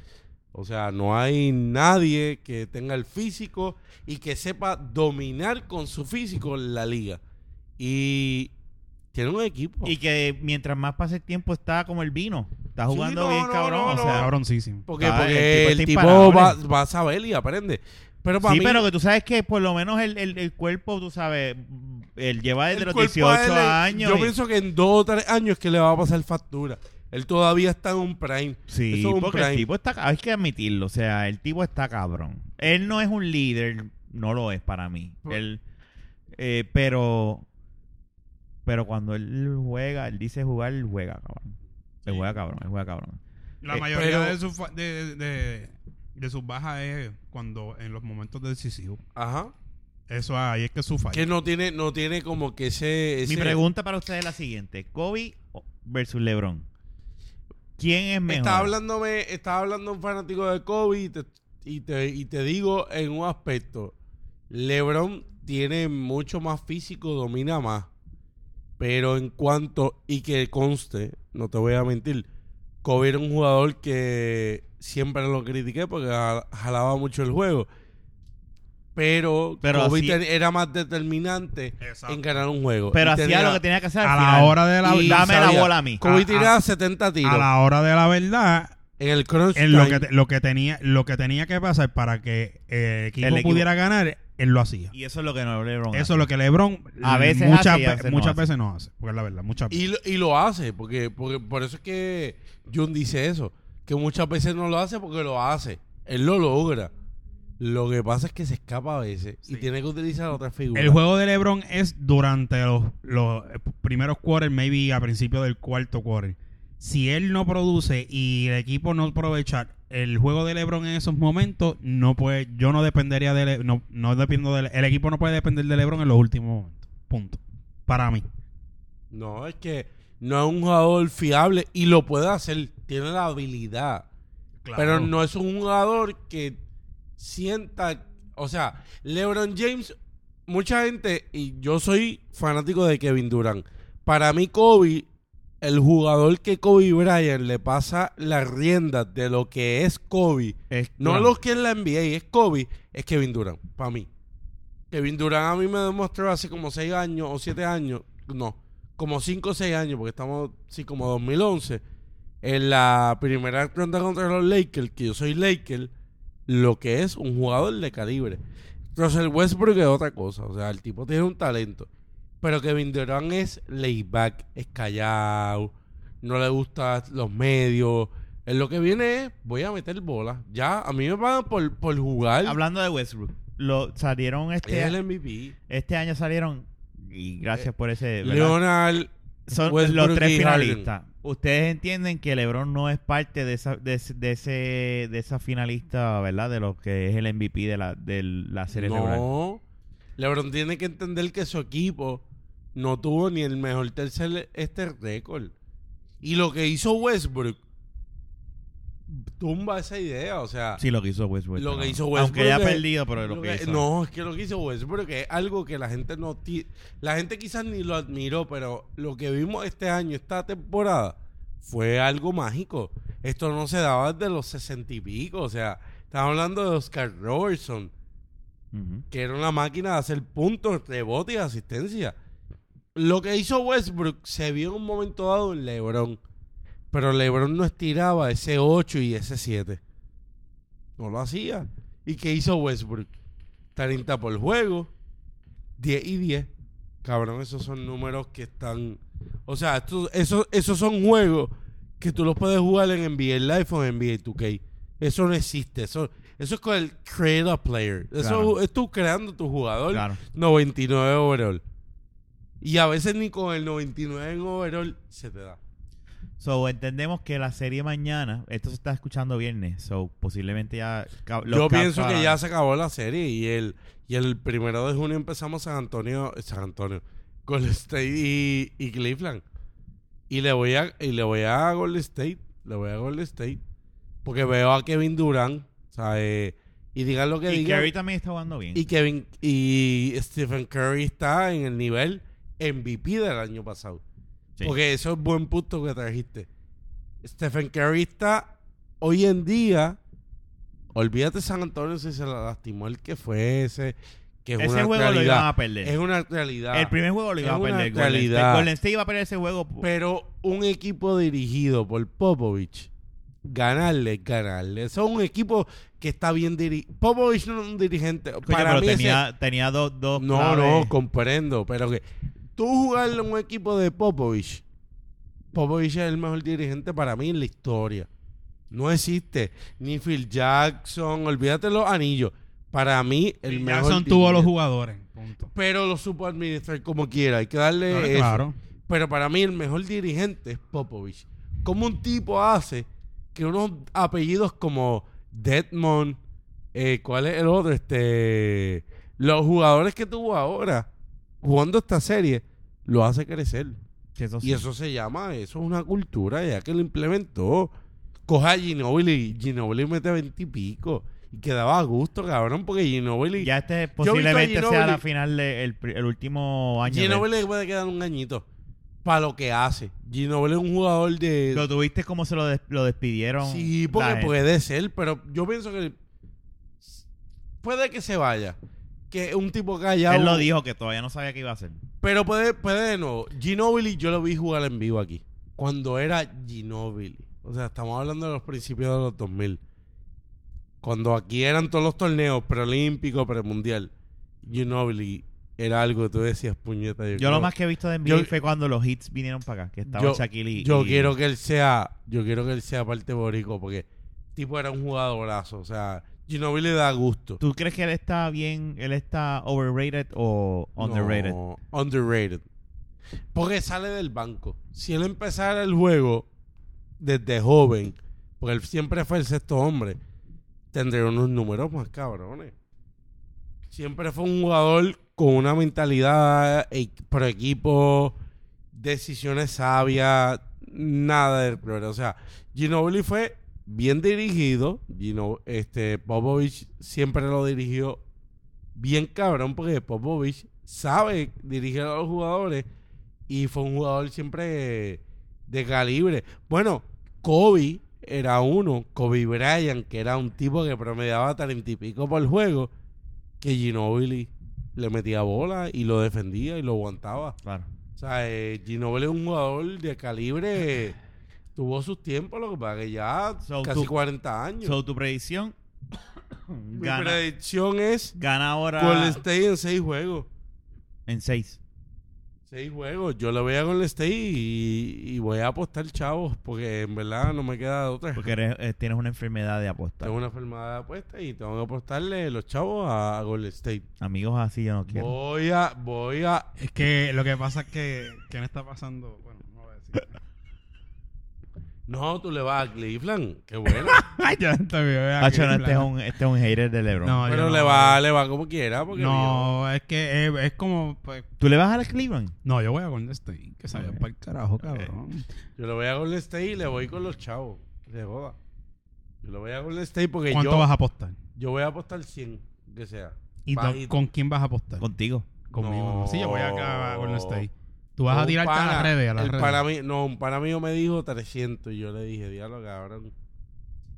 [SPEAKER 3] O sea, no hay nadie que tenga el físico y que sepa dominar con su físico la liga. Y tiene un equipo.
[SPEAKER 1] Y que mientras más pase el tiempo está como el vino. Está
[SPEAKER 3] Sí,
[SPEAKER 1] jugando
[SPEAKER 3] no,
[SPEAKER 1] bien,
[SPEAKER 3] no,
[SPEAKER 1] cabrón.
[SPEAKER 3] no,
[SPEAKER 1] o
[SPEAKER 3] no.
[SPEAKER 1] sea,
[SPEAKER 2] Cabroncísimo.
[SPEAKER 3] porque
[SPEAKER 1] Ah,
[SPEAKER 3] porque
[SPEAKER 1] el
[SPEAKER 3] el tipo,
[SPEAKER 1] tipo está
[SPEAKER 3] va,
[SPEAKER 1] imparable.
[SPEAKER 3] va a saber y aprende. Pero para
[SPEAKER 1] sí,
[SPEAKER 3] mí,
[SPEAKER 1] pero que tú sabes que por lo menos el, el, el cuerpo, tú sabes, él lleva desde
[SPEAKER 3] el
[SPEAKER 1] los
[SPEAKER 3] cuerpo
[SPEAKER 1] 18
[SPEAKER 3] a él le-
[SPEAKER 1] años.
[SPEAKER 3] Yo
[SPEAKER 1] y-
[SPEAKER 3] pienso que en dos o tres años es que le va a pasar factura. Él todavía está en un prime.
[SPEAKER 1] Sí,
[SPEAKER 3] Eso es un
[SPEAKER 1] porque
[SPEAKER 3] prime.
[SPEAKER 1] el tipo está, hay que admitirlo, o sea, el tipo está cabrón. Él no es un líder, no lo es para mí.
[SPEAKER 3] Pues-
[SPEAKER 1] Él, eh, pero, pero cuando él juega, él dice jugar, él juega, cabrón. Él
[SPEAKER 2] Sí.
[SPEAKER 1] juega cabrón, él juega cabrón.
[SPEAKER 2] La
[SPEAKER 1] Eh,
[SPEAKER 2] mayoría
[SPEAKER 3] pero-
[SPEAKER 2] de, sus fa- de, de- de sus bajas es cuando en los momentos decisivos.
[SPEAKER 3] Ajá.
[SPEAKER 2] Eso ahí es que es su falla.
[SPEAKER 3] Que no tiene, no tiene como que ese. ese-
[SPEAKER 1] Mi pregunta para ustedes es la siguiente: Kobe versus LeBron. ¿Quién es mejor?
[SPEAKER 3] Estaba hablándome, estaba hablando un fanático de Kobe y te, y te, y te digo en un aspecto. LeBron tiene mucho más físico, domina más. Pero en cuanto, y que conste, no te voy a mentir, Kobe era un jugador que siempre lo critiqué porque ja- jalaba mucho el juego. Pero,
[SPEAKER 1] Pero
[SPEAKER 3] Kobe
[SPEAKER 1] sí-
[SPEAKER 3] ten- era más determinante
[SPEAKER 2] Exacto.
[SPEAKER 3] en ganar un juego.
[SPEAKER 1] Pero
[SPEAKER 3] Y
[SPEAKER 1] hacía
[SPEAKER 3] tenía-
[SPEAKER 1] lo que tenía que hacer. al
[SPEAKER 2] a la
[SPEAKER 1] final.
[SPEAKER 2] hora de la
[SPEAKER 3] y
[SPEAKER 1] Dame la
[SPEAKER 2] Ah,
[SPEAKER 3] sabía,
[SPEAKER 1] bola a mí. Ah.
[SPEAKER 3] Kobe
[SPEAKER 2] A-
[SPEAKER 3] tiraba 70 tiros.
[SPEAKER 2] a la hora de la verdad
[SPEAKER 3] En el crunch
[SPEAKER 2] ah, En Eh, lo
[SPEAKER 3] time,
[SPEAKER 2] que, te- lo, que tenía, lo que tenía que pasar para que eh, el equipo
[SPEAKER 1] El equipo.
[SPEAKER 2] pudiera ganar, él lo hacía.
[SPEAKER 1] Y eso es lo que no LeBron
[SPEAKER 2] Eso
[SPEAKER 1] hace.
[SPEAKER 2] es lo que LeBron
[SPEAKER 1] A veces
[SPEAKER 2] muchas,
[SPEAKER 1] hace y
[SPEAKER 2] ve-
[SPEAKER 1] a veces no
[SPEAKER 2] muchas
[SPEAKER 1] hace.
[SPEAKER 2] veces no hace. Porque es la verdad, muchas veces.
[SPEAKER 3] Y, lo- y lo hace, porque, porque por eso es que Jun dice eso, que muchas veces no lo hace porque lo hace. Él lo logra. Lo que pasa es que se escapa a veces y tiene que utilizar otras figuras.
[SPEAKER 2] El juego de LeBron es durante los, los eh, primeros quarters, maybe a principio del cuarto quarter. Si él no produce y el equipo no aprovecha el juego de LeBron en esos momentos, no puede, yo no dependería de Le- no, no dependo del el equipo no puede depender de LeBron en los últimos momentos. Punto. Para mí.
[SPEAKER 3] No, es que no es un jugador fiable y lo puede hacer, tiene la habilidad. Pero no es un jugador que sienta, o sea, LeBron James, mucha gente, y yo soy fanático de Kevin Durant. Para mí Kobe, el jugador que Kobe Bryant le pasa las riendas de lo que es Kobe,
[SPEAKER 1] Es-
[SPEAKER 3] no lo que es la NBA, es Kobe, es Kevin Durant, para mí. Kevin Durant a mí me demostró hace como 6 años o 7 años, no, como 5 o 6 años, porque estamos, sí, como 2011, en la primera ronda contra los Lakers, que yo soy Lakers, lo que es un jugador de calibre. Russell Westbrook es otra cosa, o sea, el tipo tiene un talento. Pero Kevin Durant es laid back, es callado, no le gustan los medios. Él lo que viene es, voy a meter bola. Ya, a mí me pagan por, por jugar.
[SPEAKER 1] Hablando de Westbrook, lo salieron este,
[SPEAKER 3] es el MVP.
[SPEAKER 1] este año salieron y gracias por ese ¿verdad?
[SPEAKER 3] Leonard,
[SPEAKER 1] son
[SPEAKER 3] Westbrook
[SPEAKER 1] los tres
[SPEAKER 3] y Harden.
[SPEAKER 1] finalistas. Ustedes entienden que LeBron no es parte de esa de, ese- de ese de esa finalista, ¿verdad? De lo que es el MVP de la de la serie regular.
[SPEAKER 3] no. LeBron tiene que entender que su equipo no tuvo ni el mejor tercer este récord. Y lo que hizo Westbrook tumba esa idea, o sea,
[SPEAKER 1] Sí, lo que hizo Westbrook.
[SPEAKER 3] Lo
[SPEAKER 1] no.
[SPEAKER 3] que hizo Westbrook
[SPEAKER 1] Aunque haya
[SPEAKER 3] es-
[SPEAKER 1] perdido, pero lo,
[SPEAKER 3] Lo
[SPEAKER 1] que,
[SPEAKER 3] que-
[SPEAKER 1] hizo.
[SPEAKER 3] No, es que lo que hizo Westbrook es algo que la gente no... ti- La gente quizás ni lo admiró, pero lo que vimos este año, esta temporada, fue algo mágico. Esto no se daba desde los sesenta y pico. O sea, estamos hablando de Oscar Robertson,
[SPEAKER 1] Ujú.
[SPEAKER 3] que era una máquina de hacer puntos, rebote y asistencia. Lo que hizo Westbrook se vio en un momento dado en LeBron. Pero LeBron no estiraba ese 8 y ese 7. No lo hacía. ¿Y qué hizo Westbrook? 30 por juego, 10 y 10. Cabrón, esos son números que están. O sea, esto- esos, esos son juegos que tú los puedes jugar en NBA Live o en NBA 2K. Eso no existe. Eso, eso es con el Create a Player. Eso
[SPEAKER 1] Claro.
[SPEAKER 3] es tú creando tu jugador
[SPEAKER 1] Claro.
[SPEAKER 3] 99 overall. Y a veces ni con el 99 en overall se te da.
[SPEAKER 1] So, entendemos que la serie mañana, esto se está escuchando viernes, so posiblemente ya ca- los
[SPEAKER 3] Yo
[SPEAKER 1] Cavs
[SPEAKER 3] pienso que
[SPEAKER 1] ahora-
[SPEAKER 3] ya se acabó la serie y el, y el primero de junio empezamos San Antonio, San Antonio, Golden State y, y Cleveland. Y le voy a, y le voy a Golden State, le voy a Golden State. Porque veo a Kevin Durant, o sea, eh, y digan lo que
[SPEAKER 1] y
[SPEAKER 3] digan.
[SPEAKER 1] Curry también está jugando bien.
[SPEAKER 3] Y Kevin y Stephen Curry está en el nivel MVP del año pasado.
[SPEAKER 1] Sí.
[SPEAKER 3] Porque eso es buen punto que trajiste. Stephen Curry está hoy en día. Olvídate San Antonio si se la lastimó el que fuese. Que es
[SPEAKER 1] ese
[SPEAKER 3] una
[SPEAKER 1] juego lo
[SPEAKER 3] realidad.
[SPEAKER 1] iban a perder.
[SPEAKER 3] Es una realidad.
[SPEAKER 1] el primer juego lo
[SPEAKER 3] es
[SPEAKER 1] iban a
[SPEAKER 3] una
[SPEAKER 1] perder. Golden State.
[SPEAKER 3] realidad.
[SPEAKER 1] Golden State iba a perder ese juego. po-
[SPEAKER 3] Pero un equipo dirigido por Popovich, ganarle, ganarle. Son un equipo que está bien dirigido. Popovich no es un dirigente.
[SPEAKER 1] Coño,
[SPEAKER 3] Para
[SPEAKER 1] pero
[SPEAKER 3] mí ese-
[SPEAKER 1] tenía, tenía dos, dos
[SPEAKER 3] No,
[SPEAKER 1] claves.
[SPEAKER 3] no, comprendo. Pero que tú jugarle a un equipo de Popovich, Popovich es el mejor dirigente para mí en la historia. No existe. Ni Phil Jackson, olvídate los anillos. Para mí, el
[SPEAKER 2] El
[SPEAKER 3] mejor.
[SPEAKER 2] Jackson tuvo a los
[SPEAKER 3] dirigente.
[SPEAKER 2] jugadores. Punto.
[SPEAKER 3] Pero lo supo administrar como quiera. Hay que darle.
[SPEAKER 2] Claro,
[SPEAKER 3] eso.
[SPEAKER 2] claro.
[SPEAKER 3] Pero para mí, el mejor dirigente es Popovich. ¿Cómo un tipo hace que unos apellidos como Deadmond, eh, ¿cuál es el otro? Este, los jugadores que tuvo ahora jugando esta serie, lo hace crecer.
[SPEAKER 1] Que eso sí.
[SPEAKER 3] Y eso se llama, eso es una cultura ya que lo implementó. Coja a Ginobili, Ginobili mete 20 y pico. Y quedaba a gusto, cabrón, porque Ginobili.
[SPEAKER 1] Ya este
[SPEAKER 3] visto a
[SPEAKER 1] posiblemente sea la
[SPEAKER 3] Ginobili-
[SPEAKER 1] final del el último año. de-
[SPEAKER 3] Ginobili le puede quedar un añito para lo que hace. Ginobili es un jugador de.
[SPEAKER 1] Lo tuviste como se lo, des- lo despidieron.
[SPEAKER 3] Sí,
[SPEAKER 1] la
[SPEAKER 3] porque pues,
[SPEAKER 1] gente.
[SPEAKER 3] puede ser, pero yo pienso que puede que se vaya. Que un tipo callado.
[SPEAKER 1] Él lo dijo que todavía no sabía qué iba a hacer.
[SPEAKER 3] Pero puede, puede de nuevo. Ginobili yo lo vi jugar en vivo aquí. Cuando era Ginobili. O sea, estamos hablando de los principios de los 2000. Cuando aquí eran todos los torneos, preolímpico, premundial. Ginobili era algo que tú decías, puñeta. Yo,
[SPEAKER 1] Yo lo
[SPEAKER 3] creo-
[SPEAKER 1] más que he visto de NBA
[SPEAKER 3] yo-
[SPEAKER 1] fue cuando los hits vinieron para acá, que estaban
[SPEAKER 3] yo,
[SPEAKER 1] Shaquille y...
[SPEAKER 3] yo
[SPEAKER 1] y-
[SPEAKER 3] quiero que él sea, yo quiero que él sea parte borico, porque tipo era un jugadorazo. O sea, Ginobili da gusto.
[SPEAKER 1] ¿Tú crees que él está bien, él está overrated o underrated?
[SPEAKER 3] No, underrated. Porque sale del banco. Si él empezara el juego desde joven, porque él siempre fue el sexto hombre, tendría unos números más cabrones. Siempre fue un jugador con una mentalidad eh, pro equipo, decisiones sabias, nada del problema. O sea, Ginobili fue bien dirigido. Gino, este, Popovich siempre lo dirigió bien cabrón porque Popovich sabe dirigir a los jugadores y fue un jugador siempre de calibre. Bueno, Kobe era uno, Kobe Bryant, que era un tipo que promediaba talento y pico por juego, que Ginobili le metía bola y lo defendía y lo aguantaba.
[SPEAKER 1] Claro.
[SPEAKER 3] O sea, eh, Ginobili es un jugador de calibre, tuvo sus tiempos, lo que pasa que ya
[SPEAKER 1] So,
[SPEAKER 3] casi
[SPEAKER 1] tú-
[SPEAKER 3] 40 años.
[SPEAKER 1] So, tu predicción
[SPEAKER 3] Mi
[SPEAKER 1] gana,
[SPEAKER 3] predicción es
[SPEAKER 1] gana ahora
[SPEAKER 3] Golden State en seis juegos.
[SPEAKER 1] en seis.
[SPEAKER 3] Seis juegos. Yo le voy a Golden State y, y voy a apostar, chavos, porque en verdad no me queda de otra.
[SPEAKER 1] Porque eres- eh, tienes una enfermedad de apostar.
[SPEAKER 3] Tengo una enfermedad de apuesta y tengo que apostarle los chavos a, a Golden State.
[SPEAKER 1] Amigos así yo no quiero.
[SPEAKER 3] Voy a, voy a...
[SPEAKER 2] Es que lo que pasa es que. ¿Quién está pasando? Bueno, no voy a decir.
[SPEAKER 3] No, tú le vas a Cleveland. Qué bueno.
[SPEAKER 2] Ay, yo no te veo aquí,
[SPEAKER 1] Hacho, no, este, es
[SPEAKER 2] Blanca.
[SPEAKER 1] un, este es un hater de LeBron.
[SPEAKER 2] No, yo
[SPEAKER 3] Pero
[SPEAKER 2] no.
[SPEAKER 3] le va, le va como quiera. Porque
[SPEAKER 2] No, es que es, es como. pues,
[SPEAKER 1] ¿Tú le vas a la Cleveland?
[SPEAKER 2] no, yo voy a Golden State. Que se vaya
[SPEAKER 1] Ok.
[SPEAKER 2] para el carajo, cabrón.
[SPEAKER 3] yo, yo le voy a Golden State y le voy con los chavos. Que Se joda. Yo le voy a Golden State porque
[SPEAKER 2] ¿Cuánto
[SPEAKER 3] yo,
[SPEAKER 2] vas a apostar?
[SPEAKER 3] yo voy a apostar 100, que sea.
[SPEAKER 2] ¿Y
[SPEAKER 3] Bajito.
[SPEAKER 2] do- con quién vas a apostar?
[SPEAKER 1] Contigo.
[SPEAKER 2] Conmigo. No. Sí, yo voy acá a Golden
[SPEAKER 3] No.
[SPEAKER 2] State. Tú vas a
[SPEAKER 3] Un
[SPEAKER 2] tirarte a
[SPEAKER 3] pana,
[SPEAKER 2] las redes. A las
[SPEAKER 3] el
[SPEAKER 2] redes.
[SPEAKER 3] pana mí- no, un pana mío me dijo 300 y yo le dije, diablo, cabrón.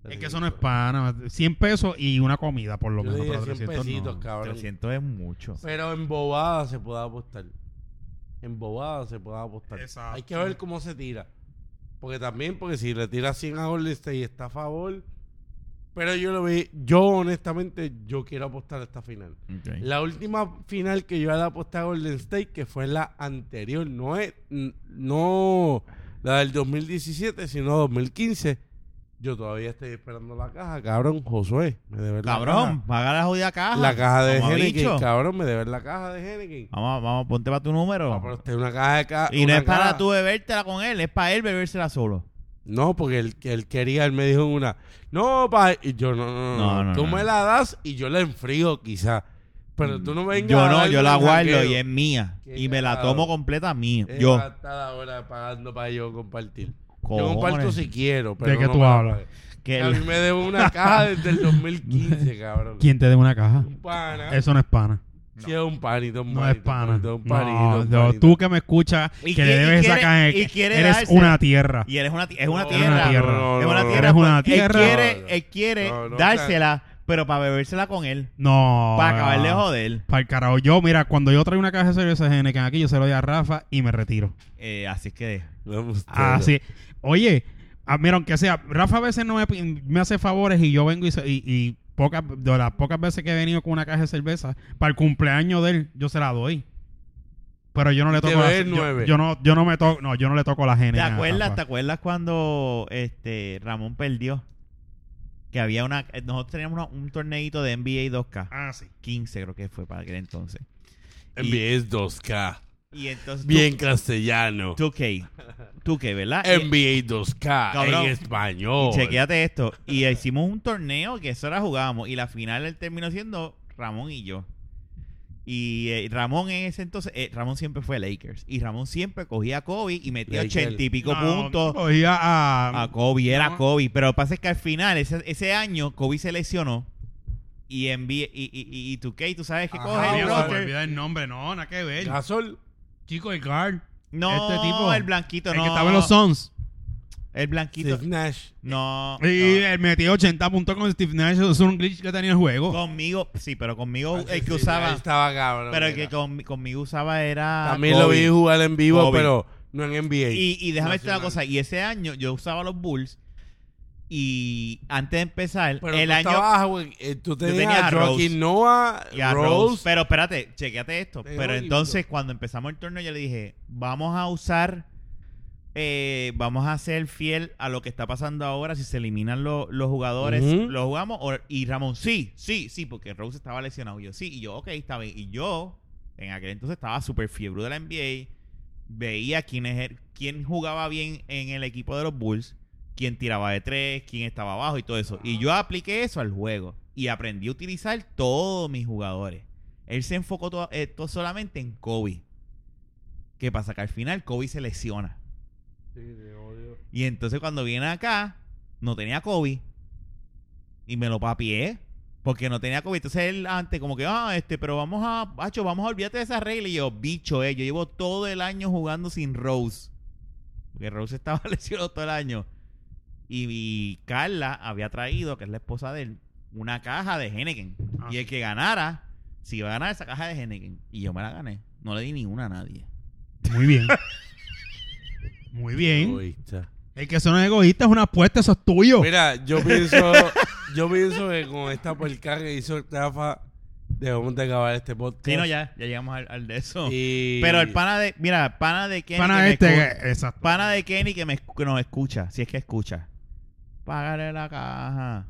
[SPEAKER 2] Es que eso no es pana. 100 pesos y una comida, por lo
[SPEAKER 3] Yo le
[SPEAKER 2] menos.
[SPEAKER 3] dije
[SPEAKER 2] Pero
[SPEAKER 3] 100
[SPEAKER 2] 300
[SPEAKER 3] pesitos,
[SPEAKER 2] no.
[SPEAKER 3] cabrón.
[SPEAKER 1] 300 es mucho.
[SPEAKER 3] Pero en bobada se puede apostar. En bobada se puede apostar.
[SPEAKER 2] Exacto.
[SPEAKER 3] Hay que ver cómo se tira. Porque también, porque si le tira 100 a Golden State y está a favor. Pero yo lo vi, yo honestamente, yo quiero apostar a esta final.
[SPEAKER 1] Ok.
[SPEAKER 3] La última final que yo le aposté a Golden State, que fue la anterior, no es, n- no la del 2017, sino 2015. Yo todavía estoy esperando la caja, cabrón, Josué. Me debe la
[SPEAKER 1] Cabrón, paga la jodida caja.
[SPEAKER 3] caja. La caja de
[SPEAKER 1] Como ha
[SPEAKER 3] Henneken,
[SPEAKER 1] dicho.
[SPEAKER 3] cabrón, me debe la caja de Henneken.
[SPEAKER 1] Vamos, vamos, ponte para tu número.
[SPEAKER 3] Ah, pero usted una caja de ca-
[SPEAKER 1] y no
[SPEAKER 3] una
[SPEAKER 1] es para
[SPEAKER 3] caja.
[SPEAKER 1] tú bebértela con él, es para él bebérsela solo.
[SPEAKER 3] No, porque él, que él quería, él me dijo en una, no, pa, y yo no, no, no,
[SPEAKER 1] No, no,
[SPEAKER 3] tú
[SPEAKER 1] no,
[SPEAKER 3] me
[SPEAKER 1] no. Mm,
[SPEAKER 3] la das y yo la enfrío quizá, pero tú no vengas
[SPEAKER 1] Yo
[SPEAKER 3] a
[SPEAKER 1] no,
[SPEAKER 3] darme
[SPEAKER 1] yo la
[SPEAKER 3] un
[SPEAKER 1] guardo
[SPEAKER 3] jangueo.
[SPEAKER 1] y es mía.
[SPEAKER 3] Qué
[SPEAKER 1] Y me la
[SPEAKER 3] cagado.
[SPEAKER 1] tomo completa mía.
[SPEAKER 3] Eh,
[SPEAKER 1] Yo.
[SPEAKER 3] va a estar ahora pagando para yo compartir. Yo
[SPEAKER 1] Cojones.
[SPEAKER 3] comparto si quiero, pero.
[SPEAKER 2] ¿De qué
[SPEAKER 3] no
[SPEAKER 2] tú
[SPEAKER 3] me la
[SPEAKER 2] hablas?
[SPEAKER 3] pagues.
[SPEAKER 1] Que
[SPEAKER 3] A mí me debo una caja desde el 2015, cabrón.
[SPEAKER 2] ¿Quién te dé una caja?
[SPEAKER 3] Un pana.
[SPEAKER 2] Eso no es pana.
[SPEAKER 3] Sí, es un panito, un
[SPEAKER 2] No
[SPEAKER 3] panito,
[SPEAKER 2] es pana.
[SPEAKER 3] un panito, un panito,
[SPEAKER 2] No,
[SPEAKER 3] un
[SPEAKER 2] no,
[SPEAKER 3] panito.
[SPEAKER 2] tú que me escuchas,
[SPEAKER 1] Y
[SPEAKER 2] que le
[SPEAKER 1] qui- y
[SPEAKER 2] debes esa
[SPEAKER 1] quiere-
[SPEAKER 2] caja,
[SPEAKER 1] y
[SPEAKER 2] que
[SPEAKER 1] quiere
[SPEAKER 2] eres
[SPEAKER 1] darse-
[SPEAKER 2] una tierra.
[SPEAKER 1] y él es una, ti- es una
[SPEAKER 3] No,
[SPEAKER 1] tierra.
[SPEAKER 2] una tierra.
[SPEAKER 1] Es una
[SPEAKER 3] no,
[SPEAKER 1] tierra.
[SPEAKER 2] Eres
[SPEAKER 1] pues,
[SPEAKER 2] una tierra.
[SPEAKER 1] Él quiere, él quiere
[SPEAKER 3] No, no,
[SPEAKER 1] dársela, pero para bebérsela con él.
[SPEAKER 2] No.
[SPEAKER 1] Para acabar de
[SPEAKER 2] no.
[SPEAKER 1] joder.
[SPEAKER 2] Para el carajo. Yo, mira, cuando yo traigo una caja de cerveza de Henneken aquí, yo se lo doy a Rafa y me retiro.
[SPEAKER 1] Eh, así que.
[SPEAKER 3] Vamos,
[SPEAKER 2] Ah,
[SPEAKER 3] todo.
[SPEAKER 2] sí. Oye, ah, mira, aunque sea, Rafa a veces no me, pi- me hace favores y yo vengo y, se- y, y pocas, de las pocas veces que he venido con una caja de cerveza, para el cumpleaños de él, yo se la doy. Pero yo no le
[SPEAKER 3] Te
[SPEAKER 2] toco la-
[SPEAKER 3] ves
[SPEAKER 2] yo,
[SPEAKER 3] nueve.
[SPEAKER 2] yo no, yo no me toco, no, yo no le toco la
[SPEAKER 1] ¿Te
[SPEAKER 2] Henneken. a
[SPEAKER 1] acuerdas,
[SPEAKER 2] Rafa.
[SPEAKER 1] ¿Te acuerdas cuando este Ramón perdió? Que había una. eh, Nosotros teníamos una- un torneito de NBA 2K.
[SPEAKER 2] Ah, sí.
[SPEAKER 1] 15 creo que fue para aquel entonces.
[SPEAKER 3] NBA es 2K.
[SPEAKER 1] Y entonces.
[SPEAKER 3] Bien castellano.
[SPEAKER 1] 2K. 2K, ¿verdad? Y-
[SPEAKER 3] NBA 2K.
[SPEAKER 1] Cabrón.
[SPEAKER 3] En español.
[SPEAKER 1] Y chequeate esto. Y hicimos un torneo que eso la jugábamos. Y la final él terminó siendo Ramón y yo. Y eh, Ramón en ese entonces, eh, Ramón siempre fue Lakers. Y Ramón siempre cogía a Kobe y metía
[SPEAKER 3] Lakers.
[SPEAKER 1] ochenta y pico
[SPEAKER 2] No,
[SPEAKER 1] puntos
[SPEAKER 2] cogía a-
[SPEAKER 1] a Kobe. Era
[SPEAKER 2] no.
[SPEAKER 1] Kobe. Pero lo que pasa es que al final, ese, ese año, Kobe se lesionó. Y en y, y, y, y 2K, tú sabes que
[SPEAKER 3] Ajá,
[SPEAKER 1] coge el
[SPEAKER 2] Diablo,
[SPEAKER 3] brother.
[SPEAKER 2] se me
[SPEAKER 1] roster.
[SPEAKER 2] olvida el nombre, no, nada que ver.
[SPEAKER 3] Gasol.
[SPEAKER 2] Chico, el guard.
[SPEAKER 1] No,
[SPEAKER 2] Este tipo.
[SPEAKER 1] el blanquito,
[SPEAKER 2] El
[SPEAKER 1] no.
[SPEAKER 2] que estaba en los Suns.
[SPEAKER 1] El blanquito.
[SPEAKER 3] Steve Nash.
[SPEAKER 1] No.
[SPEAKER 2] Y
[SPEAKER 1] no.
[SPEAKER 2] él metió 80 puntos con Steve Nash. Eso es un glitch que tenía el juego.
[SPEAKER 1] Conmigo, sí, pero
[SPEAKER 2] Ah,
[SPEAKER 1] conmigo Oh, el que
[SPEAKER 3] Steve
[SPEAKER 1] usaba.
[SPEAKER 3] Nash Estaba cabrón.
[SPEAKER 1] Pero el que
[SPEAKER 3] mira.
[SPEAKER 1] con- conmigo usaba era.
[SPEAKER 3] También lo
[SPEAKER 1] Kobe.
[SPEAKER 3] vi jugar en vivo,
[SPEAKER 1] Kobe.
[SPEAKER 3] pero no en NBA.
[SPEAKER 1] Y, y déjame decirte una
[SPEAKER 3] Nacional.
[SPEAKER 1] cosa. Y ese año yo usaba los Bulls. Y antes de empezar,
[SPEAKER 3] Pero
[SPEAKER 1] el
[SPEAKER 3] tú
[SPEAKER 1] año.
[SPEAKER 3] estabas, güey, eh, tú tenías,
[SPEAKER 1] tenías
[SPEAKER 3] a
[SPEAKER 1] a Rose.
[SPEAKER 3] Joaquín Noah,
[SPEAKER 1] Y a Rose.
[SPEAKER 3] Rose,
[SPEAKER 1] Pero espérate, chequeate esto.
[SPEAKER 3] Te
[SPEAKER 1] Pero
[SPEAKER 3] oigo.
[SPEAKER 1] entonces, cuando empezamos el torneo, yo le dije, vamos a usar, eh, vamos a ser fiel a lo que está pasando ahora. Si se eliminan lo- los jugadores,
[SPEAKER 3] Ujú.
[SPEAKER 1] lo jugamos. O- y Ramón, sí, sí, sí, porque Rose estaba lesionado. Y yo, sí. Y yo, ok, está bien. Y yo, en aquel entonces, estaba súper fiebre de la NBA. Veía quién, es el- quién jugaba bien en el equipo de los Bulls quién tiraba de tres, quién estaba abajo y todo eso. Y yo apliqué eso al juego y aprendí a utilizar todos mis jugadores. Él se enfocó to- eh, to- solamente en Kobe. ¿Qué pasa? Que al final Kobe se lesiona. Y entonces cuando viene acá, no tenía Kobe. Y me lo papié. Porque no tenía Kobe. Entonces él antes como que, ah, este, pero vamos a, Hacho, vamos a olvidarte de esa regla. Y yo, bicho, eh, yo llevo todo el año jugando sin Rose. Porque Rose estaba lesionado todo el año. Y, y Carla había traído, que es la esposa de él, una caja de Henneken.
[SPEAKER 2] Ah,
[SPEAKER 1] Y el que ganara, si iba a ganar esa caja de Henneken. Y yo me la gané. No le di ni una a nadie.
[SPEAKER 2] Muy bien. Muy bien.
[SPEAKER 3] Egoísta.
[SPEAKER 2] El que son egoísta es una apuesta, eso es tuyo.
[SPEAKER 3] Mira, yo pienso, yo pienso que con esta puerca que hizo Rafa, debemos de acabar este podcast.
[SPEAKER 1] Sí, no, ya, ya llegamos al, al de eso.
[SPEAKER 3] Y-
[SPEAKER 1] Pero el pana de, mira, pana de Kenny. que
[SPEAKER 2] Pana
[SPEAKER 1] me
[SPEAKER 2] este,
[SPEAKER 1] escu-
[SPEAKER 2] que- exacto.
[SPEAKER 1] pana de Kenny que, me, escu- que nos escucha, si es que escucha. Págale la caja.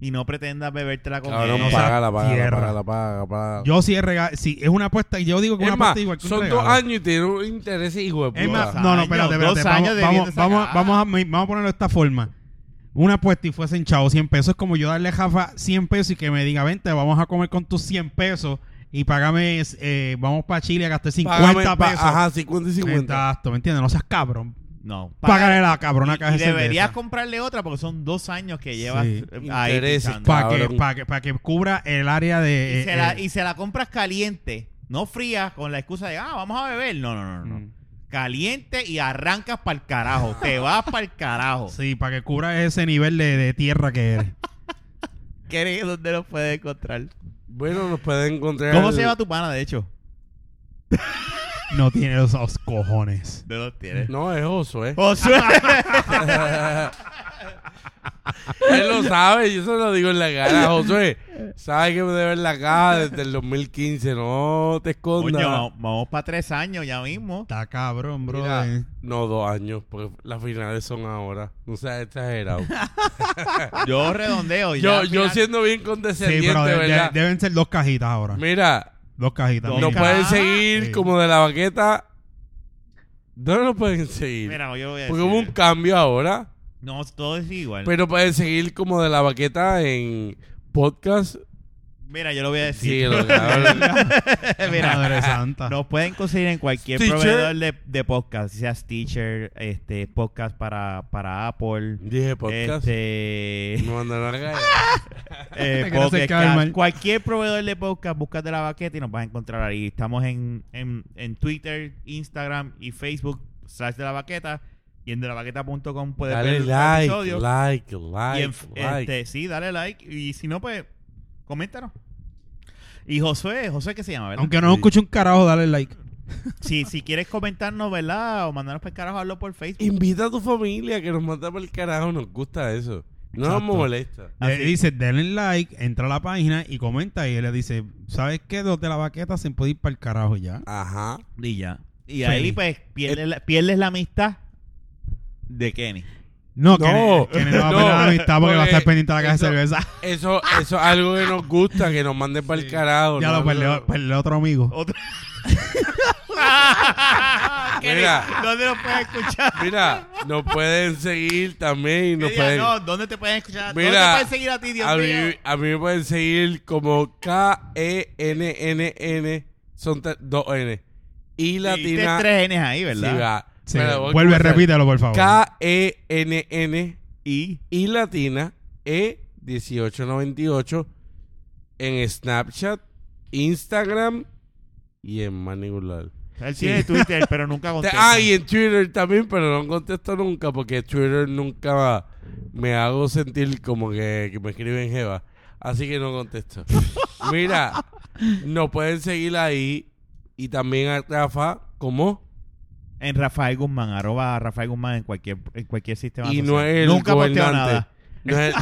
[SPEAKER 1] Y no pretendas bebértela con
[SPEAKER 3] Cabrón,
[SPEAKER 1] él.
[SPEAKER 2] pa-
[SPEAKER 3] págala, págala,
[SPEAKER 2] tierra.
[SPEAKER 3] págala, págala, págala.
[SPEAKER 2] Yo sí es regalo. Sí, es una apuesta. Yo digo que
[SPEAKER 3] es
[SPEAKER 2] una
[SPEAKER 3] más,
[SPEAKER 2] apuesta igual que un
[SPEAKER 3] son
[SPEAKER 2] regalo.
[SPEAKER 3] dos años y tiene un interés hijo de puta.
[SPEAKER 2] Es más,
[SPEAKER 1] Dos
[SPEAKER 2] no, no,
[SPEAKER 1] años,
[SPEAKER 2] espérate, espérate.
[SPEAKER 1] dos
[SPEAKER 2] Vamos,
[SPEAKER 1] años debiendo
[SPEAKER 2] vamos,
[SPEAKER 1] sacar.
[SPEAKER 2] vamos, vamos, a, mi- vamos a ponerlo de esta forma. Una apuesta y fuese hinchado 100 pesos es como yo darle a Jafa 100 pesos y que me diga, vente, vamos a comer con tus 100 pesos y págame, eh, vamos para Chile a gastar 50
[SPEAKER 3] Págame pa-
[SPEAKER 2] pesos.
[SPEAKER 3] Ajá, 50 y 50.
[SPEAKER 2] Exacto, ¿me entiendes? No seas cabrón.
[SPEAKER 1] no.
[SPEAKER 2] Págale la cabrona
[SPEAKER 1] una
[SPEAKER 2] caja
[SPEAKER 1] Y
[SPEAKER 2] de cerveza.
[SPEAKER 1] deberías comprarle otra porque son dos años que llevas
[SPEAKER 2] Sí.
[SPEAKER 1] eh, ahí.
[SPEAKER 3] Intereses,
[SPEAKER 1] pinchando.
[SPEAKER 2] Para que,
[SPEAKER 3] Cabrón.
[SPEAKER 2] pa' que, pa' que cubra el área de...
[SPEAKER 1] Y,
[SPEAKER 2] eh,
[SPEAKER 1] se la,
[SPEAKER 2] eh,
[SPEAKER 1] y se la compras caliente, no fría, con la excusa de, ah, vamos a beber. No, no, no, no.
[SPEAKER 2] Mm.
[SPEAKER 1] Caliente y arrancas para el carajo. Te vas para el carajo.
[SPEAKER 2] Sí, para que cubra ese nivel de, de tierra que eres.
[SPEAKER 1] ¿Quieres dónde lo puedes encontrar?
[SPEAKER 3] Bueno, nos pueden encontrar.
[SPEAKER 1] ¿Cómo se llama tu pana, de hecho?
[SPEAKER 2] No tiene los, los cojones.
[SPEAKER 1] ¿De dónde tienes?
[SPEAKER 3] No, es oso, ¿eh?
[SPEAKER 1] Josué.
[SPEAKER 3] Él lo sabe, yo se lo digo en la cara, Josué. Sabe que me debes la cara desde el 2015, no te escondas.
[SPEAKER 1] Coño, vamos, para tres años ya mismo.
[SPEAKER 2] Está cabrón, bro. eh.
[SPEAKER 3] Mira, no, dos años, porque las finales son ahora. No seas exagerado.
[SPEAKER 1] Yo redondeo. ya
[SPEAKER 3] yo,
[SPEAKER 1] al
[SPEAKER 3] yo
[SPEAKER 1] final-
[SPEAKER 3] siendo bien
[SPEAKER 2] Sí,
[SPEAKER 3] condescendiente,
[SPEAKER 2] pero de- de-
[SPEAKER 3] ¿verdad?
[SPEAKER 2] deben ser dos cajitas ahora.
[SPEAKER 3] Mira,
[SPEAKER 2] Dos cajitas.
[SPEAKER 1] Dos
[SPEAKER 2] mínimo.
[SPEAKER 3] nos pueden
[SPEAKER 1] Ah,
[SPEAKER 3] seguir
[SPEAKER 2] sí.
[SPEAKER 3] como de la baqueta. No nos pueden seguir.
[SPEAKER 1] Mira, yo lo voy a
[SPEAKER 3] porque
[SPEAKER 1] decir.
[SPEAKER 3] hubo un cambio ahora.
[SPEAKER 1] No, todo es igual.
[SPEAKER 3] Pero pueden seguir como de la baqueta en podcast.
[SPEAKER 1] Mira, yo lo voy a decir.
[SPEAKER 3] Sí, lo cabrón.
[SPEAKER 2] Madre
[SPEAKER 1] Mira,
[SPEAKER 2] santa.
[SPEAKER 1] nos pueden conseguir en cualquier
[SPEAKER 3] Stitcher.
[SPEAKER 1] proveedor de, de podcast, sea Stitcher, este, podcast para, para Apple,
[SPEAKER 3] Dije podcast.
[SPEAKER 1] este,
[SPEAKER 3] Me mandaron a la calle.
[SPEAKER 1] eh,
[SPEAKER 2] Te quiero hacer
[SPEAKER 1] Pocket
[SPEAKER 2] quedar
[SPEAKER 1] Cast.
[SPEAKER 2] mal.
[SPEAKER 1] cualquier proveedor de podcast, búscate la baqueta y nos vas a encontrar ahí. Estamos en, en, en Twitter, Instagram y Facebook, slash de la baqueta. Y en de la baqueta.com puedes
[SPEAKER 3] Dale
[SPEAKER 1] ver los
[SPEAKER 3] like,
[SPEAKER 1] episodios.
[SPEAKER 3] like,
[SPEAKER 1] Y
[SPEAKER 3] like,
[SPEAKER 1] en-
[SPEAKER 3] like.
[SPEAKER 1] este, sí, dale like. Y si no, pues, coméntanos. Y Josué, Josué, ¿qué se llama, verdad?
[SPEAKER 2] Aunque no escuche un carajo, dale like.
[SPEAKER 1] Si, si quieres comentarnos, ¿verdad? O mandarnos para el carajo, hazlo por Facebook.
[SPEAKER 3] Invita a tu familia que nos manda por el carajo. Nos gusta eso. No
[SPEAKER 2] Exacto.
[SPEAKER 3] nos molesta.
[SPEAKER 2] Le
[SPEAKER 1] Así.
[SPEAKER 2] dice, denle like, entra a la página y comenta. Y él le dice, ¿sabes qué? Dos de la baqueta se puede ir para el carajo ya.
[SPEAKER 3] Ajá.
[SPEAKER 1] Y ya. Y
[SPEAKER 2] Feliz.
[SPEAKER 1] ahí, pues, pierdes la, pierdes la amistad de Kenny.
[SPEAKER 3] No,
[SPEAKER 2] No, que no, que no va a
[SPEAKER 3] no,
[SPEAKER 2] perder la amistad porque va a estar
[SPEAKER 3] porque
[SPEAKER 2] pendiente de la caja
[SPEAKER 3] eso-
[SPEAKER 2] de cerveza.
[SPEAKER 3] Eso, eso es algo que nos gusta, que nos manden para el carajo.
[SPEAKER 2] ya
[SPEAKER 3] ¿no?
[SPEAKER 2] lo perdió,
[SPEAKER 3] No.
[SPEAKER 2] perdió otro amigo.
[SPEAKER 1] Otro. Kenny,
[SPEAKER 3] Mira.
[SPEAKER 1] ¿dónde nos puedes escuchar?
[SPEAKER 3] Mira, nos pueden seguir también. y
[SPEAKER 1] Que
[SPEAKER 3] Nos
[SPEAKER 1] diga,
[SPEAKER 3] pueden...
[SPEAKER 1] no, ¿dónde te pueden escuchar? ¿Dónde te
[SPEAKER 3] Mira,
[SPEAKER 1] pueden seguir a ti, Dios
[SPEAKER 3] a, mí,
[SPEAKER 1] mío?
[SPEAKER 3] a mí me pueden seguir como E K-E-N-N-N. Son tre- dos N. Y
[SPEAKER 1] Dijiste
[SPEAKER 3] latina.
[SPEAKER 1] tres N's ahí,
[SPEAKER 3] Sí,
[SPEAKER 1] ¿verdad?
[SPEAKER 3] va.
[SPEAKER 2] Sí,
[SPEAKER 3] Espera, voy a
[SPEAKER 2] vuelve,
[SPEAKER 3] comenzar.
[SPEAKER 2] repítelo, por favor.
[SPEAKER 3] K-E-N-N.
[SPEAKER 1] Y
[SPEAKER 3] y Latina E E1898 en Snapchat, Instagram y en Manigular.
[SPEAKER 1] él tiene Twitter, pero nunca contesta.
[SPEAKER 3] Ah, y en Twitter también, pero no contesto nunca porque Twitter nunca me hago sentir como que, que me escriben Jeva. Así que no contesto. Mira, nos pueden seguir ahí y también a Rafa como
[SPEAKER 1] En Rafael Guzmán, arroba Rafael Guzmán en cualquier, en cualquier sistema.
[SPEAKER 3] y
[SPEAKER 1] social.
[SPEAKER 3] no es el
[SPEAKER 1] Nunca posteo
[SPEAKER 3] gobernante.
[SPEAKER 1] nada.
[SPEAKER 3] No es-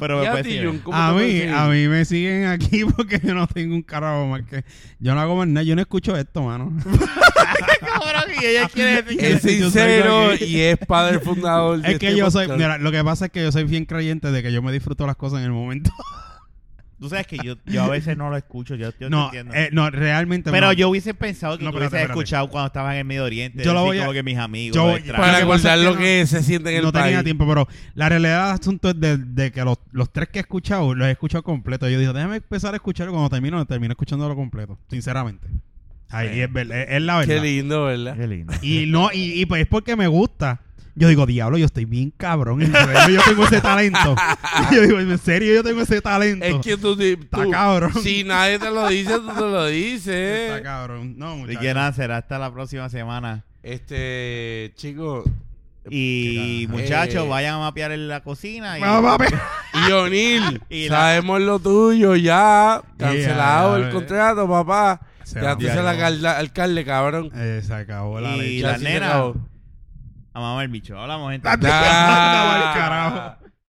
[SPEAKER 1] Pero
[SPEAKER 3] ¿Y
[SPEAKER 1] me
[SPEAKER 3] a
[SPEAKER 1] puedes
[SPEAKER 3] ti,
[SPEAKER 1] seguir.
[SPEAKER 3] Jun, cómo
[SPEAKER 2] A
[SPEAKER 3] te
[SPEAKER 2] mí,
[SPEAKER 3] consigues?
[SPEAKER 2] a mí me siguen aquí porque yo no tengo un carajo más que... Yo no hago más nada, yo no escucho esto, mano.
[SPEAKER 1] Cabrón, y ella quiere decir que-
[SPEAKER 3] Es
[SPEAKER 2] Yo soy
[SPEAKER 3] sincero
[SPEAKER 2] aquí.
[SPEAKER 3] y es padre fundador. de
[SPEAKER 2] es que
[SPEAKER 3] este
[SPEAKER 2] yo soy...
[SPEAKER 3] podcast.
[SPEAKER 2] Mira, lo que pasa es que yo soy bien creyente de que yo me disfruto las cosas en el momento.
[SPEAKER 1] Tú sabes que yo, yo a veces no lo escucho, yo, yo te
[SPEAKER 2] No,
[SPEAKER 1] entiendo.
[SPEAKER 2] eh, no, realmente
[SPEAKER 1] pero
[SPEAKER 2] no.
[SPEAKER 1] yo hubiese pensado que
[SPEAKER 2] No,
[SPEAKER 1] tú
[SPEAKER 2] espérate,
[SPEAKER 1] hubieses
[SPEAKER 2] espérate.
[SPEAKER 1] escuchado cuando estabas en el Medio Oriente.
[SPEAKER 2] Yo lo
[SPEAKER 1] decir
[SPEAKER 2] voy a-
[SPEAKER 1] como que mis amigos.
[SPEAKER 2] yo-
[SPEAKER 1] extra.
[SPEAKER 2] Lo
[SPEAKER 3] Para
[SPEAKER 2] que pasa
[SPEAKER 3] acordar
[SPEAKER 2] es que
[SPEAKER 3] lo
[SPEAKER 2] no-
[SPEAKER 3] que se siente en el
[SPEAKER 2] no
[SPEAKER 3] país.
[SPEAKER 2] tenía tiempo, pero la realidad del asunto es de, de que los, los tres que he escuchado, los he escuchado completo. Yo digo, déjame empezar a escucharlo cuando termino, termino escuchándolo completo, sinceramente. Ahí
[SPEAKER 1] Sí.
[SPEAKER 2] es, verdad, es, es la
[SPEAKER 3] Qué
[SPEAKER 2] verdad.
[SPEAKER 3] lindo, ¿verdad?
[SPEAKER 1] Qué lindo.
[SPEAKER 2] Y no, y, y pues es porque me gusta. Yo digo, diablo, yo estoy bien cabrón. En serio, yo tengo ese talento. Y yo digo, en serio, yo tengo ese talento.
[SPEAKER 3] Es que tú, tú-
[SPEAKER 2] Está cabrón.
[SPEAKER 3] si nadie te lo dice, tú te lo
[SPEAKER 2] Está
[SPEAKER 3] dices.
[SPEAKER 2] cabrón. No,
[SPEAKER 1] Así
[SPEAKER 2] muchachos.
[SPEAKER 1] que nada, será hasta la próxima semana.
[SPEAKER 3] Este, chico,
[SPEAKER 1] Y
[SPEAKER 3] Qué carajo.
[SPEAKER 1] muchachos,
[SPEAKER 3] Eh.
[SPEAKER 1] vayan a mapear en la cocina. Y,
[SPEAKER 2] No, papi.
[SPEAKER 3] y O'Neill,
[SPEAKER 1] Y la-
[SPEAKER 3] sabemos lo tuyo ya. Cancelado
[SPEAKER 2] Yeah.
[SPEAKER 3] el contrato, papá.
[SPEAKER 2] Se
[SPEAKER 3] ya
[SPEAKER 2] va.
[SPEAKER 3] tú eres el alcalde, alcalde, cabrón.
[SPEAKER 2] Eh, se acabó la
[SPEAKER 1] Y
[SPEAKER 2] leche.
[SPEAKER 1] la
[SPEAKER 3] Ya sí se
[SPEAKER 1] nena.
[SPEAKER 3] acabó.
[SPEAKER 1] a mamar el bicho. Hablamos, gente.
[SPEAKER 2] Ah,
[SPEAKER 3] Ya.
[SPEAKER 2] Anda, va al carajo.